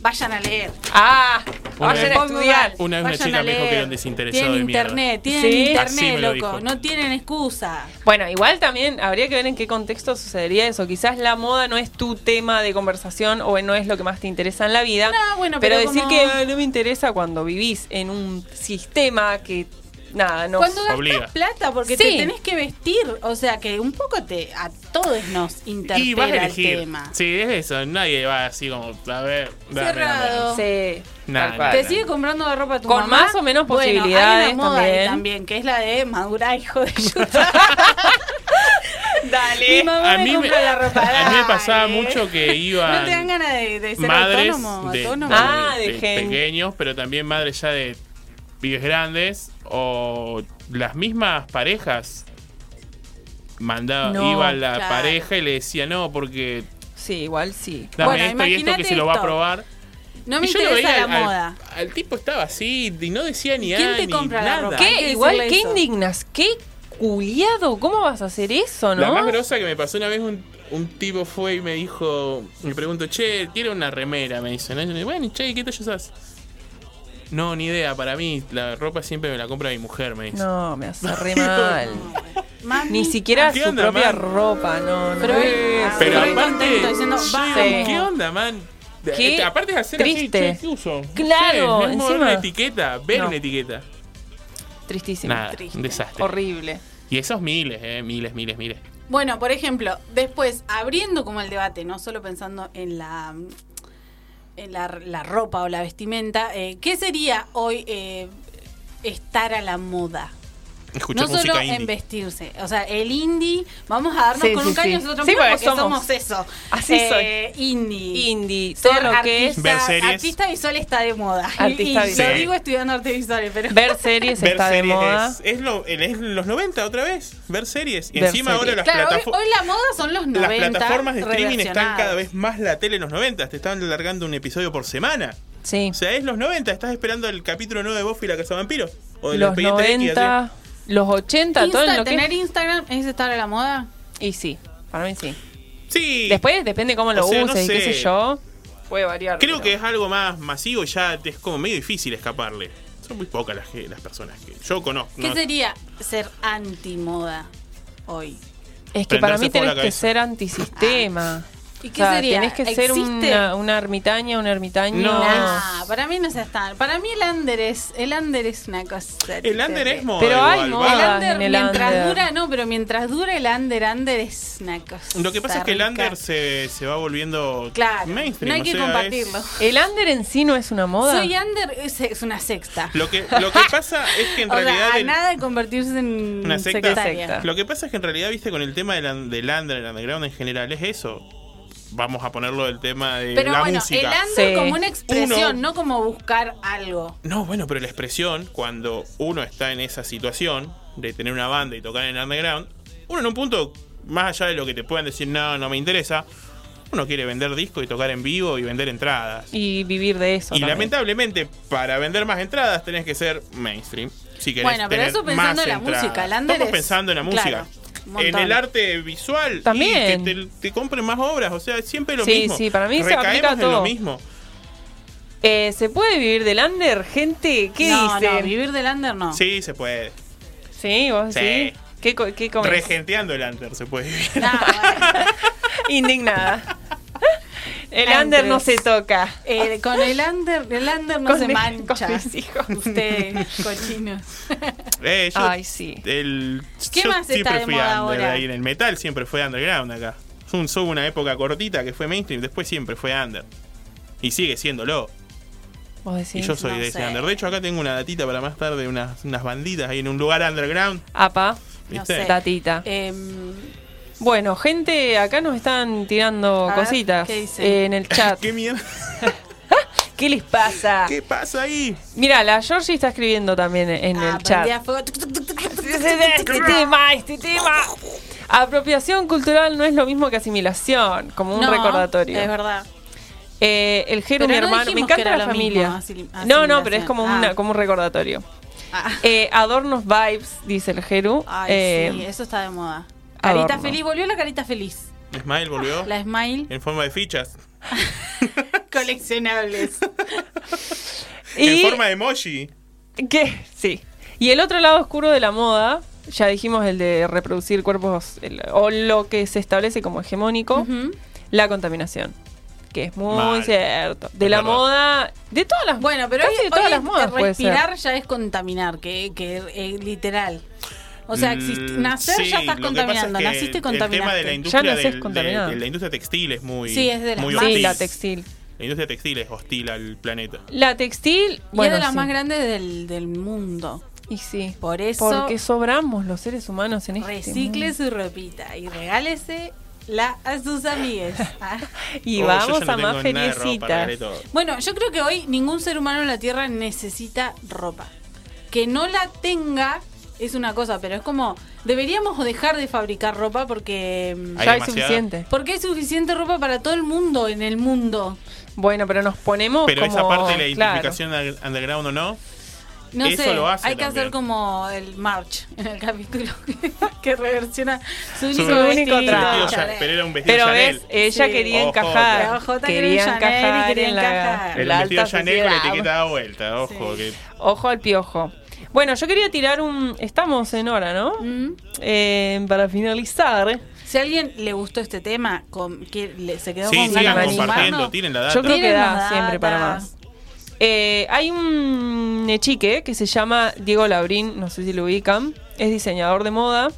Speaker 6: vayan a leer.
Speaker 5: Ah,
Speaker 7: Una
Speaker 5: vayan
Speaker 7: vez-
Speaker 5: a estudiar.
Speaker 7: Una vez una
Speaker 6: Vayan
Speaker 7: chica
Speaker 6: a
Speaker 7: me dijo que
Speaker 6: leer.
Speaker 7: era un desinteresado
Speaker 6: Tienen
Speaker 7: de mierda.
Speaker 6: internet, tienen
Speaker 5: Sí.
Speaker 7: Así me
Speaker 6: internet, loco.
Speaker 7: lo dijo.
Speaker 6: No tienen excusa.
Speaker 5: Bueno, igual también habría que ver en qué contexto sucedería eso. Quizás la moda no es tu tema de conversación o no es lo que más te interesa en la vida.
Speaker 6: No, bueno,
Speaker 5: pero,
Speaker 6: pero
Speaker 5: decir
Speaker 6: como-
Speaker 5: que "Ay, no me interesa cuando vivís en un sistema que nada, no
Speaker 6: Cuando gastas
Speaker 5: obliga.
Speaker 6: plata, porque
Speaker 5: Sí.
Speaker 6: te tenés que vestir. O sea, que un poco te a todos nos interpela
Speaker 7: Y vas a
Speaker 6: el
Speaker 7: elegir.
Speaker 6: tema.
Speaker 7: Sí, es eso. Nadie va así como, a ver. dame, dame.
Speaker 6: Cerrado.
Speaker 5: Sí.
Speaker 7: Nah,
Speaker 5: Tal cual.
Speaker 6: Te sigue comprando la ropa tu
Speaker 5: Con
Speaker 6: mamá.
Speaker 5: más o menos
Speaker 6: Bueno, hay una
Speaker 5: posibilidades
Speaker 6: moda ahí
Speaker 5: también.
Speaker 6: que es la de madura, hijo de yuta.
Speaker 5: Dale.
Speaker 6: Mi mamá
Speaker 7: A
Speaker 6: me
Speaker 7: mí me-
Speaker 6: compra la ropa.
Speaker 7: A mí me pasaba
Speaker 6: dale.
Speaker 7: mucho que iban.
Speaker 6: ¿No te dan ganas de, de ser
Speaker 7: madres
Speaker 6: autónomo?
Speaker 7: de,
Speaker 6: autónomo?
Speaker 7: de-
Speaker 5: Ah, de
Speaker 7: de
Speaker 5: gen.
Speaker 7: pequeños, pero también madres ya de pibes grandes o las mismas parejas mandaba
Speaker 5: No,
Speaker 7: iba la
Speaker 6: claro.
Speaker 7: pareja y le decía no porque
Speaker 5: Sí, igual sí.
Speaker 7: dame
Speaker 6: Bueno,
Speaker 7: esto y esto que
Speaker 6: imagínate
Speaker 7: se lo va a
Speaker 6: esto.
Speaker 7: probar
Speaker 6: no me
Speaker 7: y yo lo
Speaker 6: interesa la
Speaker 7: veía al, al-
Speaker 6: moda.
Speaker 7: al tipo estaba así y no decía ni
Speaker 6: ¿Quién
Speaker 7: ah,
Speaker 6: te
Speaker 7: ni
Speaker 6: compra la
Speaker 7: nada
Speaker 6: ropa? Hay
Speaker 5: ¿Qué?
Speaker 6: que
Speaker 5: Igual,
Speaker 6: decirle
Speaker 5: qué
Speaker 6: eso.
Speaker 5: indignas, qué culiado. ¿Cómo vas a hacer eso, no?
Speaker 7: La más grosa que me pasó una vez, un, un tipo fue y me dijo, me preguntó, che, quiero una remera, me dice, ¿no? Y yo le digo, bueno, che, ¿qué talla usás? No, ni idea, para mí la ropa siempre me la compra mi mujer, me dice.
Speaker 5: no, me hace re mal.
Speaker 6: Mami,
Speaker 5: Ni siquiera
Speaker 7: ¿Qué
Speaker 5: su
Speaker 7: onda,
Speaker 5: propia
Speaker 7: man?
Speaker 5: ropa, no, no.
Speaker 6: Pero-
Speaker 5: Eh,
Speaker 6: Ah,
Speaker 7: Pero
Speaker 6: estoy
Speaker 7: aparte,
Speaker 6: contento diciendo,
Speaker 7: che,
Speaker 6: vamos.
Speaker 7: ¿qué onda, man?
Speaker 5: Qué
Speaker 7: Eh, aparte de hacer así,
Speaker 5: triste.
Speaker 7: che, ¿qué uso?
Speaker 5: Claro,
Speaker 7: Sí, es mover
Speaker 5: encima.
Speaker 7: una etiqueta, ver
Speaker 5: No.
Speaker 7: una etiqueta.
Speaker 5: Tristísimo.
Speaker 7: Nada,
Speaker 6: triste.
Speaker 7: un desastre.
Speaker 5: Horrible.
Speaker 7: Y esos miles, eh, miles, miles, miles.
Speaker 6: Bueno, por ejemplo, después, abriendo como el debate, no solo pensando en la en la, la ropa o la vestimenta, eh, ¿qué sería hoy eh, estar a la moda?
Speaker 7: Escuchar
Speaker 6: no solo
Speaker 7: música
Speaker 6: en
Speaker 7: indie.
Speaker 6: vestirse, o sea, el indie, vamos a darnos
Speaker 5: Sí,
Speaker 6: con
Speaker 5: sí,
Speaker 6: un caño
Speaker 5: sí.
Speaker 6: nosotros
Speaker 5: Sí,
Speaker 6: mismos
Speaker 5: porque
Speaker 6: porque somos,
Speaker 5: somos
Speaker 6: eso.
Speaker 5: así
Speaker 6: soy. Indie.
Speaker 5: Indie,
Speaker 6: Ser
Speaker 5: todo lo que es
Speaker 6: artista,
Speaker 7: Ver series.
Speaker 6: artista visual está de moda. Y-
Speaker 5: Artista
Speaker 6: y
Speaker 5: visual.
Speaker 6: lo digo estudiando artes visuales, pero
Speaker 5: ver series
Speaker 7: Ver
Speaker 5: está de
Speaker 7: series
Speaker 5: moda.
Speaker 7: es, es lo, es los 90 otra vez. Ver series. Y
Speaker 5: Ver
Speaker 7: encima ahora
Speaker 5: series.
Speaker 7: las
Speaker 6: claro, hoy,
Speaker 7: plataformas.
Speaker 6: hoy la moda son los 90.
Speaker 7: Las plataformas de streaming están
Speaker 6: reversionadas.
Speaker 7: cada vez más la tele en los 90. Te están alargando un episodio por semana.
Speaker 5: Sí.
Speaker 7: O sea, es los 90. Estás esperando el capítulo 9 de Buffy y la Casa de Vampiros. O de
Speaker 5: Los
Speaker 7: Expediente X,
Speaker 5: 90, los 80, todo en
Speaker 6: Insta,
Speaker 5: lo que
Speaker 6: tener Instagram es estar a la moda.
Speaker 5: Y sí, para mí sí.
Speaker 7: así. Sí.
Speaker 5: Después depende cómo lo
Speaker 7: O sea, no
Speaker 5: uses y qué sé
Speaker 7: sé.
Speaker 5: yo. Puede variar.
Speaker 7: Creo
Speaker 5: pero-
Speaker 7: que es algo más masivo y ya te- es como medio difícil escaparle. Son muy pocas las, que- las personas que yo conozco.
Speaker 6: ¿Qué
Speaker 7: ¿no?
Speaker 6: sería ser anti-moda hoy?
Speaker 5: Es que para
Speaker 7: Prenderse
Speaker 5: mí
Speaker 7: fuego
Speaker 5: tenés
Speaker 7: a la
Speaker 5: que
Speaker 7: cabeza.
Speaker 5: ser antisistema.
Speaker 6: Ah. ¿Y
Speaker 5: O
Speaker 6: qué
Speaker 5: sea,
Speaker 6: sería?
Speaker 5: Tenés que ser
Speaker 6: ¿Existe?
Speaker 5: una, una ermitaña, un ermitaño.
Speaker 6: Nah, para mí no es tan. Para mí el under es, el under es una cosa.
Speaker 7: El under es moda
Speaker 5: Pero hay
Speaker 7: igual,
Speaker 5: modas
Speaker 7: va.
Speaker 5: en el
Speaker 6: mientras
Speaker 5: under.
Speaker 6: dura, no, pero mientras dura el under, under es una cosa.
Speaker 7: Lo que pasa es que el
Speaker 6: rica.
Speaker 7: under se, se va volviendo
Speaker 6: Claro,
Speaker 7: mainstream.
Speaker 6: no hay
Speaker 7: o
Speaker 6: que
Speaker 7: sea, es-
Speaker 6: compartirlo.
Speaker 5: ¿El under en sí no es una moda?
Speaker 6: Soy under, es, es una secta.
Speaker 7: Lo que, lo que pasa es que en
Speaker 6: o
Speaker 7: realidad.
Speaker 6: sea, a
Speaker 7: el-
Speaker 6: nada de convertirse en
Speaker 7: una secta.
Speaker 6: Mm, sectaria.
Speaker 7: Lo que pasa es que en realidad, viste, con el tema del, un- del under, el underground en general, es eso. Vamos a ponerlo del tema de
Speaker 6: Pero
Speaker 7: Eh, la
Speaker 6: bueno, el
Speaker 7: música.
Speaker 6: under como una expresión,
Speaker 7: Uno-
Speaker 6: no como buscar algo.
Speaker 7: No, bueno, pero la expresión, cuando uno está en esa situación de tener una banda y tocar en el underground, uno en un punto, más allá de lo que te puedan decir, no, no me interesa, uno quiere vender discos y tocar en vivo y vender entradas.
Speaker 5: Y vivir de eso.
Speaker 7: Y
Speaker 5: también.
Speaker 7: lamentablemente, para vender más entradas tenés que ser mainstream. Si querés
Speaker 6: Bueno, pero
Speaker 7: tener
Speaker 6: eso pensando
Speaker 7: más
Speaker 6: en la
Speaker 7: entradas.
Speaker 6: música, el under
Speaker 7: Estamos
Speaker 6: es-
Speaker 7: pensando en la
Speaker 6: claro,
Speaker 7: música.
Speaker 6: un
Speaker 7: en
Speaker 6: montón.
Speaker 7: el arte visual. y
Speaker 5: También.
Speaker 7: que te, te compren más obras. O sea, siempre lo
Speaker 5: Sí,
Speaker 7: mismo.
Speaker 5: sí, para mí se
Speaker 7: Recaemos
Speaker 5: aplica a
Speaker 7: en
Speaker 5: todo.
Speaker 7: lo mismo.
Speaker 5: Eh, ¿Se puede vivir del under, gente? ¿Qué
Speaker 6: no,
Speaker 5: dicen?
Speaker 6: no, vivir del under no.
Speaker 7: Sí, se puede.
Speaker 5: Sí, vos
Speaker 7: Sí.
Speaker 5: sí. ¿Qué, co- qué comes?
Speaker 7: Regenteando el under se puede vivir.
Speaker 5: Indignada. El
Speaker 6: Antes.
Speaker 5: under no se toca.
Speaker 6: Eh, con el under, el under no
Speaker 5: Con
Speaker 6: se
Speaker 5: el-
Speaker 6: mancha.
Speaker 5: con mis hijos.
Speaker 6: Ustedes, cochinos.
Speaker 7: Eh, yo-
Speaker 5: Ay, sí.
Speaker 7: El,
Speaker 6: ¿Qué
Speaker 7: yo
Speaker 6: más
Speaker 7: siempre
Speaker 6: está de
Speaker 7: fui
Speaker 6: moda
Speaker 7: under
Speaker 6: ahora?
Speaker 7: ahí en el metal, siempre fue underground acá. Un, hubo una época cortita que fue mainstream, después siempre fue under. Y sigue siéndolo.
Speaker 5: Vos decís.
Speaker 7: y yo soy
Speaker 6: no
Speaker 7: de ese
Speaker 6: sé.
Speaker 7: under. De hecho, acá tengo una datita para más tarde, unas, unas banditas ahí en un lugar underground.
Speaker 5: Apa,
Speaker 7: ¿viste?
Speaker 6: sé.
Speaker 5: tatita.
Speaker 6: Em,
Speaker 5: Bueno, gente, acá nos están tirando
Speaker 6: A ver,
Speaker 5: cositas
Speaker 6: ¿qué dicen?
Speaker 5: eh, en el chat.
Speaker 7: ¿Qué mierda?
Speaker 5: ¿Qué les pasa?
Speaker 7: ¿Qué pasa ahí?
Speaker 5: Mira, la Georgie está escribiendo también en
Speaker 6: ah,
Speaker 5: el chat.
Speaker 6: prendía fuego. Tuc, tuc, tuc, tuc, tuc, tuc, tuc, tuc,
Speaker 5: Este
Speaker 6: tuc.
Speaker 5: tema, este tema. Apropiación cultural no es lo mismo que asimilación, como un
Speaker 6: No,
Speaker 5: recordatorio.
Speaker 6: Es verdad.
Speaker 5: Eh, el Jero,
Speaker 6: Pero
Speaker 5: mi
Speaker 6: no
Speaker 5: hermano, me
Speaker 6: dijimos que
Speaker 5: encanta
Speaker 6: era
Speaker 5: la
Speaker 6: lo
Speaker 5: familia.
Speaker 6: mismo, asil-
Speaker 5: no, no,
Speaker 6: asimilación.
Speaker 5: pero es como,
Speaker 6: Ah.
Speaker 5: una, como un recordatorio.
Speaker 6: Ah.
Speaker 5: Eh, adornos vibes, dice el Jero.
Speaker 6: Ay,
Speaker 5: Eh,
Speaker 6: sí, eso está de moda.
Speaker 5: adorno.
Speaker 6: Carita feliz, volvió la carita feliz.
Speaker 7: Ismael volvió
Speaker 6: La smile
Speaker 7: en forma de fichas. Eh.
Speaker 6: coleccionables.
Speaker 5: Y,
Speaker 7: En forma de emoji.
Speaker 5: ¿qué? Sí. y el otro lado oscuro de la moda, ya dijimos el de reproducir cuerpos el- o lo que se establece como hegemónico,
Speaker 6: Ujú.
Speaker 5: la contaminación. Que es muy
Speaker 7: Mal.
Speaker 5: cierto. De
Speaker 7: Es
Speaker 5: la
Speaker 7: verdad.
Speaker 5: moda, de todas las
Speaker 6: Bueno, pero
Speaker 5: casi
Speaker 6: hoy,
Speaker 5: de todas
Speaker 6: hoy
Speaker 5: las modas puede ser.
Speaker 6: respirar ya es contaminar, que, que eh, literal. O sea, exist-
Speaker 7: Mm,
Speaker 6: nacer
Speaker 7: sí,
Speaker 6: ya estás
Speaker 7: lo que pasa
Speaker 6: contaminando,
Speaker 7: es que
Speaker 6: naciste y
Speaker 7: El tema
Speaker 6: contaminaste.
Speaker 7: de la industria,
Speaker 5: nacés
Speaker 7: del- de,
Speaker 5: contaminado.
Speaker 7: de la industria textil es muy,
Speaker 6: Sí, es de las
Speaker 7: muy
Speaker 6: más-
Speaker 7: hostil.
Speaker 5: Sí, la textil.
Speaker 7: La industria textil es hostil al planeta.
Speaker 5: La textil,
Speaker 6: Y
Speaker 5: bueno,
Speaker 6: es de las
Speaker 5: sí.
Speaker 6: más grandes del, del mundo.
Speaker 5: Y sí.
Speaker 6: Por eso,
Speaker 5: Porque sobramos los seres humanos en este
Speaker 6: recicle
Speaker 7: mm.
Speaker 6: su ropita y regálese la a sus amigas. Ah.
Speaker 5: mundo. Y
Speaker 7: Oh, yo ya
Speaker 5: vamos
Speaker 7: no
Speaker 5: a más
Speaker 7: tengo nada de ropa,
Speaker 5: felicitas.
Speaker 7: regalé todo.
Speaker 6: Bueno, yo creo que hoy ningún ser humano en la Tierra necesita ropa. Que no la tenga es una cosa, pero es como deberíamos dejar de fabricar ropa porque mm,
Speaker 7: Hay
Speaker 5: Ya hay
Speaker 7: demasiada.
Speaker 5: suficiente.
Speaker 6: porque hay suficiente ropa para todo el mundo en el mundo.
Speaker 5: Bueno, pero nos ponemos
Speaker 7: Pero
Speaker 5: como...
Speaker 7: esa parte de la
Speaker 5: claro.
Speaker 7: identificación under- underground o no,
Speaker 6: No
Speaker 7: Eso
Speaker 6: sé,
Speaker 7: lo hace
Speaker 6: hay que
Speaker 7: también.
Speaker 6: hacer como el March en el capítulo que reversiona su único,
Speaker 7: Su
Speaker 5: único
Speaker 6: vestido.
Speaker 7: Un vestido
Speaker 5: trabajo.
Speaker 6: Chanel.
Speaker 7: Cha- pero era un vestido
Speaker 5: Pero eh,
Speaker 7: Chanel.
Speaker 5: ves, ella
Speaker 6: Sí.
Speaker 5: quería
Speaker 7: Ojo.
Speaker 5: encajar.
Speaker 6: La OJ quería
Speaker 5: quería
Speaker 6: un Chanel y
Speaker 5: encajar
Speaker 6: quería
Speaker 5: en la,
Speaker 6: encajar.
Speaker 7: Era
Speaker 5: la
Speaker 7: un
Speaker 5: alta
Speaker 7: vestido Chanel con la
Speaker 5: sociedad.
Speaker 7: etiqueta da vuelta, ojo.
Speaker 6: Sí.
Speaker 7: que-
Speaker 5: Ojo al piojo. Bueno, yo quería tirar un... Estamos en hora, ¿no?
Speaker 6: Mm.
Speaker 5: Eh, para finalizar,
Speaker 6: Si a alguien le gustó este tema, con- que le- se quedó
Speaker 7: Sí,
Speaker 6: con
Speaker 7: sigan
Speaker 6: ganas de
Speaker 7: compartiendo,
Speaker 6: animarnos,
Speaker 7: tiren la data.
Speaker 5: yo creo que
Speaker 6: Tírennos
Speaker 5: da
Speaker 6: data.
Speaker 5: siempre para más. Eh, hay un chique que se llama Diego Labrín, no sé si lo ubican, es diseñador de moda.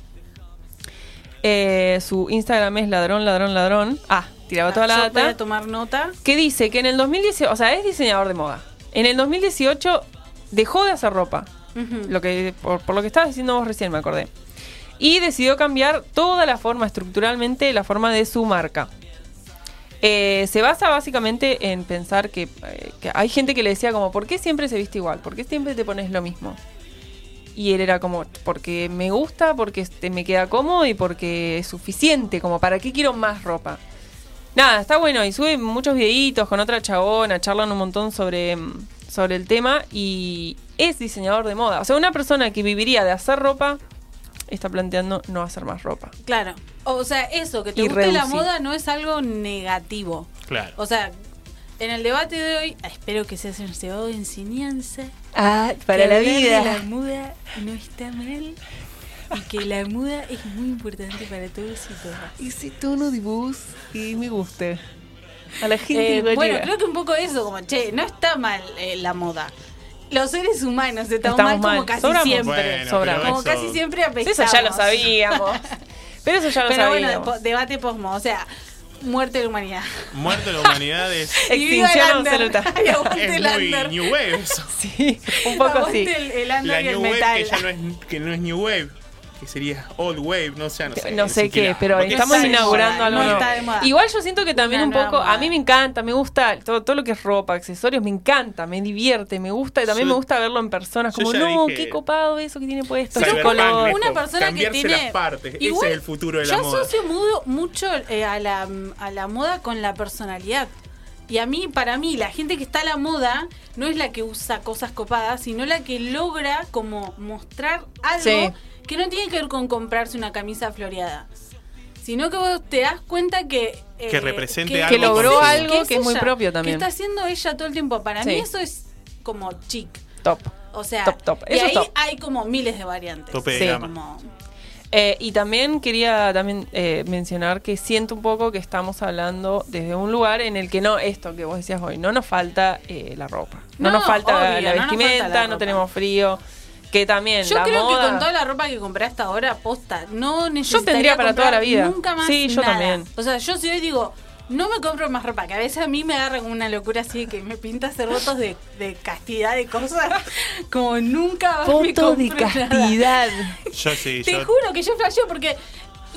Speaker 5: Eh, su Instagram es ladrón, ladrón, ladrón. Ah, tiraba toda la
Speaker 6: Yo voy
Speaker 5: data.
Speaker 6: a tomar nota.
Speaker 5: que dice que en el 2018, o sea, es diseñador de moda. En el 2018 dejó de hacer ropa,
Speaker 6: Ujú.
Speaker 5: lo que por, por lo que estabas diciendo vos recién, me acordé. Y decidió cambiar toda la forma, estructuralmente, la forma de su marca. Eh, se basa básicamente en pensar que, eh, que hay gente que le decía como, ¿por qué siempre se viste igual? ¿Por qué siempre te pones lo mismo? Y él era como, porque me gusta, porque este, me queda cómodo y porque es suficiente, como, ¿para qué quiero más ropa? Nada, está bueno y sube muchos videitos con otra chabona, charlan un montón sobre, mm, sobre el tema y es diseñador de moda. O sea, una persona que viviría de hacer ropa está planteando no hacer más ropa.
Speaker 6: Claro. O sea, eso, que te
Speaker 5: Y
Speaker 6: guste la
Speaker 5: reducir.
Speaker 6: moda no es algo negativo.
Speaker 7: Claro.
Speaker 6: O sea, en el debate de hoy, ah, espero que se haya llevado enseñanza.
Speaker 5: Ah,
Speaker 6: que hablar de La muda no está mal. y que la muda es muy importante para todos y todas.
Speaker 5: Y si tono de voz y me guste. A la gente
Speaker 6: Eh,
Speaker 5: le
Speaker 6: bueno,
Speaker 5: llega.
Speaker 6: creo que un poco eso, como che, no está mal eh, la moda. Los seres humanos estamos,
Speaker 5: Estamos
Speaker 6: mal,
Speaker 5: mal.
Speaker 6: como casi
Speaker 5: Sobramos.
Speaker 6: siempre.
Speaker 5: Bueno, pero Sobramos.
Speaker 6: Como
Speaker 5: eso-
Speaker 6: casi siempre apestamos.
Speaker 5: Eso ya lo sabíamos. Pero eso ya lo
Speaker 6: Pero bueno,
Speaker 5: sabíamos.
Speaker 6: po- debate posmo, o sea, muerte de la humanidad.
Speaker 7: Muerte de la humanidad es.
Speaker 6: Y viva el
Speaker 5: Extinción
Speaker 6: under.
Speaker 5: absoluta.
Speaker 6: Y aguante
Speaker 7: es
Speaker 6: el
Speaker 7: muy
Speaker 6: under.
Speaker 7: New Wave eso.
Speaker 5: Sí, un poco
Speaker 6: Aguante
Speaker 5: así.
Speaker 6: el- el under
Speaker 7: La
Speaker 6: y el
Speaker 7: New
Speaker 6: metal.
Speaker 7: Wave que ya no es, que no es New Wave, que sería Old Wave, no sé, no sé.
Speaker 5: no sé qué,
Speaker 7: siquiera.
Speaker 5: pero
Speaker 7: Porque
Speaker 5: estamos
Speaker 7: es-
Speaker 5: inaugurando algo
Speaker 7: no
Speaker 5: nuevo.
Speaker 7: está de moda.
Speaker 5: Igual yo siento que también
Speaker 6: Una
Speaker 5: un poco,
Speaker 6: nueva
Speaker 5: a mí me encanta, me gusta todo, todo lo que es ropa, accesorios, me encanta, me divierte, me gusta y también
Speaker 7: Yo-
Speaker 5: me gusta verlo en personas,
Speaker 7: yo
Speaker 5: como,
Speaker 7: ya
Speaker 5: no,
Speaker 7: dije-
Speaker 5: qué copado eso que tiene puesto,
Speaker 7: Cyberpunk,
Speaker 5: qué color.
Speaker 7: viejo,
Speaker 6: Una persona que
Speaker 7: cambiarse
Speaker 6: tiene.
Speaker 7: las partes,
Speaker 6: Igual,
Speaker 7: ese es el futuro de la
Speaker 6: yo
Speaker 7: moda.
Speaker 6: asocio mudo- mucho eh, a, la, a la moda con la personalidad. Y a mí, para mí, la gente que está a la moda no es la que usa cosas copadas, sino la que logra como mostrar algo
Speaker 5: Sí.
Speaker 6: que no tiene que ver con comprarse una camisa floreada. Sino que vos te das cuenta que... eh,
Speaker 7: Que represente
Speaker 5: algo Que logró
Speaker 6: sí,
Speaker 5: algo que es muy
Speaker 6: ella,
Speaker 5: propio también.
Speaker 6: Que está haciendo ella todo el tiempo. Para
Speaker 5: Sí.
Speaker 6: mí eso es como chic.
Speaker 5: Top.
Speaker 6: O sea,
Speaker 5: Top, top.
Speaker 6: y
Speaker 5: Eso es
Speaker 6: ahí
Speaker 5: top.
Speaker 6: hay como miles de variantes.
Speaker 5: Tope de Sí. gama.
Speaker 6: Como-
Speaker 5: Eh, y también quería también eh, mencionar que siento un poco que estamos hablando desde un lugar en el que no, esto que vos decías hoy, no nos falta eh, la ropa. No,
Speaker 6: No,
Speaker 5: nos falta
Speaker 6: obvio,
Speaker 5: la
Speaker 6: no nos
Speaker 5: vestimenta,
Speaker 6: falta la
Speaker 5: no
Speaker 6: ropa.
Speaker 5: tenemos frío. Que también
Speaker 6: Yo
Speaker 5: la
Speaker 6: creo que
Speaker 5: moda-
Speaker 6: con toda la ropa que compré hasta ahora, posta, no necesitaría
Speaker 5: tendría para
Speaker 6: comprar
Speaker 5: toda la vida.
Speaker 6: Nunca más
Speaker 5: Sí, yo
Speaker 6: nada.
Speaker 5: también.
Speaker 6: O sea, yo si hoy digo, no me compro más ropa, que a veces a mí me agarra como una locura así que me pinta hacer votos de, de castidad de cosas, como nunca más me
Speaker 5: Voto de
Speaker 6: compré nada.
Speaker 5: castidad.
Speaker 7: Yo sí,
Speaker 6: Te
Speaker 7: yo.
Speaker 6: juro que yo flasheo porque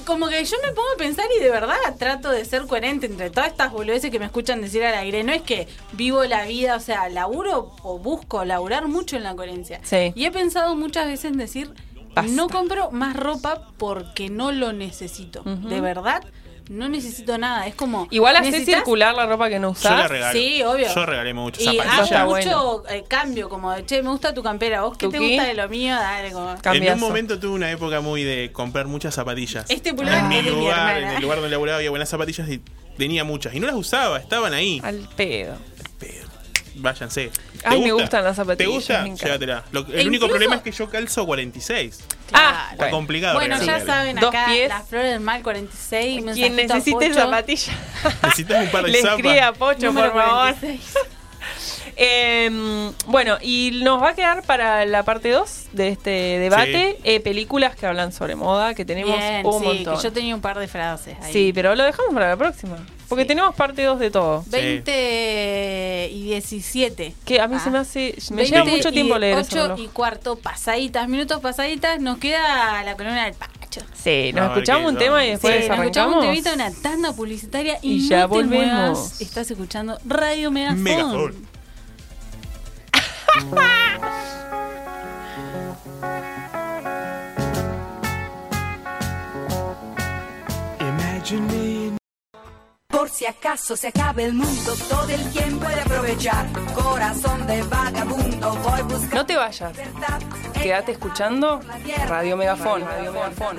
Speaker 6: como que yo me pongo a pensar y de verdad trato de ser coherente entre todas estas boludeces que me escuchan decir al aire. No es que vivo la vida, o sea, laburo o busco laburar mucho en la coherencia.
Speaker 5: Sí.
Speaker 6: Y he pensado muchas veces en decir,
Speaker 5: Basta.
Speaker 6: no compro más ropa porque no lo necesito.
Speaker 5: Ujú.
Speaker 6: De verdad, no necesito nada. Es como...
Speaker 5: Igual hace
Speaker 6: ¿necesitas?
Speaker 5: circular la ropa que no
Speaker 7: Yo la
Speaker 5: usás.
Speaker 7: regalé.
Speaker 6: Sí, obvio.
Speaker 7: Yo regalé mucho
Speaker 6: Y hago
Speaker 5: ah,
Speaker 7: zapatillas.
Speaker 6: mucho eh, cambio, como de, che, me gusta tu campera, vos qué te
Speaker 5: Tuki.
Speaker 6: gusta de lo mío, dale, como...
Speaker 7: En un momento tuve una época muy de comprar muchas zapatillas.
Speaker 6: Este pullover
Speaker 7: en mi
Speaker 6: es de mi
Speaker 7: lugar,
Speaker 6: hermana.
Speaker 7: en el lugar donde laburaba había buenas zapatillas y tenía muchas. Y no las usaba, estaban ahí.
Speaker 5: Al pedo.
Speaker 7: Váyanse. ¿Te
Speaker 5: Ah. Ay, me
Speaker 7: gusta?
Speaker 5: gustan las zapatillas,
Speaker 7: ¿Te gusta?
Speaker 5: me encantan.
Speaker 7: Llévatela. Lo- el
Speaker 6: E
Speaker 7: único
Speaker 6: incluso-
Speaker 7: problema es que yo calzo 46.
Speaker 5: Ah,
Speaker 7: Está complicado.
Speaker 6: Bueno, ya
Speaker 7: regalarle.
Speaker 6: saben,
Speaker 5: Dos
Speaker 6: acá
Speaker 5: pies.
Speaker 6: las flores del mal 46.
Speaker 5: Quien
Speaker 6: mensajito a
Speaker 5: necesite
Speaker 6: Pocho.
Speaker 5: zapatillas,
Speaker 7: Necesitas un par de
Speaker 5: le escribe a
Speaker 7: zapas.
Speaker 5: Pocho,
Speaker 6: Número
Speaker 5: por favor.
Speaker 6: 46.
Speaker 5: Eh, bueno, y nos va a quedar para la parte 2 de este debate eh, películas que hablan sobre moda, que tenemos
Speaker 6: Bien,
Speaker 5: un
Speaker 6: sí,
Speaker 5: montón.
Speaker 6: que yo tenía un par de frases ahí.
Speaker 5: Sí, pero lo dejamos para la próxima. Porque tenemos parte 2 de todo.
Speaker 6: 20 y 17.
Speaker 5: Que a mí
Speaker 6: Ah.
Speaker 5: se me hace. Me lleva
Speaker 6: 20
Speaker 5: mucho tiempo
Speaker 6: y
Speaker 5: leer ese
Speaker 6: 8
Speaker 5: reloj.
Speaker 6: y cuarto, pasaditas, minutos pasaditas. Nos queda la columna del Pacho.
Speaker 5: Sí,
Speaker 7: A
Speaker 5: nos
Speaker 7: ver
Speaker 5: escuchamos
Speaker 7: qué
Speaker 5: un tema y
Speaker 7: tal.
Speaker 5: después
Speaker 6: Sí, nos escuchamos un
Speaker 5: desarrancamos.
Speaker 6: temita, una tanda publicitaria y,
Speaker 5: Y
Speaker 6: no
Speaker 5: ya
Speaker 6: te
Speaker 5: volvemos.
Speaker 6: muevas. Estás escuchando Radio Megafon.
Speaker 7: Megafon.
Speaker 8: Imagine me
Speaker 3: Por si acaso se acaba el mundo, todo el tiempo he de aprovechar. Corazón de vagabundo, voy buscando
Speaker 5: No te vayas.
Speaker 3: libertad.
Speaker 5: Quédate escuchando Radio Megafón.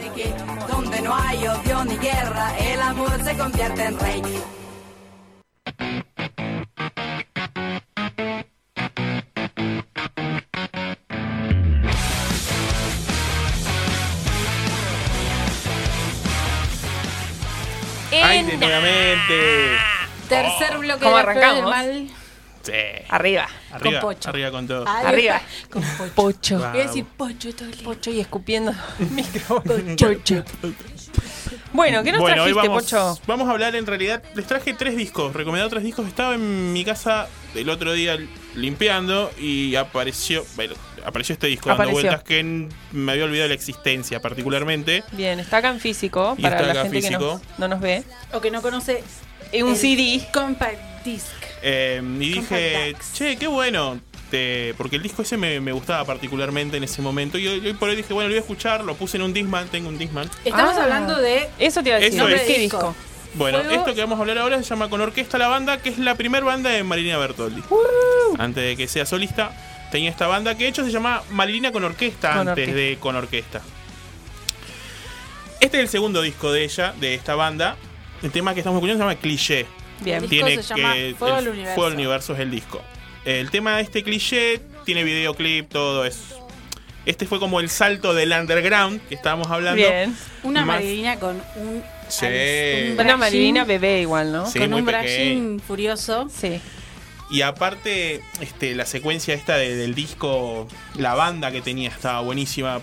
Speaker 3: De que donde no hay odio ni guerra, el amor se convierte en rey.
Speaker 7: Ay, de- nuevamente. Ah.
Speaker 6: Tercer bloque
Speaker 5: ¿Cómo
Speaker 6: de la flor del
Speaker 5: arrancamos?
Speaker 6: mal.
Speaker 7: Sí.
Speaker 5: Arriba.
Speaker 7: Arriba,
Speaker 6: Pocho.
Speaker 7: arriba con todo.
Speaker 6: Ay,
Speaker 5: Arriba.
Speaker 6: Con Pocho.
Speaker 5: Pocho.
Speaker 7: Ah,
Speaker 6: Voy a decir Pocho todo el día.
Speaker 5: Pocho y escupiendo el micrófono. Pocho. Bueno, ¿qué nos
Speaker 7: bueno, hoy
Speaker 5: trajiste,
Speaker 7: vamos,
Speaker 5: Pocho?
Speaker 7: vamos a hablar en realidad. Les traje tres discos, recomendado tres discos. Estaba en mi casa el otro día limpiando y apareció bueno, apareció este disco
Speaker 5: Apareció.
Speaker 7: dando vueltas que n- me había olvidado la existencia, particularmente.
Speaker 5: Bien, está acá en físico,
Speaker 7: Y
Speaker 5: para
Speaker 7: está
Speaker 5: la
Speaker 7: acá
Speaker 5: gente que
Speaker 7: físico.
Speaker 5: nos- no nos ve.
Speaker 6: o que no conoce
Speaker 5: Y un
Speaker 6: el
Speaker 5: CD.
Speaker 6: compact disc
Speaker 7: Eh, y dije,
Speaker 6: Compact Disc.
Speaker 7: che, qué bueno. te- porque el disco ese me, me gustaba particularmente en ese momento. Y hoy, hoy por hoy dije, bueno, lo voy a escuchar. Lo puse en un Disman, tengo un Disman.
Speaker 6: estamos
Speaker 5: Ah.
Speaker 6: hablando de
Speaker 5: Eso te iba a decir.
Speaker 7: Eso
Speaker 5: ¿Nombre
Speaker 7: es.
Speaker 5: de qué disco?
Speaker 7: Bueno,
Speaker 6: Fuego.
Speaker 7: esto que vamos a hablar ahora se llama Con Orquesta la Banda, que es la primera banda de Marilina Bertoldi.
Speaker 6: Uh.
Speaker 7: Antes de que sea solista, tenía esta banda que de hecho se llama Marilina con Orquesta
Speaker 5: Con
Speaker 7: antes
Speaker 5: Orquesta.
Speaker 7: de Con Orquesta. Este es el segundo disco de ella, de esta banda. El tema que estamos escuchando se llama Cliché.
Speaker 5: Bien.
Speaker 6: disco se llama Fuego al Universo.
Speaker 7: Fuego al Universo es el disco. El tema de este cliché tiene videoclip, todo es Este fue como el salto del underground que estábamos hablando.
Speaker 6: Una
Speaker 7: Más-
Speaker 6: marinera con un.
Speaker 7: Sí.
Speaker 5: Una Marilina bebé igual, ¿no?
Speaker 7: Sí,
Speaker 6: con
Speaker 7: muy
Speaker 6: un
Speaker 7: pequeño.
Speaker 6: brachin furioso.
Speaker 5: Sí.
Speaker 7: Y aparte, este, la secuencia esta de- del disco, la banda que tenía estaba buenísima.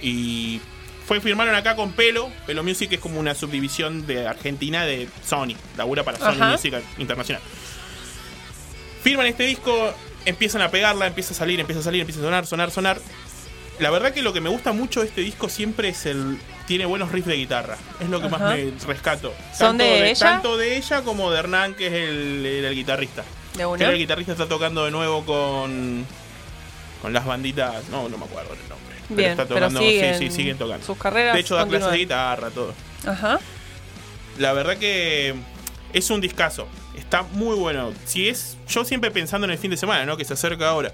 Speaker 7: Y fue firmaron acá con Pelo. Pelo Music es como una subdivisión de Argentina de Sony. Labura para Sony
Speaker 5: Ajá.
Speaker 7: Music Internacional. Firman este disco, empiezan a pegarla, empieza a salir, empieza a salir, empieza a sonar, sonar, sonar. La verdad que lo que me gusta mucho de este disco siempre es el... Tiene buenos riffs de guitarra. Es lo que
Speaker 5: Ajá.
Speaker 7: más me rescato.
Speaker 5: ¿Son
Speaker 7: Tanto
Speaker 5: de ella?
Speaker 7: Tanto de ella como de Hernán, que es el- el- el guitarrista.
Speaker 5: De
Speaker 7: Creo
Speaker 5: una.
Speaker 7: que el guitarrista está tocando de nuevo con. Con las banditas. No, no me acuerdo el nombre.
Speaker 5: Bien,
Speaker 7: está
Speaker 5: pero
Speaker 7: tocando.
Speaker 5: siguen
Speaker 7: sí, sí, siguen tocando.
Speaker 5: sus carreras
Speaker 7: De hecho, da clases de
Speaker 5: continúan.
Speaker 7: guitarra, todo.
Speaker 5: Ajá.
Speaker 7: La verdad que. Es un discazo. Está muy bueno. Si es. Yo siempre pensando en el fin de semana, ¿no? Que se acerca ahora.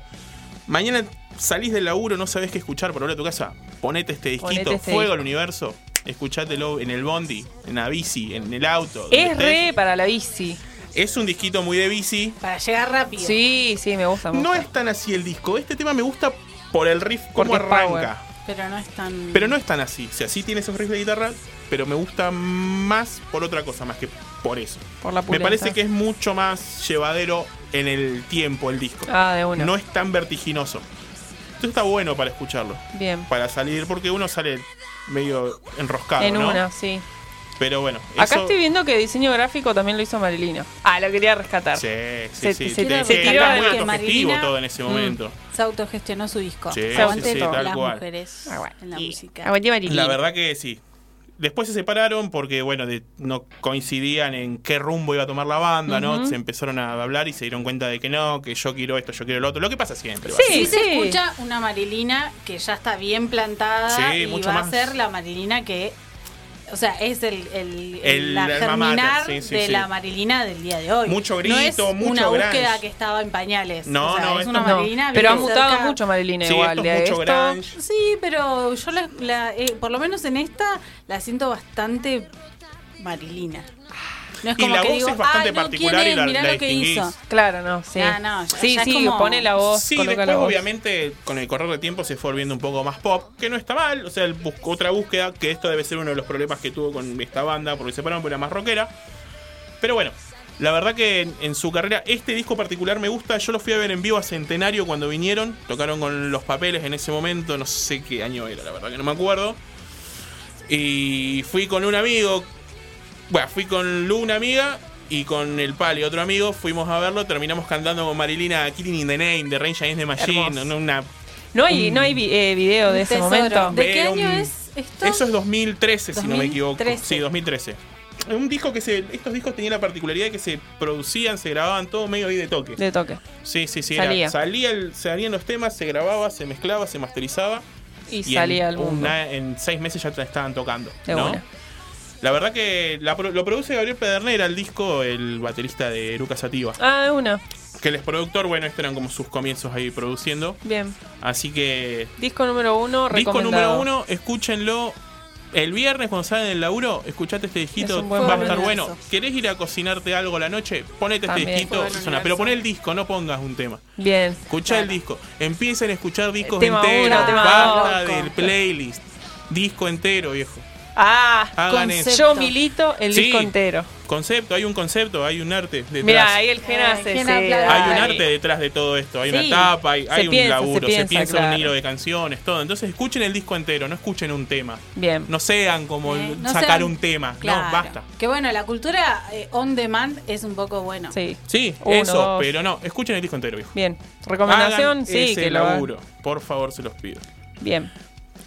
Speaker 7: Mañana salís del laburo, no sabés qué escuchar para volver a tu casa. Ponete este disquito,
Speaker 5: Ponete este
Speaker 7: fuego
Speaker 5: disco.
Speaker 7: al universo. Escuchátelo en el bondi, en la bici, en el auto. donde
Speaker 5: Es
Speaker 7: estés.
Speaker 5: re para la bici.
Speaker 7: es un disquito muy de bici.
Speaker 6: Para llegar rápido.
Speaker 5: Sí, sí, me gusta mucho.
Speaker 7: No es tan así el disco. Este tema me gusta por el riff, cómo
Speaker 5: Porque es power.
Speaker 7: arranca.
Speaker 6: Pero no es tan.
Speaker 7: Pero no es tan así. O sea, sí tiene esos riffs de guitarra, pero me gusta más por otra cosa, más que por eso.
Speaker 5: Por la
Speaker 7: Me
Speaker 5: pulenta.
Speaker 7: parece que es mucho más llevadero en el tiempo el disco.
Speaker 5: Ah, de una.
Speaker 7: No es tan vertiginoso. Entonces está bueno para escucharlo.
Speaker 5: Bien.
Speaker 7: Para salir, porque uno sale medio enroscado,
Speaker 5: en
Speaker 7: ¿no?
Speaker 5: una, sí.
Speaker 7: Pero bueno,
Speaker 5: Acá
Speaker 7: eso-
Speaker 5: estoy viendo que diseño gráfico también lo hizo Marilina. Ah, lo quería rescatar.
Speaker 7: Sí, sí,
Speaker 5: Se-
Speaker 7: sí.
Speaker 5: se-
Speaker 7: Te-
Speaker 5: se
Speaker 7: te-
Speaker 5: tiró
Speaker 7: está muy
Speaker 5: de que
Speaker 7: autogestivo
Speaker 6: Marilina-
Speaker 7: todo en ese
Speaker 5: Mm.
Speaker 7: momento.
Speaker 6: Se autogestionó su disco.
Speaker 7: Sí,
Speaker 6: Se
Speaker 7: sí,
Speaker 6: aguante
Speaker 7: sí,
Speaker 6: todas
Speaker 7: tal
Speaker 6: las
Speaker 7: cual.
Speaker 6: mujeres
Speaker 5: Ah,
Speaker 6: en la música.
Speaker 5: Aguante Marilina.
Speaker 7: La verdad que sí. Después se separaron porque, bueno, de- no coincidían en qué rumbo iba a tomar la banda, ¿no?
Speaker 5: Ujú.
Speaker 7: Se empezaron a hablar y se dieron cuenta de que no, que yo quiero esto, yo quiero lo otro. Lo que pasa siempre.
Speaker 5: Sí,
Speaker 6: Sí,
Speaker 7: básicamente.
Speaker 6: se escucha una Marilina que ya está bien plantada
Speaker 7: Sí,
Speaker 6: y
Speaker 7: mucho
Speaker 6: va
Speaker 7: más.
Speaker 6: a ser la Marilina que. O sea, es el, el, el-
Speaker 7: El
Speaker 6: la
Speaker 7: alma mater,
Speaker 6: germinar
Speaker 7: sí, sí,
Speaker 6: de
Speaker 7: sí.
Speaker 6: la Marilina del día de hoy.
Speaker 7: Mucho grito,
Speaker 6: no es
Speaker 7: mucho
Speaker 6: una búsqueda
Speaker 7: grunge.
Speaker 6: que estaba en pañales.
Speaker 7: No,
Speaker 6: O sea,
Speaker 7: no,
Speaker 6: es
Speaker 7: esto
Speaker 6: una
Speaker 7: no.
Speaker 6: Marilina
Speaker 5: Pero ha
Speaker 6: bien
Speaker 5: mutado
Speaker 6: cerca.
Speaker 5: mucho Marilina
Speaker 7: Sí,
Speaker 5: igual.
Speaker 7: esto
Speaker 5: de
Speaker 7: es mucho
Speaker 5: esto-
Speaker 7: grunge.
Speaker 6: Sí, pero yo la, la- eh, por lo menos en esta la siento bastante Marilina. No es
Speaker 7: Y
Speaker 6: como
Speaker 7: la
Speaker 6: que
Speaker 7: voz
Speaker 6: digo,
Speaker 7: es bastante
Speaker 6: "Ay, no, ¿quién
Speaker 7: particular y
Speaker 6: es?
Speaker 7: la-
Speaker 6: Mirá
Speaker 7: la
Speaker 6: lo que hizo.
Speaker 7: distinguís.
Speaker 5: Claro, no, sí.
Speaker 6: Ah, no, ya-
Speaker 5: sí,
Speaker 6: ya es
Speaker 5: sí,
Speaker 6: como-
Speaker 5: pone la voz.
Speaker 7: Sí,
Speaker 5: coloca
Speaker 7: después
Speaker 5: la voz.
Speaker 7: obviamente con el correr del tiempo se fue volviendo un poco más pop, que no está mal, o sea, él buscó otra búsqueda, que esto debe ser uno de los problemas que tuvo con esta banda, porque se separaron, pero era más rockera. Pero bueno, la verdad que en, en su carrera, este disco particular me gusta, yo lo fui a ver en vivo a Centenario cuando vinieron, tocaron con los papeles en ese momento, no sé qué año era, la verdad que no me acuerdo. Y fui con un amigo, bueno, fui con Lu, una amiga, y con el Pali, otro amigo, fuimos a verlo, terminamos cantando con Marilina Killing in the Name, de Range Against the Machine,
Speaker 5: Hermoso.
Speaker 7: no, una...
Speaker 5: No hay, no hay vi- eh, video de ese
Speaker 6: Tesoro.
Speaker 5: momento.
Speaker 6: ¿De qué
Speaker 7: Pero
Speaker 6: año
Speaker 7: un-
Speaker 6: es esto?
Speaker 7: Eso es 2013, si no me equivoco.
Speaker 6: 2013.
Speaker 7: Sí, 2013. Un disco que se... Estos discos tenían la particularidad de que se producían, se grababan todo medio ahí de toque.
Speaker 5: De toque.
Speaker 7: Sí, sí, sí.
Speaker 5: Salía.
Speaker 7: Era, salía el- salían los temas, se grababa, se mezclaba, se masterizaba.
Speaker 5: Y,
Speaker 7: en
Speaker 5: salía al mundo.
Speaker 7: una- en seis meses ya te estaban tocando.
Speaker 5: De
Speaker 7: ¿no?
Speaker 5: una.
Speaker 7: La verdad que la pro- lo produce Gabriel Pedernera, el disco, el baterista de Eruca Sativa.
Speaker 5: Ah, de una.
Speaker 7: Que él es productor, bueno, estos eran como sus comienzos ahí produciendo.
Speaker 5: Bien.
Speaker 7: Así que
Speaker 5: Disco número uno,
Speaker 7: Disco número
Speaker 5: recomendado.
Speaker 7: uno, escúchenlo. El viernes cuando salen del laburo, escuchate este
Speaker 5: Es
Speaker 7: disquito,
Speaker 5: un buen
Speaker 7: va a
Speaker 5: buen
Speaker 7: estar
Speaker 5: universo.
Speaker 7: bueno. ¿Querés ir a cocinarte algo la noche? Ponete
Speaker 5: También. Fue
Speaker 7: este disquito,
Speaker 5: buen
Speaker 7: suena. pero pon el disco, no pongas un tema.
Speaker 5: Bien.
Speaker 7: Escucha el disco. Empiecen a escuchar discos
Speaker 5: Tema uno,
Speaker 7: enteros,
Speaker 5: tema
Speaker 7: basta
Speaker 5: dos.
Speaker 7: del playlist. Disco entero, viejo.
Speaker 5: Ah,
Speaker 7: Hagan
Speaker 5: concepto. yo
Speaker 7: eso.
Speaker 5: milito el
Speaker 7: Sí.
Speaker 5: disco entero.
Speaker 7: Concepto, hay un concepto, hay un arte detrás.
Speaker 5: Mira, ahí el Jena se.
Speaker 6: Jena
Speaker 5: se-
Speaker 6: aplaude.
Speaker 7: Hay un
Speaker 5: ahí.
Speaker 7: arte detrás de todo esto, hay
Speaker 5: Sí.
Speaker 7: una tapa, hay,
Speaker 5: Se
Speaker 7: hay un
Speaker 5: piensa, se
Speaker 7: laburo, se piensa,
Speaker 5: piensa, claro.
Speaker 7: un hilo de canciones, todo. Entonces escuchen el disco entero, no escuchen un tema.
Speaker 5: Bien.
Speaker 7: No sean como
Speaker 6: Eh, no
Speaker 7: sacar
Speaker 6: sean-
Speaker 7: un tema,
Speaker 6: Claro.
Speaker 7: no, basta.
Speaker 6: Que bueno, la cultura eh, on demand es un poco bueno.
Speaker 5: Sí.
Speaker 7: Sí,
Speaker 5: Uno,
Speaker 7: eso,
Speaker 5: dos.
Speaker 7: pero no, escuchen el disco entero, viejo.
Speaker 5: Bien. Recomendación,
Speaker 7: Hagan
Speaker 5: sí,
Speaker 7: ese
Speaker 5: que lo hagan.
Speaker 7: laburo, por favor, se los pido.
Speaker 5: Bien.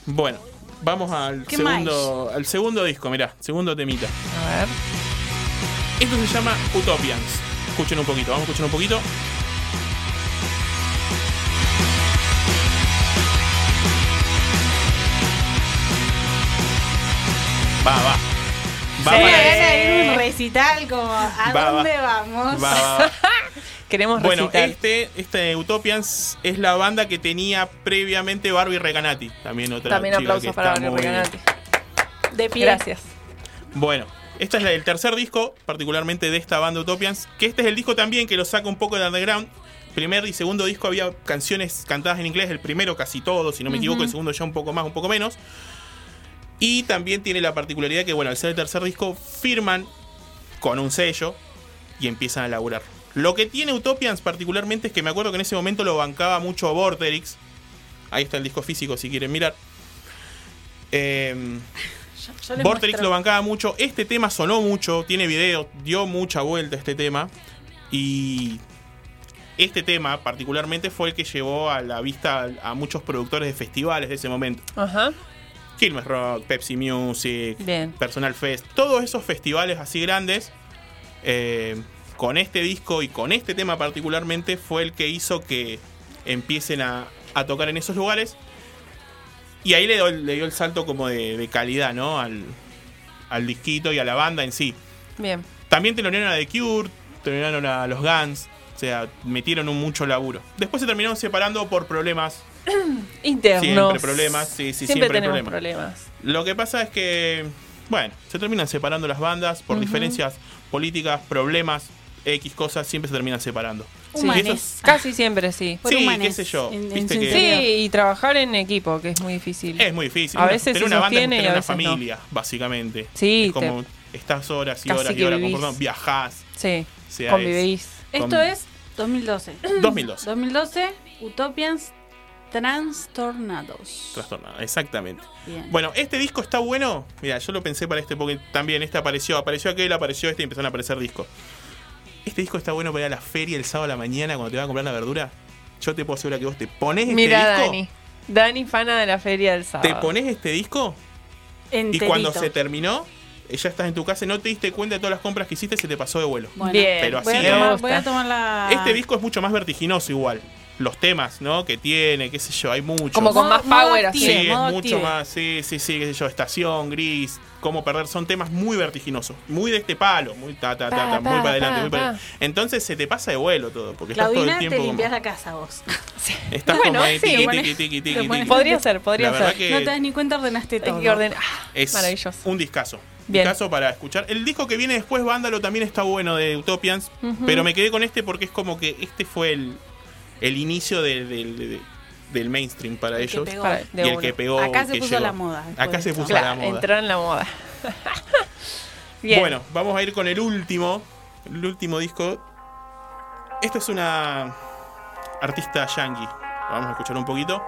Speaker 7: Bueno, vamos al
Speaker 6: ¿Qué
Speaker 7: segundo, al segundo disco, mirá, segundo temita.
Speaker 5: A ver.
Speaker 7: Esto se llama Utopians. Escuchen un poquito, vamos a escuchar un poquito. Va, va. Va,
Speaker 5: Sí.
Speaker 6: Bueno, van
Speaker 7: va.
Speaker 6: a ir a un recital como ¿a
Speaker 7: Eh. Va,
Speaker 6: dónde
Speaker 7: va.
Speaker 6: vamos?
Speaker 7: Va, va.
Speaker 5: Queremos
Speaker 7: Bueno,
Speaker 5: recitar.
Speaker 7: este, este Utopians es la banda que tenía previamente Barbie Recanati. También otra
Speaker 5: También
Speaker 7: chica
Speaker 5: aplausos
Speaker 7: que
Speaker 5: para
Speaker 7: está
Speaker 5: Barbie
Speaker 7: muy-
Speaker 5: Recanati.
Speaker 6: De pie.
Speaker 5: Gracias.
Speaker 7: Bueno, este es la- el tercer disco, particularmente de esta banda Utopians, que este es el disco también que lo saca un poco de underground, primer y segundo disco había canciones cantadas en inglés, el primero casi todo, si no me equivoco,
Speaker 12: Ujú.
Speaker 7: el segundo ya un poco más, un poco menos. Y también tiene la particularidad que, bueno, al ser el tercer disco, firman con un sello y empiezan a laburar. Lo que tiene Utopians particularmente es que me acuerdo que en ese momento lo bancaba mucho Vorterix. Ahí está el disco físico si quieren mirar. Eh,
Speaker 6: Yo les
Speaker 7: Vorterix
Speaker 6: muestro.
Speaker 7: lo bancaba mucho. Este tema sonó mucho, tiene video, dio mucha vuelta este tema. Y este tema particularmente fue el que llevó a la vista a a muchos productores de festivales de ese momento.
Speaker 5: Ajá.
Speaker 7: Quilmes Rock, Pepsi Music,
Speaker 5: Bien.
Speaker 7: Personal Fest, todos esos festivales así grandes, eh, con este disco y con este tema particularmente, fue el que hizo que empiecen a, a tocar en esos lugares. Y ahí le, dio- le dio el salto como de, de calidad, ¿no? Al, al disquito y a la banda en sí.
Speaker 5: Bien.
Speaker 7: También telonearon a The Cure, telonearon a los Guns, o sea, metieron un mucho laburo. Después se terminaron separando por problemas
Speaker 5: Internos.
Speaker 7: Siempre problemas, sí, sí,
Speaker 5: siempre,
Speaker 7: siempre
Speaker 5: tenemos
Speaker 7: problemas.
Speaker 5: problemas.
Speaker 7: Lo que pasa es que, bueno, se terminan separando las bandas por
Speaker 5: Ujú.
Speaker 7: diferencias políticas, problemas, X cosas, siempre se terminan separando.
Speaker 5: Sí,
Speaker 7: Y eso
Speaker 5: eso es- casi siempre sí.
Speaker 7: Por Sí, humanes, qué sé yo, en- en viste que- sinceridad.
Speaker 5: Sí, y trabajar en equipo, que es muy difícil.
Speaker 7: es muy difícil.
Speaker 5: A
Speaker 7: Una-
Speaker 5: veces
Speaker 7: tener
Speaker 5: se
Speaker 7: una banda es
Speaker 5: sostiene y
Speaker 7: tener
Speaker 5: a
Speaker 7: una
Speaker 5: veces no.
Speaker 7: familia, básicamente.
Speaker 5: Sí,
Speaker 7: Es como estás horas y
Speaker 5: casi
Speaker 7: horas y
Speaker 5: que
Speaker 7: horas
Speaker 5: vivís.
Speaker 7: comportando, viajás.
Speaker 5: Sí,
Speaker 7: O sea, es-
Speaker 5: convivís.
Speaker 6: Esto
Speaker 7: Con-
Speaker 6: es 2012.
Speaker 7: 2012.
Speaker 6: 2012, Utopians Transtornados.
Speaker 7: Trastornada, exactamente.
Speaker 6: Bien.
Speaker 7: Bueno, este disco está bueno. Mira, yo lo pensé para este porque también este apareció, apareció aquel, apareció este y empezaron a aparecer discos. Este disco está bueno para ir a la feria el sábado a la mañana cuando te vas a comprar la verdura. Yo te puedo asegurar que vos te pones este
Speaker 5: Mira,
Speaker 7: disco.
Speaker 5: Dani. Dani, fana de la feria del sábado.
Speaker 7: Te pones este disco y cuando se terminó, eh, ya estás en tu casa y no te diste cuenta de todas las compras que hiciste, se te pasó de vuelo.
Speaker 5: Bueno. Bien,
Speaker 7: Pero así
Speaker 5: voy a
Speaker 7: ¿eh?
Speaker 5: tomar-
Speaker 6: Voy a tomar la.
Speaker 7: Este disco es mucho más vertiginoso igual. Los temas, ¿no? Que tiene, qué sé yo, hay mucho.
Speaker 5: Como con Modo- más modo power, así.
Speaker 7: Sí,
Speaker 5: active,
Speaker 7: es
Speaker 5: modo
Speaker 7: mucho
Speaker 5: active.
Speaker 7: más, sí, sí, sí, qué sé yo, Estación, Gris, Cómo Perder, son temas muy vertiginosos, muy de este palo, muy ta, ta, ta,
Speaker 6: Pa,
Speaker 7: ta, muy
Speaker 6: pa,
Speaker 7: para adelante,
Speaker 6: pa,
Speaker 7: muy para
Speaker 6: pa.
Speaker 7: Entonces se te pasa de vuelo todo, porque
Speaker 6: Claudina,
Speaker 7: estás todo el
Speaker 6: te
Speaker 7: tiempo
Speaker 6: limpias
Speaker 7: como,
Speaker 6: la casa vos.
Speaker 7: estás
Speaker 5: Bueno,
Speaker 7: como ahí,
Speaker 5: sí,
Speaker 7: tiqui,
Speaker 5: bueno.
Speaker 7: tiqui, tiqui, tiqui,
Speaker 5: Lo pones-
Speaker 7: tiqui.
Speaker 5: Podría ser, podría
Speaker 7: La verdad
Speaker 5: ser.
Speaker 7: Ah, que-
Speaker 6: No te das ni cuenta, ordenaste todo.
Speaker 5: que ordenar.
Speaker 7: Es
Speaker 5: Maravilloso.
Speaker 7: un discazo.
Speaker 5: Bien.
Speaker 7: Discazo para escuchar. El disco que viene después, Vándalo, también está bueno de Utopians.
Speaker 5: Ujú.
Speaker 7: Pero me quedé con este porque es como que este fue el, el inicio del, del- del- del mainstream para
Speaker 6: El que
Speaker 7: ellos.
Speaker 6: pegó.
Speaker 5: Para-
Speaker 7: y
Speaker 5: de
Speaker 7: el
Speaker 5: uno.
Speaker 7: que pegó.
Speaker 6: Acá se
Speaker 7: que
Speaker 6: puso
Speaker 7: llegó.
Speaker 6: la moda después
Speaker 7: Acá
Speaker 6: de
Speaker 7: se
Speaker 6: esto.
Speaker 7: puso
Speaker 5: Claro,
Speaker 7: la moda.
Speaker 5: entró en la moda. Bien.
Speaker 7: Bueno, vamos a ir con el último. El último disco. Esta es una artista yankee. Vamos a escuchar un poquito.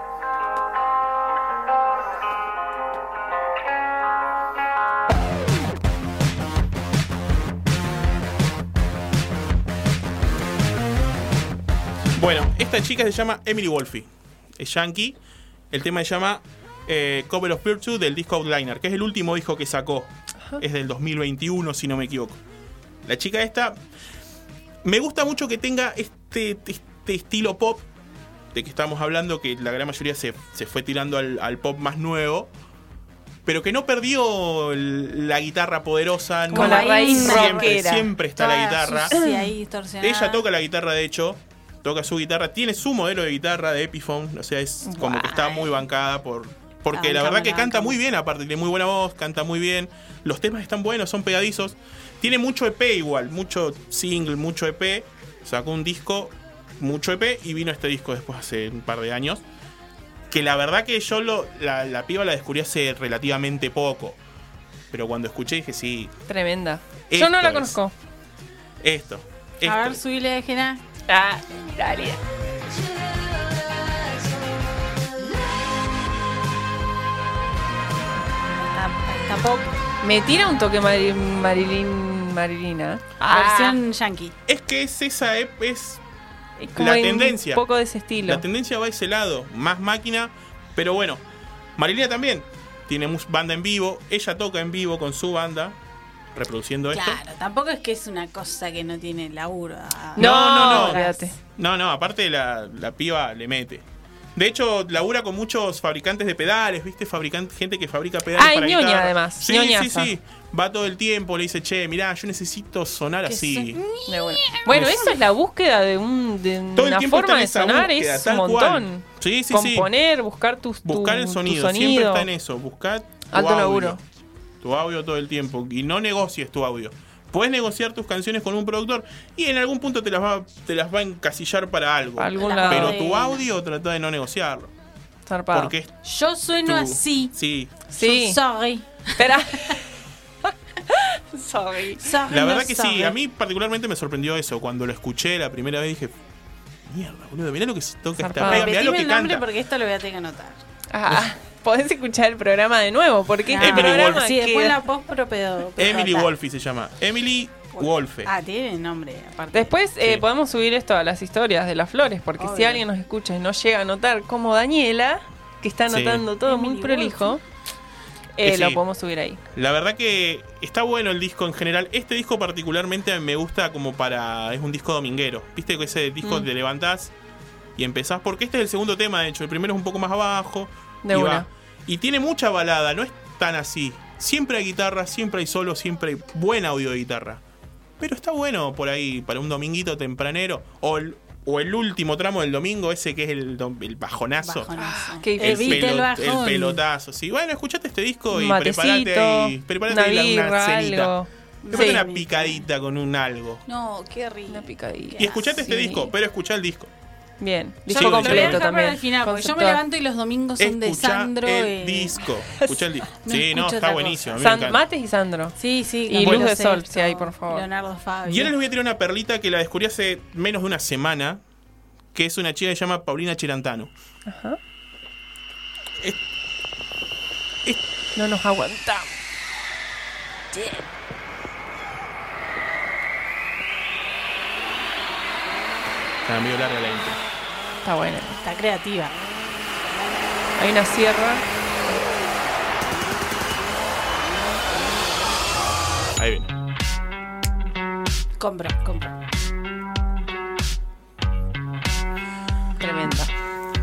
Speaker 7: Bueno, esta chica se llama Emily Wolfie. Es yankee. El tema se llama eh, Cover of Virtue del disco Outliner, que es el último disco que sacó. Es del 2021, si no me equivoco. La chica esta. Me gusta mucho que tenga este, este estilo pop de que estábamos hablando, que la gran mayoría se, se fue tirando al, al pop más nuevo. Pero que no perdió el- la guitarra poderosa,
Speaker 5: Como
Speaker 7: no
Speaker 5: la raíz
Speaker 7: siempre,
Speaker 5: rockera.
Speaker 7: siempre está la guitarra.
Speaker 6: Sí, ahí distorsionada.
Speaker 7: Ella toca la guitarra, de hecho. Toca su guitarra. Tiene su modelo de guitarra de Epiphone. O sea, es como que está muy bancada por. Porque
Speaker 6: La
Speaker 7: la, verdad
Speaker 6: bancamos,
Speaker 7: que
Speaker 6: la
Speaker 7: canta muy bien, aparte tiene muy buena voz, canta muy bien. Los temas están buenos, son pegadizos. Tiene mucho EP igual, mucho single, mucho EP. Sacó un disco, mucho EP, y vino este disco después hace un par de años. Que la verdad que yo lo, la, la piba la descubrí hace relativamente poco. Pero cuando escuché dije, sí,
Speaker 5: Tremenda. Yo
Speaker 7: Esto
Speaker 5: no la
Speaker 7: es.
Speaker 5: conozco.
Speaker 7: esto. esto.
Speaker 6: A ver, subile, Jena.
Speaker 5: Ah, dale.
Speaker 6: Tampoco.
Speaker 5: Me tira un toque mari- Marilyn Marilina.
Speaker 7: Ah,
Speaker 6: Versión yankee.
Speaker 7: Es que es esa, ep- es
Speaker 5: Es como
Speaker 7: la
Speaker 5: hay
Speaker 7: tendencia.
Speaker 5: Un poco de ese estilo.
Speaker 7: La tendencia va a ese lado, más máquina, pero bueno, Marilina también tiene mus- banda en vivo, ella toca en vivo con su banda, reproduciendo esto.
Speaker 6: Claro, tampoco es que es una cosa que no tiene laburo. Ah,
Speaker 7: No, no, no.
Speaker 5: olvídate.
Speaker 7: No, no, aparte la, la piba le mete. De hecho, labura con muchos fabricantes de pedales, ¿viste? Fabricante, gente que fabrica pedales
Speaker 5: Ah, y
Speaker 7: para
Speaker 5: ñoña,
Speaker 7: guitarra.
Speaker 5: además,
Speaker 7: Sí,
Speaker 5: ñoñaza.
Speaker 7: sí, sí. Va todo el tiempo, le dice, che, mirá, yo necesito sonar
Speaker 5: Que
Speaker 7: así.
Speaker 5: De buena. Bueno, eso es la búsqueda de, un, de
Speaker 7: Todo el
Speaker 5: una
Speaker 7: tiempo está
Speaker 5: forma
Speaker 7: en
Speaker 5: de
Speaker 7: esa
Speaker 5: sonar,
Speaker 7: búsqueda,
Speaker 5: es un
Speaker 7: tal cual.
Speaker 5: montón.
Speaker 7: Sí, sí, sí.
Speaker 5: Componer, buscar tus tu-
Speaker 7: Buscar el
Speaker 5: tu
Speaker 7: sonido, siempre
Speaker 5: sonido.
Speaker 7: está en eso. Buscar tu
Speaker 5: Alto
Speaker 7: audio.
Speaker 5: laburo.
Speaker 7: Tu audio todo el tiempo. Y no negocies tu audio. Puedes negociar tus canciones con un productor y en algún punto te las va, te las va a encasillar para algo.
Speaker 5: Algún
Speaker 7: Pero
Speaker 5: lado.
Speaker 7: tu audio trata de no negociarlo.
Speaker 5: Zarpado.
Speaker 7: Porque es
Speaker 6: Yo sueno
Speaker 7: tu-
Speaker 6: así.
Speaker 7: Sí.
Speaker 5: Sí.
Speaker 6: Sorry.
Speaker 5: Espera. Sorry.
Speaker 7: La verdad que sí, a mí particularmente me sorprendió eso. Cuando lo escuché la primera vez dije, mierda, boludo, mirá lo que se toca esta piba, mirá
Speaker 6: Repetime
Speaker 7: lo que
Speaker 6: el nombre
Speaker 7: canta.
Speaker 6: porque esto lo voy a tener que anotar.
Speaker 5: Ah, podés escuchar el programa de nuevo, porque este
Speaker 7: Emily
Speaker 5: programa
Speaker 7: Wolf.
Speaker 6: Ah. Sí, después
Speaker 5: queda-
Speaker 6: la post pero pedo. pero
Speaker 7: Emily
Speaker 6: habla.
Speaker 7: Wolfe se llama. Emily Wolfe.
Speaker 6: Ah, tiene nombre aparte.
Speaker 5: Después eh, podemos subir esto a las historias de las flores, porque si
Speaker 6: Obvio.
Speaker 5: alguien nos escucha y no llega a notar como Daniela, que está
Speaker 7: Sí.
Speaker 5: anotando todo muy prolijo, eh,
Speaker 7: Que sí.
Speaker 5: lo podemos subir ahí.
Speaker 7: La verdad que está bueno el disco en general. Este disco particularmente me gusta como para... Es un disco dominguero. Viste que ese disco
Speaker 5: Mm.
Speaker 7: te levantás y empezás. Porque este es el segundo tema, de hecho. El primero es un poco más abajo.
Speaker 5: De
Speaker 7: y,
Speaker 5: una.
Speaker 7: va. y tiene mucha balada, no es tan así. Siempre hay guitarra, siempre hay solo, siempre hay buen audio de guitarra. Pero está bueno por ahí, para un dominguito tempranero. O el, o el último tramo del domingo, ese que es el, dom- el bajonazo.
Speaker 6: Bajonazo.
Speaker 5: qué
Speaker 7: El,
Speaker 6: Evite
Speaker 7: pelo-
Speaker 6: el bajón.
Speaker 7: el pelotazo, sí. Bueno, escuchate este disco y
Speaker 5: Matecito,
Speaker 7: prepárate ahí.
Speaker 5: una
Speaker 7: Prepárate ahí la- una,
Speaker 5: birra,
Speaker 7: cenita.
Speaker 5: algo.
Speaker 7: Prepárate
Speaker 5: Sí.
Speaker 7: una picadita con un algo.
Speaker 6: No, qué rico.
Speaker 5: Una picadilla.
Speaker 7: Y escuchate este
Speaker 5: Sí.
Speaker 7: disco, pero escuchá el disco.
Speaker 5: Bien,
Speaker 7: Sí,
Speaker 5: disco
Speaker 7: lo
Speaker 6: Lo voy a
Speaker 5: completo
Speaker 6: dejar para el
Speaker 5: también.
Speaker 6: final, porque yo me
Speaker 5: Conceptual.
Speaker 6: levanto y los domingos son de
Speaker 7: Escuchá
Speaker 6: Sandro.
Speaker 7: el
Speaker 6: eh.
Speaker 7: disco. Escuchá el disco.
Speaker 6: No
Speaker 7: sí, no,
Speaker 6: escucho
Speaker 7: está
Speaker 6: otra
Speaker 7: buenísimo. a mí me
Speaker 5: San-
Speaker 7: encanta.
Speaker 5: Mates y Sandro.
Speaker 6: Sí, sí.
Speaker 5: Y
Speaker 6: Camilo
Speaker 5: Luz de Sol,
Speaker 6: Sexto,
Speaker 5: si hay, por favor.
Speaker 6: Leonardo Fabio.
Speaker 7: Y ahora les voy a tirar una perlita que la descubrí hace menos de una semana, que es una chica que se llama Paulina Chirantano.
Speaker 5: Ajá.
Speaker 7: Es-
Speaker 5: No nos aguantamos.
Speaker 7: Está medio larga la intro.
Speaker 5: Está bueno.
Speaker 6: Está creativa.
Speaker 5: Hay una sierra.
Speaker 7: Ahí viene.
Speaker 6: Compro, compro.
Speaker 5: Tremenda.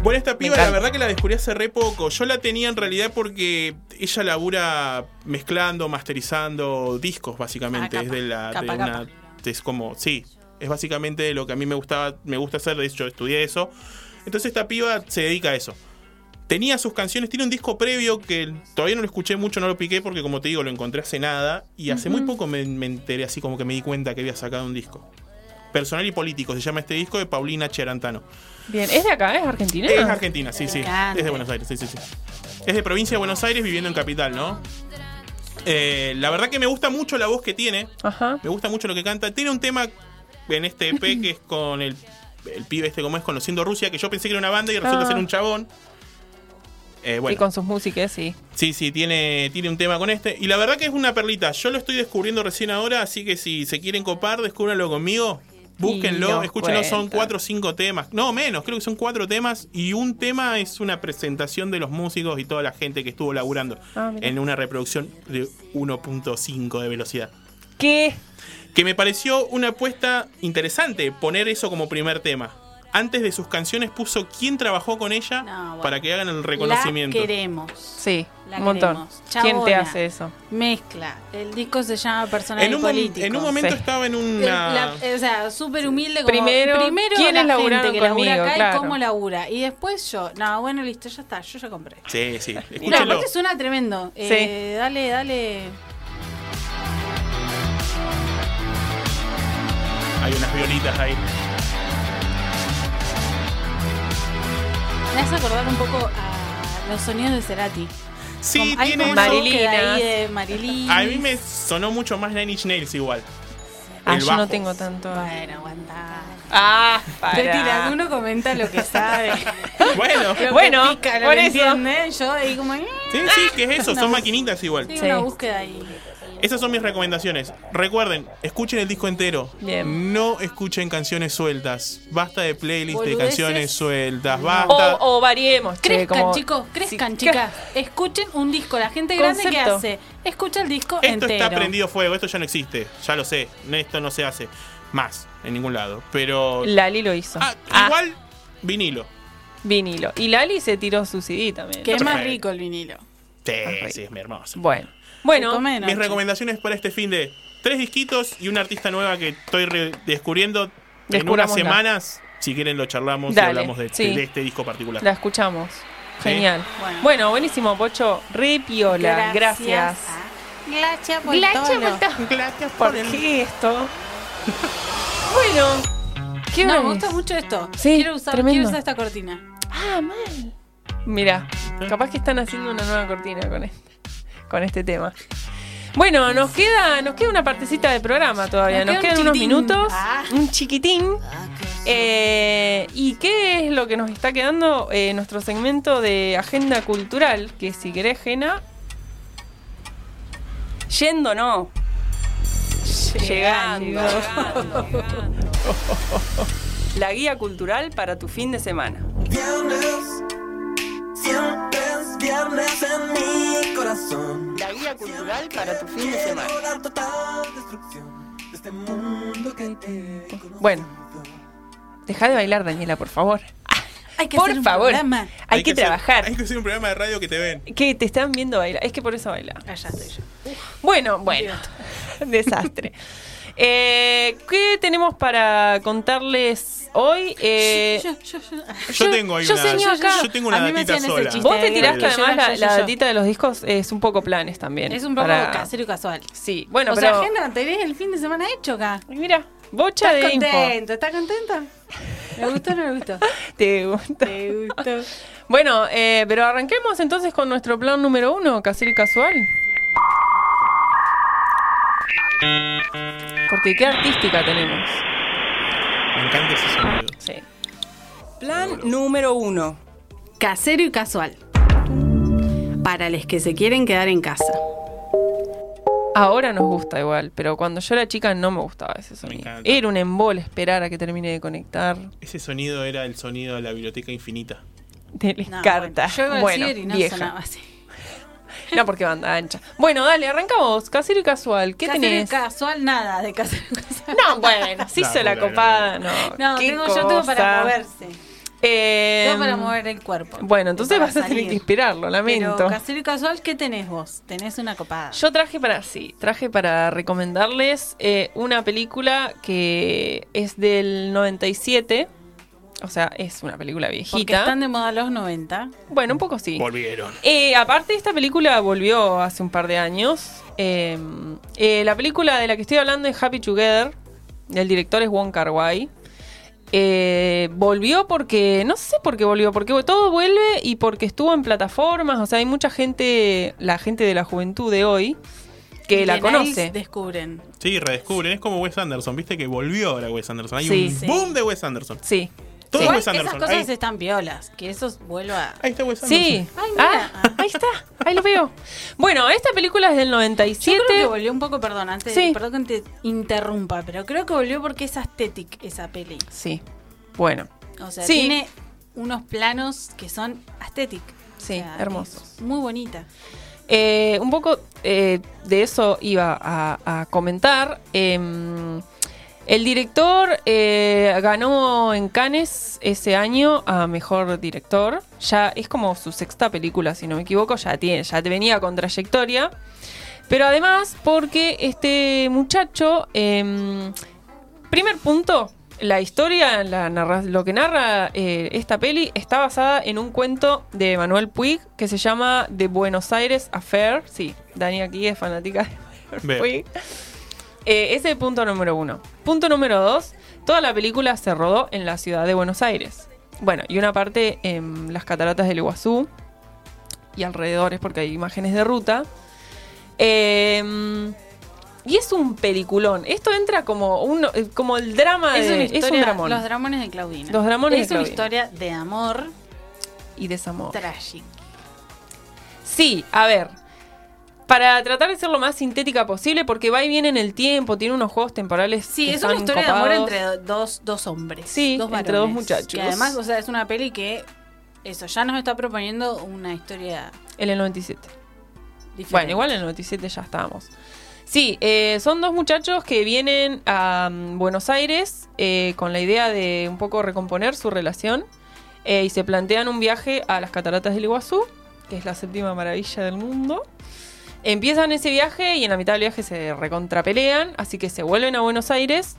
Speaker 7: Bueno, esta piba la
Speaker 5: encanta.
Speaker 7: verdad que la descubrí hace re poco. Yo la tenía en realidad porque ella labura mezclando, masterizando discos, básicamente.
Speaker 6: Ah,
Speaker 7: es de la.
Speaker 6: capa,
Speaker 7: de
Speaker 6: capa,
Speaker 7: una- Es como. Sí. Es básicamente lo que a mí me gustaba, me gusta hacer, de hecho estudié eso. Entonces esta piba se dedica a eso. Tenía sus canciones, tiene un disco previo que todavía no lo escuché mucho, no lo piqué porque como te digo, lo encontré hace nada y hace muy poco me, me enteré así como que me di cuenta que había sacado un disco. Personal y político, se llama este disco de Paulina Cherantano.
Speaker 5: Bien, ¿es de acá? ¿Es argentina?
Speaker 7: Es argentina, sí, sí.
Speaker 6: Grande.
Speaker 7: Es de Buenos Aires, sí, sí, sí. Es de provincia de Buenos Aires viviendo en capital, ¿no? Eh, la verdad que me gusta mucho la voz que tiene.
Speaker 5: Ajá.
Speaker 7: Me gusta mucho lo que canta. Tiene un tema en este EP que es con el, el pibe este, como es, Conociendo Rusia, que yo pensé que era una banda y resulta
Speaker 5: Ah.
Speaker 7: ser un chabón. Eh, bueno,
Speaker 5: Y con sus músicas, sí.
Speaker 7: sí, sí, tiene, tiene un tema con este. Y la verdad que es una perlita. Yo lo estoy descubriendo recién ahora, así que si se quieren copar, descúbranlo conmigo.
Speaker 5: Y
Speaker 7: Búsquenlo,
Speaker 5: nos
Speaker 7: escúchenlo, son
Speaker 5: cuentan.
Speaker 7: cuatro o cinco temas. No, menos, creo que son cuatro temas. Y un tema es una presentación de los músicos y toda la gente que estuvo laburando
Speaker 5: Ah, mirá.
Speaker 7: en una reproducción de 1.5 de velocidad.
Speaker 5: ¿Qué?
Speaker 7: Que me pareció una apuesta interesante poner eso como primer tema. Antes de sus canciones puso quién trabajó con ella
Speaker 6: No, bueno.
Speaker 7: para que hagan el reconocimiento.
Speaker 6: La queremos.
Speaker 5: Sí,
Speaker 6: La
Speaker 5: un montón.
Speaker 6: queremos.
Speaker 5: ¿Quién te
Speaker 6: Chabona.
Speaker 5: hace eso?
Speaker 6: Mezcla. El disco se llama Personal
Speaker 7: En un,
Speaker 6: y
Speaker 7: mom-
Speaker 6: Político.
Speaker 7: en un momento
Speaker 5: Sí.
Speaker 7: estaba en
Speaker 6: El-
Speaker 7: una...
Speaker 6: la- o sea, súper humilde. Como,
Speaker 5: Primero, ¿quiénes
Speaker 6: la
Speaker 5: laburaron
Speaker 6: gente que labura
Speaker 5: conmigo?
Speaker 6: acá y
Speaker 5: Claro.
Speaker 6: cómo labura. Y después yo. No, bueno, listo, ya está. Yo ya compré.
Speaker 7: Sí, sí,
Speaker 6: Y la
Speaker 7: escúchelo.
Speaker 6: parte suena tremendo. Eh, Dale, dale.
Speaker 7: Hay unas violitas ahí.
Speaker 6: Me hace acordar un poco a los sonidos de Cerati.
Speaker 7: Sí,
Speaker 6: Como- hay
Speaker 7: tiene...
Speaker 6: como un
Speaker 7: eso.
Speaker 5: Marilyn.
Speaker 6: toque de ahí de Marilyn.
Speaker 7: A mí me sonó mucho más Nine Inch Nails igual.
Speaker 5: Ah,
Speaker 7: El
Speaker 5: yo
Speaker 7: bajo.
Speaker 5: no tengo tanto.
Speaker 6: Bueno, aguantá.
Speaker 5: Ah, para.
Speaker 6: Te tiras, uno comenta lo que sabe.
Speaker 7: Bueno,
Speaker 6: Lo que
Speaker 5: Bueno,
Speaker 6: pica, lo
Speaker 5: por
Speaker 6: que
Speaker 5: eso.
Speaker 6: entiende. Yo ahí como. eh,
Speaker 7: sí, sí, ¿qué es eso? Son maquinitas igual.
Speaker 6: Sí,
Speaker 5: Sí.
Speaker 6: una búsqueda ahí.
Speaker 7: Esas son mis recomendaciones. Recuerden, escuchen el disco entero.
Speaker 5: Bien.
Speaker 7: No escuchen canciones sueltas. Basta de playlist de
Speaker 6: Boludeces.
Speaker 7: canciones sueltas.
Speaker 5: O,
Speaker 7: Basta.
Speaker 5: o variemos. che,
Speaker 6: Crezcan,
Speaker 5: como-
Speaker 6: chicos, crezcan,
Speaker 5: Sí,
Speaker 6: chicas. Escuchen un disco. La gente grande que
Speaker 5: Concepto.
Speaker 6: hace, escucha el disco
Speaker 7: Esto
Speaker 6: entero.
Speaker 7: está prendido fuego, esto ya no existe. Ya lo sé. Esto no se hace más en ningún lado. Pero.
Speaker 5: Lali lo hizo.
Speaker 7: Ah,
Speaker 5: Ah,
Speaker 7: igual, vinilo.
Speaker 5: Vinilo. Y Lali se tiró su CD también.
Speaker 6: Que es más
Speaker 7: Perfecto.
Speaker 6: rico el vinilo.
Speaker 7: Sí,
Speaker 5: Perfecto.
Speaker 7: sí, es mi hermoso.
Speaker 5: Bueno. Ah, Bueno,
Speaker 6: Se come de noche.
Speaker 7: Mis recomendaciones para este fin de tres disquitos y una artista nueva que estoy re- descubriendo en unas
Speaker 5: Descubrámosla.
Speaker 7: semanas. Si quieren lo charlamos
Speaker 5: Dale,
Speaker 7: y hablamos de,
Speaker 5: sí.
Speaker 7: de este disco particular.
Speaker 5: la escuchamos.
Speaker 7: Sí.
Speaker 5: Genial.
Speaker 6: Bueno.
Speaker 5: Bueno, buenísimo, Pocho. Re piola. Gracias.
Speaker 6: a Glacia Ah, por
Speaker 5: Glacia
Speaker 6: tolo.
Speaker 5: por ¿Por qué esto? bueno. ¿Qué
Speaker 6: no,
Speaker 5: hora
Speaker 6: me
Speaker 5: es?
Speaker 6: gusta mucho esto.
Speaker 5: Sí,
Speaker 6: quiero, usar,
Speaker 5: tremendo.
Speaker 6: quiero usar esta cortina.
Speaker 5: Ah, mal. Mira, capaz que están haciendo una nueva cortina con este, con este tema. Bueno, nos queda, nos queda una partecita del programa todavía. Nos,
Speaker 6: Nos queda
Speaker 5: quedan
Speaker 6: un
Speaker 5: unos
Speaker 6: chiquitín.
Speaker 5: minutos,
Speaker 6: Ah.
Speaker 5: un chiquitín. Eh, ¿Y qué es lo que nos está quedando? Eh, nuestro segmento de agenda cultural, que si querés, Jena. Yendo no. Llegando. La guía cultural para tu fin de semana.
Speaker 12: Viernes, siempre es viernes en mi corazón.
Speaker 5: La guía cultural para tu fin de semana. Bueno, deja de bailar, Daniela, por favor.
Speaker 6: Hay que
Speaker 5: por
Speaker 6: hacer un
Speaker 5: favor,
Speaker 6: programa.
Speaker 5: hay, que,
Speaker 7: hacer-
Speaker 5: trabajar.
Speaker 7: hay que hacer un programa de radio que te ven.
Speaker 5: Que te están viendo bailar. Es que por eso baila.
Speaker 6: Allá Ah, estoy yo.
Speaker 5: Bueno, bueno. Desastre. Eh, ¿Qué tenemos para contarles hoy? Eh,
Speaker 6: Yo, yo, yo,
Speaker 7: Yo tengo ahí
Speaker 5: yo
Speaker 7: una-
Speaker 5: señor, acá.
Speaker 7: yo tengo una
Speaker 5: A mí me
Speaker 7: datita
Speaker 6: hacían ese
Speaker 7: sola.
Speaker 6: chiste.
Speaker 5: Vos te tirás
Speaker 6: Yo,
Speaker 5: que además
Speaker 6: yo,
Speaker 5: la,
Speaker 6: yo,
Speaker 5: la
Speaker 6: yo.
Speaker 5: datita de los discos es un poco planes también.
Speaker 6: Es un poco
Speaker 5: Para-
Speaker 6: casero y casual.
Speaker 5: Sí, bueno,
Speaker 6: o
Speaker 5: pero
Speaker 6: sea, Jena, tenés el fin de semana hecho acá.
Speaker 5: Mira, bocha
Speaker 6: ¿Estás
Speaker 5: de info.
Speaker 6: contento? ¿Estás contento? ¿Me gustó o no me gustó?
Speaker 5: Te gusta. Bueno, eh, pero arranquemos entonces con nuestro plan número uno, casi el casual. Porque qué artística tenemos.
Speaker 7: Me encanta ese sonido.
Speaker 5: Sí. Plan número uno.
Speaker 4: Casero y casual. Para los que se quieren quedar en casa.
Speaker 5: Ahora nos gusta igual, pero cuando yo era chica no me gustaba ese sonido.
Speaker 7: encanta.
Speaker 5: Era un embol esperar a que termine de conectar
Speaker 7: Ese sonido era el sonido de la biblioteca infinita.
Speaker 5: de las
Speaker 6: No,
Speaker 5: cartas.
Speaker 6: Yo iba
Speaker 5: Bueno,
Speaker 6: al ciber y no
Speaker 5: vieja.
Speaker 6: sonaba así.
Speaker 5: No, porque banda ancha. Bueno, dale, arrancamos. Casero y casual. ¿Qué
Speaker 6: Casero y
Speaker 5: tenés?
Speaker 6: casual, nada de casero y casual.
Speaker 5: No, bueno, sí
Speaker 7: No,
Speaker 5: se la
Speaker 7: no, no,
Speaker 5: copada, no.
Speaker 6: No,
Speaker 5: qué
Speaker 6: tengo, yo tengo para
Speaker 5: cosa.
Speaker 6: moverse.
Speaker 5: Eh,
Speaker 6: Tengo para mover el cuerpo.
Speaker 5: Bueno, entonces
Speaker 6: Para
Speaker 5: vas a tener
Speaker 6: salir.
Speaker 5: que inspirarlo, lamento.
Speaker 6: Pero casero y casual, ¿qué tenés vos? Tenés una copada.
Speaker 5: Yo traje para, sí, traje para recomendarles eh, una película que es del 97. O sea, es una película
Speaker 6: Porque
Speaker 5: viejita.
Speaker 6: están de moda los 90.
Speaker 5: Bueno, un poco sí.
Speaker 7: Volvieron.
Speaker 5: Eh, aparte, esta película volvió hace un par de años. Eh, eh, la película de la que estoy hablando es Happy Together. El director es Wong Kar Wai. Eh, volvió porque, no sé por qué volvió, porque todo vuelve y porque estuvo en plataformas. O sea, hay mucha gente, la gente de la juventud de hoy, que la
Speaker 6: Millennials
Speaker 5: conoce.
Speaker 6: descubren.
Speaker 7: Sí, redescubren. Es como Wes Anderson. Viste que volvió ahora Wes Anderson. Hay
Speaker 5: Sí.
Speaker 7: un
Speaker 5: Sí.
Speaker 7: boom de Wes Anderson.
Speaker 5: Sí.
Speaker 7: Todo
Speaker 5: Sí.
Speaker 7: es Wes
Speaker 6: Esas
Speaker 7: Anderson.
Speaker 6: cosas
Speaker 7: ahí,
Speaker 6: están violas. Que eso vuelva.
Speaker 7: ahí está Wes Anderson.
Speaker 5: Sí.
Speaker 6: Ay, mira.
Speaker 5: Ah, ahí está, ahí lo veo. Bueno, esta película es del 97.
Speaker 6: Yo creo que volvió un poco, perdón, antes
Speaker 5: Sí.
Speaker 6: perdón que te interrumpa, pero creo que volvió porque es aesthetic esa peli.
Speaker 5: Sí. Bueno.
Speaker 6: O sea,
Speaker 5: Sí.
Speaker 6: tiene unos planos que son aesthetic.
Speaker 5: Sí,
Speaker 6: O sea,
Speaker 5: hermosos.
Speaker 6: es Muy bonita.
Speaker 5: Eh, un poco eh, de eso iba a, a comentar. Em, el director eh, ganó en Cannes ese año a mejor director. Ya es como su sexta película, si no me equivoco. Ya tiene, ya te venía con trayectoria. Pero además, porque este muchacho. em, primer punto. La historia, la narra- lo que narra eh, esta peli está basada en un cuento de Manuel Puig que se llama The Buenos Aires Affair. Sí, Dani aquí es fanática de
Speaker 7: Bien.
Speaker 5: Manuel Puig. Eh, ese es el punto número uno. Punto número dos, toda la película se rodó en la ciudad de Buenos Aires. Bueno, y una parte en las cataratas del Iguazú y alrededores porque hay imágenes de ruta. Eh, y es un peliculón. Esto entra como un, como el drama
Speaker 6: es
Speaker 5: de,
Speaker 6: una
Speaker 5: es un
Speaker 6: historia.
Speaker 5: dramón.
Speaker 6: Los dramones de Claudina.
Speaker 5: Los dramones
Speaker 6: Es
Speaker 5: de
Speaker 6: una
Speaker 5: Claudina.
Speaker 6: historia de amor
Speaker 5: y desamor.
Speaker 6: trágico.
Speaker 5: Sí, a ver. Para tratar de ser lo más sintética posible, porque va y viene en el tiempo, tiene unos juegos temporales.
Speaker 6: Sí,
Speaker 5: que
Speaker 6: es una
Speaker 5: están
Speaker 6: historia de
Speaker 5: copados.
Speaker 6: amor entre dos, dos hombres.
Speaker 5: Sí,
Speaker 6: dos
Speaker 5: entre dos
Speaker 6: varones.
Speaker 5: muchachos.
Speaker 6: Y además, o sea, es una peli que eso ya nos está proponiendo una historia
Speaker 5: En el 97.
Speaker 6: diferente.
Speaker 5: Bueno, igual en el 97 ya estábamos. Sí, eh, son dos muchachos que vienen a mm, Buenos Aires eh, con la idea de un poco recomponer su relación eh, y se plantean un viaje a las cataratas del Iguazú, que es la séptima maravilla del mundo. Empiezan ese viaje y en la mitad del viaje se recontrapelean, así que se vuelven a Buenos Aires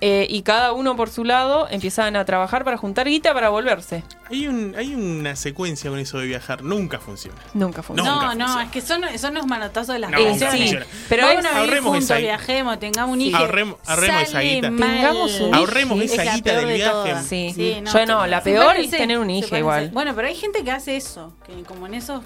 Speaker 5: eh, y cada uno por su lado empiezan a trabajar para juntar guita para volverse.
Speaker 7: Hay, un, hay una secuencia con eso de viajar. Nunca funciona.
Speaker 5: Nunca fue.
Speaker 6: No, no, es que son, son los manotazos de las
Speaker 5: Eh,
Speaker 7: No,
Speaker 6: canciones.
Speaker 7: nunca funciona.
Speaker 6: Pero
Speaker 7: Vamos
Speaker 6: Vamos
Speaker 7: a
Speaker 6: a vivir
Speaker 7: ahorremos
Speaker 6: juntos,
Speaker 7: esa-
Speaker 6: viajemos, tengamos un
Speaker 7: Sí.
Speaker 6: hijo.
Speaker 7: Ahorremo- ahorremos esa
Speaker 6: Sale
Speaker 7: guita.
Speaker 6: mal.
Speaker 5: Tengamos un
Speaker 7: Ahorremos
Speaker 6: Es
Speaker 7: esa
Speaker 6: la
Speaker 7: guita
Speaker 6: peor
Speaker 7: del
Speaker 6: de
Speaker 7: viaje.
Speaker 6: todas.
Speaker 5: Sí.
Speaker 6: Sí, no,
Speaker 5: Yo no, la
Speaker 6: se
Speaker 5: peor es
Speaker 6: parece,
Speaker 5: tener un
Speaker 6: se
Speaker 5: hijo
Speaker 6: parece.
Speaker 5: igual.
Speaker 6: Bueno, pero hay gente que hace eso, que como en esos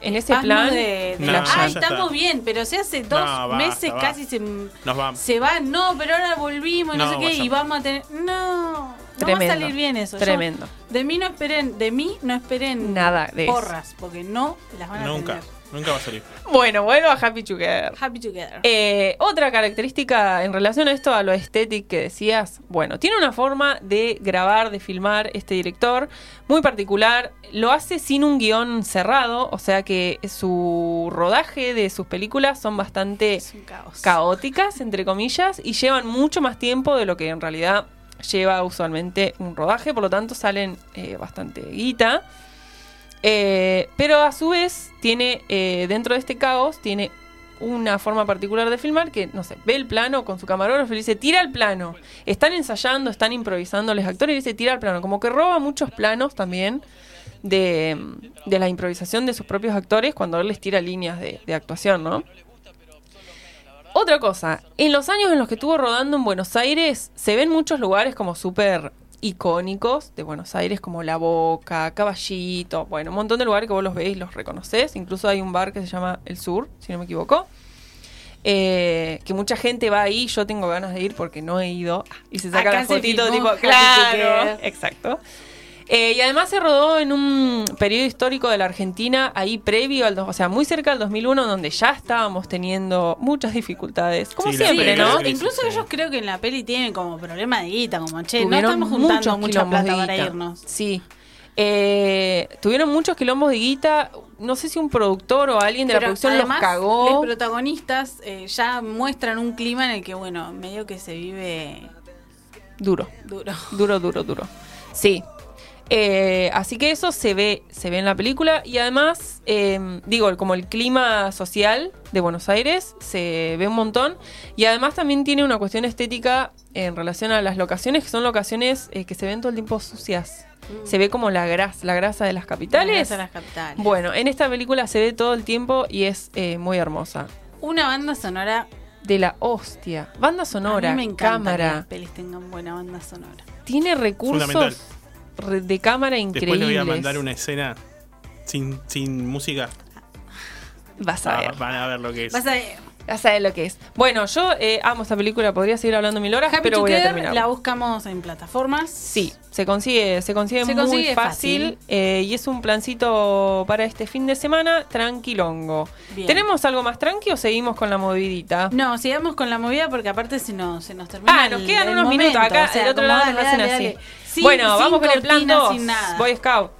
Speaker 5: En ese
Speaker 6: espasmos
Speaker 5: plan,
Speaker 6: de, de-
Speaker 5: No,
Speaker 6: ay,
Speaker 5: ya
Speaker 7: está.
Speaker 6: estamos bien, pero se hace dos
Speaker 7: No, basta,
Speaker 6: meses
Speaker 7: basta.
Speaker 6: casi se
Speaker 7: Nos vamos.
Speaker 6: se va, no, pero ahora volvimos y no,
Speaker 7: No,
Speaker 6: sé qué y
Speaker 7: vayamos.
Speaker 6: vamos a tener no, no va
Speaker 5: Tremendo.
Speaker 6: a salir bien eso. Yo-
Speaker 5: Tremendo.
Speaker 6: de mí no esperen, de mí no esperen
Speaker 5: Nada de eso.
Speaker 6: porras, porque no las van a
Speaker 7: Nunca.
Speaker 6: tener.
Speaker 7: Nunca va a salir.
Speaker 5: Bueno, vuelvo a Happy Together.
Speaker 6: Happy together.
Speaker 5: Eh, otra característica en relación a esto, a lo estético que decías, bueno, tiene una forma de grabar, de filmar este director muy particular. Lo hace sin un guión cerrado, o sea que su rodaje de sus películas son bastante caóticas, entre comillas, y llevan mucho más tiempo de lo que en realidad lleva usualmente un rodaje, por lo tanto salen eh, bastante guita. Eh, pero a su vez, tiene eh, dentro de este caos, tiene una forma particular de filmar que, no sé, ve el plano con su camarógrafo y le dice, tira el plano. Están ensayando, están improvisando los actores y dice, tira el plano. Como que roba muchos planos también de, de la improvisación de sus propios actores cuando él les tira líneas de, de actuación, ¿no? Otra cosa, en los años en los que estuvo rodando en Buenos Aires, se ven muchos lugares como súper icónicos de Buenos Aires, como La Boca, Caballito, bueno, un montón de lugares que vos los veis, los reconocés. Incluso hay un bar que se llama El Sur, si no me equivoco. eh, que mucha gente va ahí, yo tengo ganas de ir porque no he ido. Ah, Y se saca
Speaker 6: Acá
Speaker 5: la
Speaker 6: se
Speaker 5: fotito,
Speaker 6: filmó
Speaker 5: tipo,
Speaker 6: Happy
Speaker 5: claro,
Speaker 6: Together.
Speaker 5: exacto. Eh, y además se rodó en un periodo histórico de la Argentina, ahí previo al, do- o sea, muy cerca del 2001, donde ya estábamos teniendo muchas dificultades. Como
Speaker 7: Sí, la
Speaker 5: siempre,
Speaker 7: previa,
Speaker 5: ¿no?
Speaker 7: sí, sí.
Speaker 6: Incluso ellos creo que en la peli tienen como problema de guita, como che, no
Speaker 5: Tuvieron
Speaker 6: estamos juntando
Speaker 5: muchos
Speaker 6: mucha
Speaker 5: quilombos
Speaker 6: plata
Speaker 5: de
Speaker 6: para
Speaker 5: guita.
Speaker 6: irnos.
Speaker 5: Sí. Eh, tuvieron muchos quilombos de guita. No sé si un productor o alguien de la
Speaker 6: Pero
Speaker 5: producción
Speaker 6: además,
Speaker 5: los cagó.
Speaker 6: Los protagonistas eh, ya muestran un clima en el que, bueno, medio que se vive
Speaker 5: Duro.
Speaker 6: duro.
Speaker 5: Duro, duro, duro. Sí. Eh, así que eso se ve, se ve en la película. Y además, eh, digo, como el clima social de Buenos Aires se ve un montón. Y además también tiene una cuestión estética en relación a las locaciones, que son locaciones eh, que se ven todo el tiempo sucias.
Speaker 6: Mm.
Speaker 5: Se ve como la grasa, la grasa de las capitales.
Speaker 6: Gracias a las capitales.
Speaker 5: Bueno, en esta película se ve todo el tiempo y es eh, muy hermosa.
Speaker 6: Una banda sonora.
Speaker 5: De la hostia. Banda sonora,
Speaker 6: a mí me encanta que las
Speaker 5: cámara.
Speaker 6: pelis tengan buena banda sonora.
Speaker 5: Tiene
Speaker 7: Fundamental.
Speaker 5: recursos re- de cámara
Speaker 7: Después
Speaker 5: increíbles.
Speaker 7: le voy a mandar una escena sin, sin música.
Speaker 5: Vas a
Speaker 7: Ah,
Speaker 5: ver.
Speaker 7: Van a ver lo que es.
Speaker 6: Vas a ver,
Speaker 5: Ya sabes lo que es. Bueno, yo eh, amo esta película, podría seguir hablando mil horas,
Speaker 6: Happy
Speaker 5: pero voy a
Speaker 6: Together
Speaker 5: terminar.
Speaker 6: la buscamos en plataformas.
Speaker 5: Sí, se consigue, se consigue
Speaker 6: Se
Speaker 5: muy
Speaker 6: consigue
Speaker 5: fácil,
Speaker 6: fácil.
Speaker 5: eh, y es un plancito para este fin de semana tranquilongo.
Speaker 6: Bien.
Speaker 5: ¿Tenemos algo más tranqui o seguimos con la movidita?
Speaker 6: No, sigamos con la movida porque aparte si no, se nos termina.
Speaker 5: Ah, nos
Speaker 6: el-
Speaker 5: quedan
Speaker 6: el
Speaker 5: unos
Speaker 6: momento,
Speaker 5: minutos acá,
Speaker 6: o sea,
Speaker 5: del otro
Speaker 6: como
Speaker 5: lado
Speaker 6: dale,
Speaker 5: nos hacen
Speaker 6: dale,
Speaker 5: así.
Speaker 6: dale. Sin-
Speaker 5: bueno,
Speaker 6: sin
Speaker 5: vamos con el plan
Speaker 6: cortina,
Speaker 5: 2.
Speaker 6: sin nada.
Speaker 5: Boy Scout.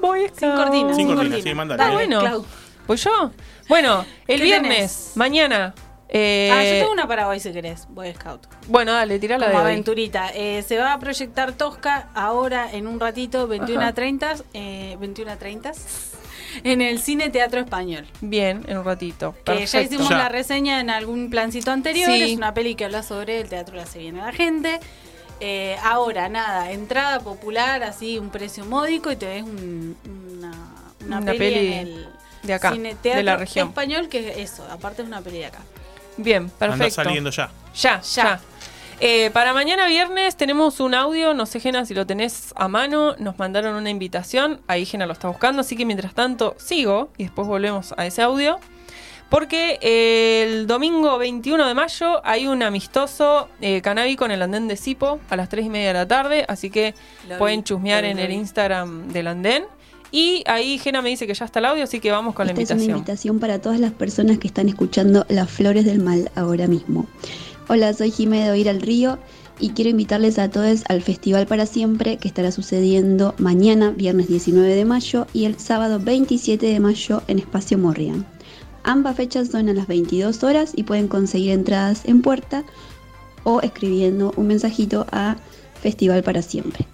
Speaker 5: Boy Scout. Sin
Speaker 6: cortina,
Speaker 7: Sin sin cortina, cortina. sí, mándale.
Speaker 5: Está Ah, bueno.
Speaker 6: Clau.
Speaker 5: Pues yo. Bueno, el
Speaker 6: ¿Qué
Speaker 5: viernes,
Speaker 6: tenés?
Speaker 5: mañana. eh,
Speaker 6: Ah, yo tengo una para hoy si querés, Boy Scout.
Speaker 5: Bueno, dale, tira la de
Speaker 6: Como
Speaker 5: hoy.
Speaker 6: aventurita. Eh, se va a proyectar Tosca ahora en un ratito, 21 a 30, eh, 21 a 30, en el Cine Teatro Español.
Speaker 5: Bien, en un ratito.
Speaker 6: Que ya
Speaker 5: Perfecto.
Speaker 6: hicimos la reseña en algún plancito anterior.
Speaker 5: Sí.
Speaker 6: Es una peli que habla sobre el teatro que hace bien a la gente. Eh, ahora, nada, entrada popular, así un precio módico y te ves un- una, una,
Speaker 5: Una
Speaker 6: peli,
Speaker 5: peli
Speaker 6: en el
Speaker 5: de acá,
Speaker 6: cine
Speaker 5: de la
Speaker 6: teatro
Speaker 5: región.
Speaker 6: español, que es eso, aparte es una peli de acá.
Speaker 5: Bien, perfecto.
Speaker 7: Anda saliendo ya.
Speaker 5: Ya, ya. Eh, para mañana viernes tenemos un audio, no sé Gena si lo tenés a mano, nos mandaron una invitación, ahí Gena lo está buscando, así que mientras tanto sigo y después volvemos a ese audio. Porque eh, el domingo 21 de mayo hay un amistoso eh, canábico en el andén de Sipo a las 3 y media de la tarde, así que
Speaker 6: Lo
Speaker 5: pueden
Speaker 6: vi,
Speaker 5: chusmear
Speaker 6: lo vi,
Speaker 5: en
Speaker 6: lo
Speaker 5: el
Speaker 6: vi.
Speaker 5: Instagram del andén. Y ahí Gena me dice que ya está el audio, así que vamos con la
Speaker 13: Esta Este es una
Speaker 5: invitación.
Speaker 13: invitación para todas las personas que están escuchando Las Flores del Mal ahora mismo. Hola, soy Jimé de Oír al Río y quiero invitarles a todos al Festival para Siempre que estará sucediendo mañana, viernes 19 de mayo, y el sábado 27 de mayo en Espacio Morrián. Ambas fechas son a las 22 horas y pueden conseguir entradas en puerta o escribiendo un mensajito a Festival para Siempre.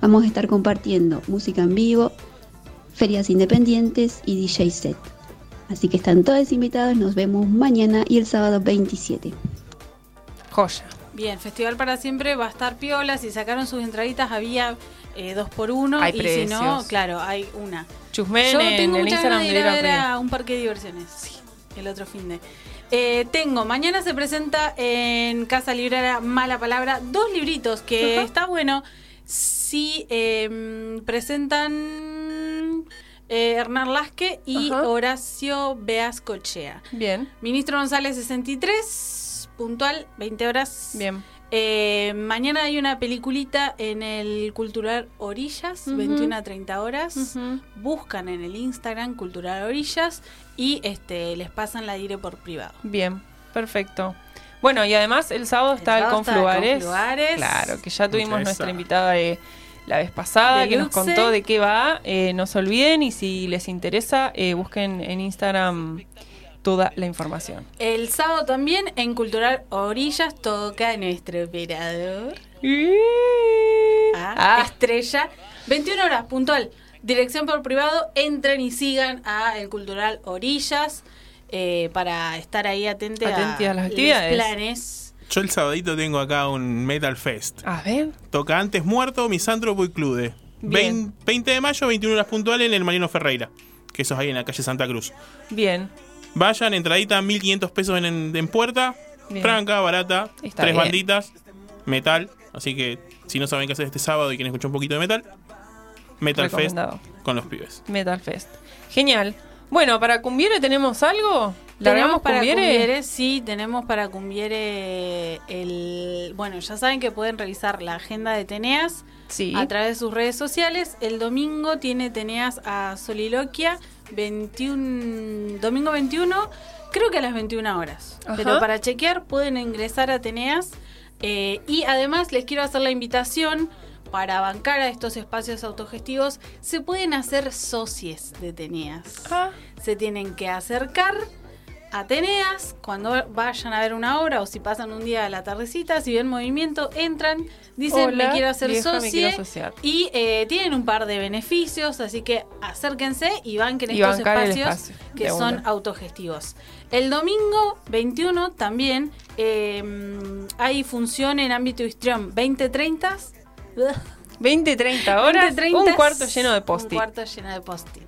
Speaker 13: Vamos a estar compartiendo música en vivo, ferias independientes y DJ set. Así que están todos invitados, nos vemos mañana y el sábado 27.
Speaker 5: Joya.
Speaker 6: Bien, Festival para Siempre va a estar piola. Si sacaron sus entraditas, había eh, dos por uno.
Speaker 5: Hay
Speaker 6: y si no,
Speaker 5: precios.
Speaker 6: claro, hay una.
Speaker 5: Chusmen
Speaker 6: Yo
Speaker 5: en
Speaker 6: tengo
Speaker 5: el
Speaker 6: muchas
Speaker 5: Instagram
Speaker 6: ganas de
Speaker 5: de
Speaker 6: ir a
Speaker 5: ir a
Speaker 6: ver a
Speaker 5: Río.
Speaker 6: un parque de diversiones. Sí, el otro fin de. Eh, tengo, mañana se presenta en Casa Librera Mala Palabra dos libritos que
Speaker 4: Ajá.
Speaker 6: está bueno. Si eh, presentan eh, Hernán Lasque y Horacio Beascochea.
Speaker 5: Bien.
Speaker 6: Ministro González 63, puntual, 20 horas.
Speaker 5: Bien.
Speaker 6: Eh, mañana hay una peliculita en el Cultural Orillas,
Speaker 4: Ujú.
Speaker 6: 21 a 30 horas. Buscan en el Instagram Cultural Orillas y este les pasan la dire por privado.
Speaker 5: Bien, perfecto. Bueno, y además el sábado está el,
Speaker 6: sábado está el
Speaker 5: Confluares.
Speaker 6: Confluares.
Speaker 5: Claro, que ya tuvimos
Speaker 6: Esa.
Speaker 5: nuestra invitada de la vez pasada,
Speaker 6: De
Speaker 5: que nos
Speaker 6: Luxe.
Speaker 5: contó de qué va. Eh, no se olviden y si les interesa, eh, busquen en Instagram toda la información.
Speaker 6: El sábado también en Cultural Orillas toca nuestro operador. Ah,
Speaker 5: Ah.
Speaker 6: Estrella. 21 horas, puntual. Dirección por privado. Entren y sigan a el Cultural Orillas eh, para estar ahí atente
Speaker 5: Atenti a las
Speaker 6: los
Speaker 5: actividades.
Speaker 6: planes.
Speaker 7: Yo el sabadito tengo acá un Metal Fest.
Speaker 6: Ah.
Speaker 5: A ver.
Speaker 7: Toca antes muerto, misántropo y clude.
Speaker 5: Bien.
Speaker 7: 20, de mayo, 21 horas puntuales en el Mariano Ferreira. Que eso es ahí en la calle Santa Cruz.
Speaker 5: Bien.
Speaker 7: Vayan, entradita, 1500 pesos en, en- en puerta.
Speaker 5: Bien.
Speaker 7: Franca, barata.
Speaker 5: Está
Speaker 7: tres
Speaker 5: bien.
Speaker 7: banditas. Metal. Así que si no saben qué hacer este sábado y quieren escuchar un poquito de metal, Metal Fest
Speaker 5: Recomendado.
Speaker 7: con los pibes.
Speaker 5: Metal Fest. Genial. Bueno, para Cumbiere tenemos algo. ¿Largamos
Speaker 6: tenemos para
Speaker 5: Cumbiere?
Speaker 6: cumbiere? sí, tenemos para cumbiere el... Bueno, ya saben que pueden revisar la agenda de Teneas
Speaker 5: Sí.
Speaker 6: a través de sus redes sociales. El domingo tiene Teneas a Soliloquia, 21, domingo 21, creo que a las 21 horas.
Speaker 5: Ajá.
Speaker 6: Pero para chequear pueden ingresar a Teneas. eh, y además les quiero hacer la invitación para bancar a estos espacios autogestivos. Se pueden hacer socies de Teneas.
Speaker 5: Ah,
Speaker 6: Se tienen que acercar. Ateneas, cuando vayan a ver una obra o si pasan un día a la tardecita, si ven movimiento, entran, dicen
Speaker 5: Hola,
Speaker 6: me quiero hacer
Speaker 5: vieja, me
Speaker 6: socie
Speaker 5: quiero asociar.
Speaker 6: y eh, tienen un par de beneficios, así que acérquense y banquen
Speaker 5: Y
Speaker 6: estos
Speaker 5: bancar el
Speaker 6: espacios
Speaker 5: espacio,
Speaker 6: que
Speaker 5: de
Speaker 6: son
Speaker 5: una.
Speaker 6: autogestivos. El domingo 21 también eh, hay función en ámbito histrión 2030.
Speaker 5: 20-30 horas. un cuarto lleno de post-it.
Speaker 6: Un cuarto lleno de post-it.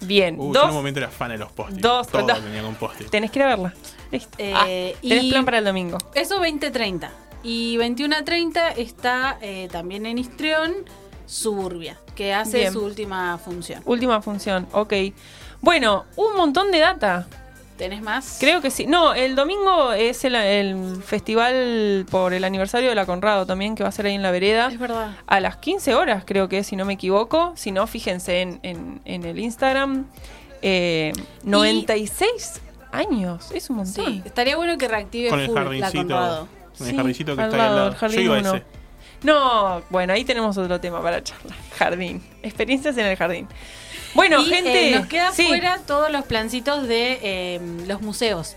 Speaker 5: Bien.
Speaker 7: Uh, yo en un
Speaker 5: dos.
Speaker 7: momento era fan de los post-it.
Speaker 5: Dos.
Speaker 7: Todo
Speaker 5: dos.
Speaker 7: tenía con post-it.
Speaker 5: Tenés que ir a verla. Listo.
Speaker 6: Eh,
Speaker 5: Ah,
Speaker 6: y-
Speaker 5: tenés plan para el domingo.
Speaker 6: Eso 20.30. Y 21.30 está eh, también en Histrión Suburbia, que hace
Speaker 5: Bien.
Speaker 6: su última función.
Speaker 5: Última función, ok. Bueno, un montón de data.
Speaker 6: ¿Tenés más?
Speaker 5: Creo que sí. No, el domingo es el, el festival por el aniversario de la Conrado también, que va a ser ahí en la vereda.
Speaker 6: Ah, Es verdad.
Speaker 5: A las 15 horas, creo que es, si no me equivoco. Si no, fíjense en, en- en el Instagram. Eh, 96 años, es un montón.
Speaker 6: Sí, estaría bueno que reactive
Speaker 7: Con el
Speaker 6: full la
Speaker 7: jardincito.
Speaker 6: Conrado.
Speaker 7: Con
Speaker 5: Sí,
Speaker 7: el jardincito que
Speaker 5: al
Speaker 7: está ahí
Speaker 5: lado,
Speaker 7: al lado.
Speaker 5: el jardín
Speaker 7: Yo iba a
Speaker 5: uno.
Speaker 7: ese.
Speaker 5: No, bueno, ahí tenemos otro tema para charla. Jardín. Experiencias en el jardín. Bueno,
Speaker 6: Y,
Speaker 5: gente.
Speaker 6: eh, nos queda
Speaker 5: sí.
Speaker 6: fuera todos los plancitos de eh, los museos.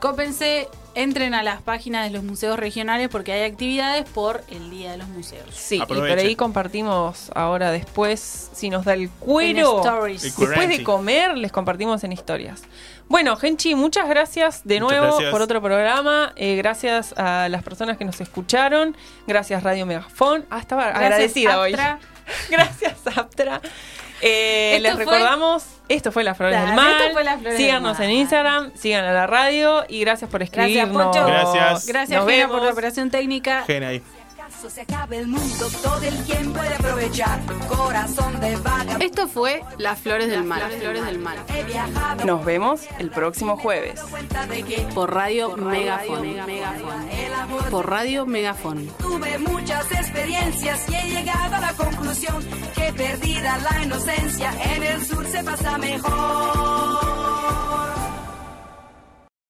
Speaker 6: Cópense, entren a las páginas de los museos regionales porque hay actividades por el Día de los Museos.
Speaker 5: Sí, y por
Speaker 6: Aprovechen.
Speaker 5: ahí compartimos ahora después, si nos da el
Speaker 6: En
Speaker 5: cuero,
Speaker 6: stories. El
Speaker 5: después de
Speaker 6: currency.
Speaker 5: comer, les compartimos en historias. Bueno, Genchi, muchas gracias de
Speaker 4: Muchas
Speaker 5: nuevo
Speaker 4: gracias.
Speaker 5: por otro programa. Eh, gracias a las personas que nos escucharon. Gracias Radio Megafon. Ah, estaba
Speaker 4: Gracias,
Speaker 5: agradecida
Speaker 4: Aptra.
Speaker 5: hoy. Gracias, Aptra. Eh,
Speaker 4: Esto
Speaker 5: les
Speaker 4: fue-
Speaker 5: recordamos, esto fue La Flores del
Speaker 4: Claro,
Speaker 5: Mal.
Speaker 4: esto fue Las Flores del
Speaker 5: Síganos
Speaker 4: Mal.
Speaker 5: en Instagram, sigan a la radio y gracias por
Speaker 6: Gracias,
Speaker 5: escribirnos.
Speaker 6: Pocho.
Speaker 5: Nos
Speaker 6: Gracias, Gina, por la
Speaker 5: vemos.
Speaker 6: operación técnica.
Speaker 7: Gen ahí.
Speaker 3: Caso se acabe el mundo, todo el tiempo de aprovechar. Corazón de vaga.
Speaker 4: Esto fue Las Flores del Mal. Las Flores del Mal.
Speaker 3: He viajado
Speaker 5: Eh, Nos vemos el próximo jueves.
Speaker 3: cuenta de que
Speaker 4: Por Radio Megafon.
Speaker 3: el amor
Speaker 4: Por Radio Megafon.
Speaker 3: Tuve muchas experiencias y he llegado a la conclusión que perdida la inocencia en el sur se pasa mejor.